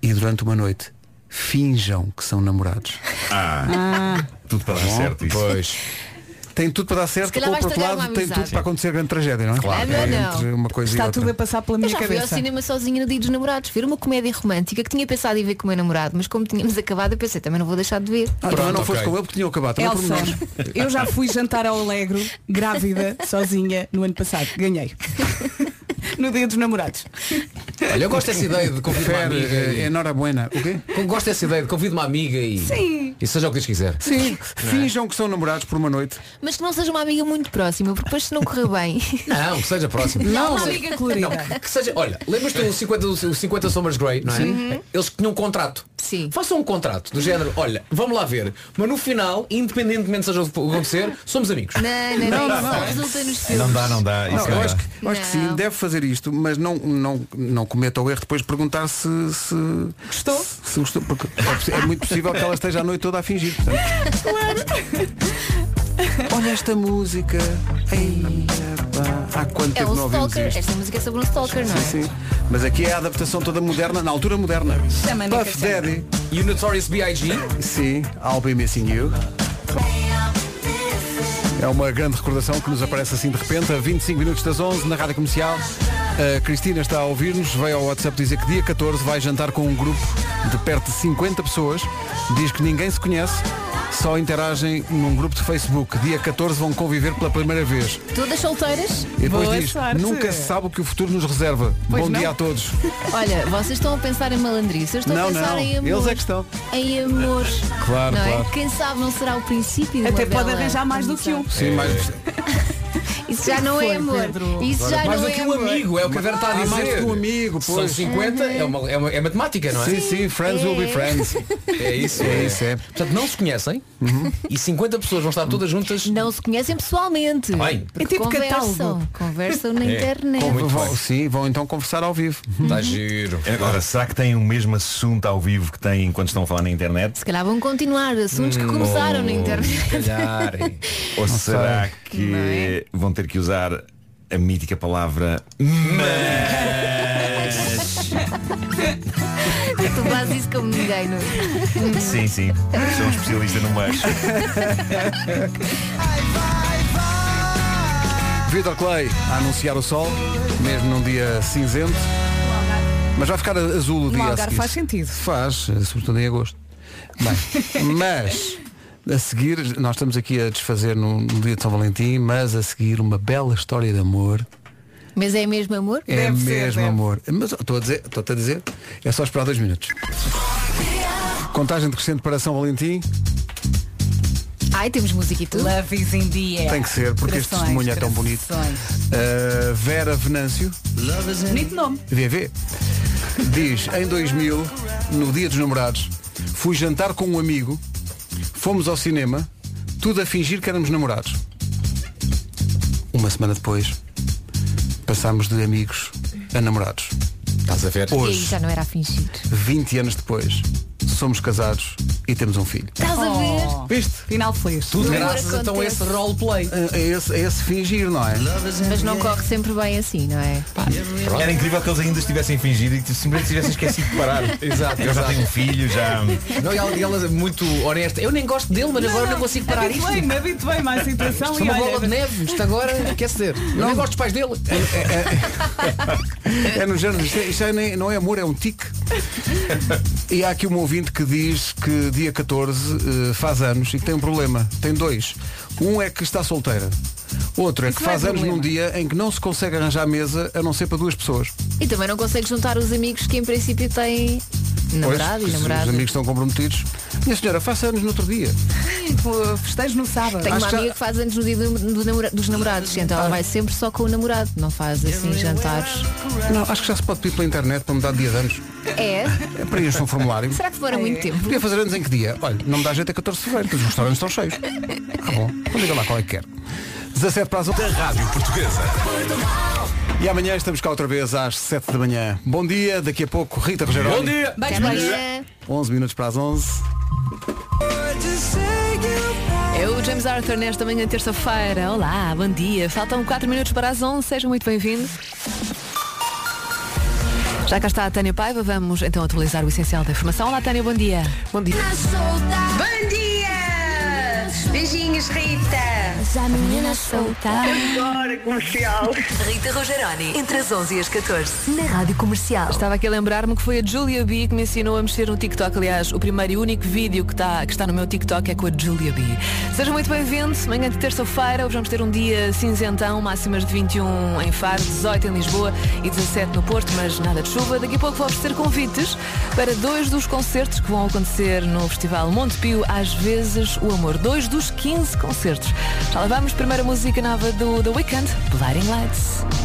A: e durante uma noite finjam que são namorados.
N: Ah.
E: Ah.
N: Tudo para dar certo isso.
B: Pois.
A: Tem tudo para dar certo,
E: Se calhar
A: ou
E: vai
A: por outro
E: estragar
A: lado
E: uma
A: tem
E: amizade.
A: tudo para acontecer grande tragédia, não é?
E: Claro. Não,
A: É
E: não.
A: entre uma coisa e
D: Está
A: outra.
D: tudo a passar pela
E: Eu
D: minha
E: já fui ao
D: cabeça.
E: cinema sozinha no dia dos namorados, ver uma comédia romântica que tinha pensado em ver com o meu namorado, mas como tínhamos acabado, eu pensei, também não vou deixar de ver.
A: Ah, também
B: Pronto,
A: não foste
B: ok.
A: com ele porque tinha acabado. Também por
D: Elsa,
A: nós.
D: eu já fui jantar ao Alegro, grávida, sozinha, no ano passado. Ganhei. No dia dos namorados.
B: Olha, eu gosto dessa ideia de convidar uma
A: Fer,
B: amiga.
A: eh,
B: e-
A: Enorbuena. O quê?
B: Eu Gosto dessa ideia de convido uma amiga e.
D: Sim.
B: E seja o que Deus quiser. é?
A: Sim, finjam que são namorados por uma noite.
E: Mas que não seja uma amiga muito próxima, porque depois se não correr bem.
B: Não, que seja próximo.
D: Não, uma amiga colorida.
B: Não, que seja, olha, lembras-te do 50, o 50 Sombras Grey, não é? Eles tinham um contrato.
E: Sim.
B: Façam um contrato do género, olha, vamos lá ver, mas no final, independentemente seja o que acontecer, somos amigos.
E: Não, não, não, isso só resulta nos filmes.
N: Não dá, não dá.
A: Não,
N: Isso é-
A: eu
N: não
A: acho
N: dá.
A: que, eu acho que
E: Não.
A: sim, deve fazer isto, mas não, não, não cometa o erro depois de perguntar se, se
D: Gostou?
A: se gostou, porque é, possi- é muito possível que ela esteja a noite toda a fingir. portanto. Olha esta música. Ei, epá. Há quanto
E: É
A: tempo
E: um
A: não ouvimos
E: stalker.
A: isto?
E: Esta música é sobre um stalker, não é?
A: Sim, sim. Mas aqui é a adaptação toda moderna, na altura moderna.
D: Chama, Nica,
A: Puff
D: chama.
A: Daddy.
B: E o Notorious B.I.G.
A: Sim, I'll be missing you. É uma grande recordação que nos aparece assim de repente, a 25 minutos das 11, na Rádio Comercial. A Cristina está a ouvir-nos, veio ao WhatsApp dizer que dia 14 vai jantar com um grupo de perto de 50 pessoas. Diz que ninguém se conhece, só interagem num grupo de Facebook. Dia 14 vão conviver pela primeira vez.
E: Todas solteiras?
A: E depois diz, nunca se sabe o que o futuro nos reserva.
E: Pois
A: Bom
E: não.
A: dia a todos.
E: Olha, vocês estão a pensar em malandrice, eu estou
A: Não,
E: a pensar
A: não,
E: em amor.
A: eles é que estão.
E: Em amor.
A: Claro,
E: não
A: claro.
E: É? Quem sabe não será o princípio de
D: Até
E: uma
D: pode
E: bela
D: arranjar mais do
E: É,
D: que um.
A: Sim, mais,
E: Isso já não
D: Foi,
E: é amor.
D: Pedro.
E: Isso já
B: mais
E: não
B: do que
E: é
B: um
E: amor. Uhum.
B: amigo, é o que a Vera está a
A: Ah,
B: dizer.
A: mais do que um amigo,
B: São
A: pois.
B: 50, é, uma, é, uma- é matemática, não é?
A: Sim, sim, friends will be friends.
B: É isso, é isso. É. Portanto, não se conhecem
A: Uhum.
B: e 50 pessoas vão estar todas juntas. Tá
E: Não se conhecem pessoalmente. Então,
B: Bem.
E: Porque
D: É tipo
E: conversam.
D: catálogo.
E: Conversam na
B: É,
E: internet.
B: com muito
A: Vão-
B: bem.
A: sim, vão então conversar ao vivo.
B: Está Tá giro.
N: Agora, será que têm o mesmo assunto ao vivo que têm enquanto estão a falar na internet?
E: Se calhar vão continuar assuntos
A: Hum,
E: que começaram
A: oh,
E: na internet.
B: Calhar.
N: Hum,
A: é.
N: Ou será que
E: Não é?
N: vão ter que usar a mítica palavra mas?
E: Tu fazes isso como ninguém, não é?
N: sim, sim. Sou um especialista no mas.
A: um. Vitor Clay a anunciar o sol, mesmo num dia cinzento. Mas vai ficar azul o dia a
D: Algarve
A: seguir.
D: faz sentido.
A: Faz, sobretudo em agosto. Bem, mas a seguir, nós estamos aqui a desfazer no, no dia de São Valentim, mas a seguir uma bela história de amor.
E: Mas é mesmo amor?
A: É
D: Deve ser,
A: mesmo
D: deve.
A: amor. Mas estou a dizer, estou a dizer, é só esperar dois minutos. Contagem decrescente para São Valentim
E: Ai, temos música e tudo.
D: Love is in the air.
A: tem que ser, porque este
D: Corações,
A: testemunho é tão bonito.
D: corações.
A: Uh, Vera Venâncio,
D: Bonito nome.
A: VV, diz, em 2000, no dia dos namorados, fui jantar com um amigo, fomos ao cinema, tudo a fingir que éramos namorados. Uma semana depois, passámos de amigos a namorados.
B: Estás a ver?
E: E aí
A: Hoje,
E: já não era a fingir.
A: 20 anos depois, somos casados e temos um filho.
E: Estás a ver?
D: Oh,
A: Viste?
D: Final feliz.
B: Tudo
E: Amor
B: graças então a esse
E: acontece.
B: roleplay.
A: É esse, é esse fingir, não é?
E: Mas não corre sempre bem assim, não é?
N: Era incrível que eles ainda estivessem fingido e que simplesmente tivessem esquecido de parar.
B: Exato,
N: Eu já
B: exato.
N: tenho um filho, já.
B: Não, e ela, e ela é muito honesta. Eu nem gosto dele, mas agora não, consigo parar isto.
D: Habituei-me, habituei-me à situação
B: Isto é
D: e
B: uma
D: olha,
B: bola de neve. Isto agora quer ser. Eu nem gosto dos pais dele.
N: é,
A: É no género, isto, é- isto é nem- não é amor, é um tique. E há aqui um ouvinte que diz que dia 14 eh, faz anos e que tem um problema. Tem dois. Um é que está solteira. Outro é que
D: não é
A: faz anos
D: problema.
A: num dia em que não se consegue arranjar mesa a não ser para duas pessoas.
E: E também não consegues juntar os amigos que em princípio têm namorado
A: Pois,
E: e
A: se
E: namorada.
A: Os amigos estão comprometidos. Minha senhora, faça anos no outro dia.
D: tipo, festejo no sábado.
E: Tenho
A: Acho
E: uma
A: que já-
E: amiga que faz anos no dia do- do namora- dos namorados, então ela vai sempre só com o namorado, não faz assim jantares.
A: Não, acho que já se pode pedir pela internet para mudar de dia de anos.
E: É?
A: É, Preencha um formulário. É.
E: Será que demora muito tempo?
A: Podia fazer anos em que dia? Olha, não me dá jeito é 14 de fevereiro, porque os restaurantes estão cheios. Tá bom, então diga lá qual é que quer. 17 para as 11.
I: Rádio Portuguesa.
A: E amanhã estamos cá outra vez às 7 da manhã. Bom dia, daqui a pouco Rita Rogeroni. Bom dia!
E: Até amanhã.
A: 11 minutos para as 11.
L: É o James Arthur nesta manhã de terça-feira. Olá, bom dia. Faltam 4 minutos para as 11. Sejam muito bem-vindos. Já cá está a Tânia Paiva. Vamos então atualizar o essencial da informação. Olá, Tânia, bom dia. Bom dia.
J: Bom dia! Beijinhos, Rita! é Já menina solta.
F: Agora, comercial.
L: Rita Rogeroni, entre as 11 e as 14.
E: Na Rádio Comercial.
L: Estava aqui a lembrar-me que foi a Julia B que me ensinou a mexer no TikTok. Aliás, o primeiro e único vídeo que está, que está no meu TikTok é com a Julia B. Seja muito bem-vindo. Manhã de terça-feira, hoje vamos ter um dia cinzentão, máximas de 21 em Faro, 18 em Lisboa e 17 no Porto, mas nada de chuva. Daqui a pouco vou oferecer convites para dois dos concertos que vão acontecer no Festival Montepio, às vezes o amor. Dois dos 15 concertos. Já lá vamos, primeira música nova do The Weekend, Blinding Lights.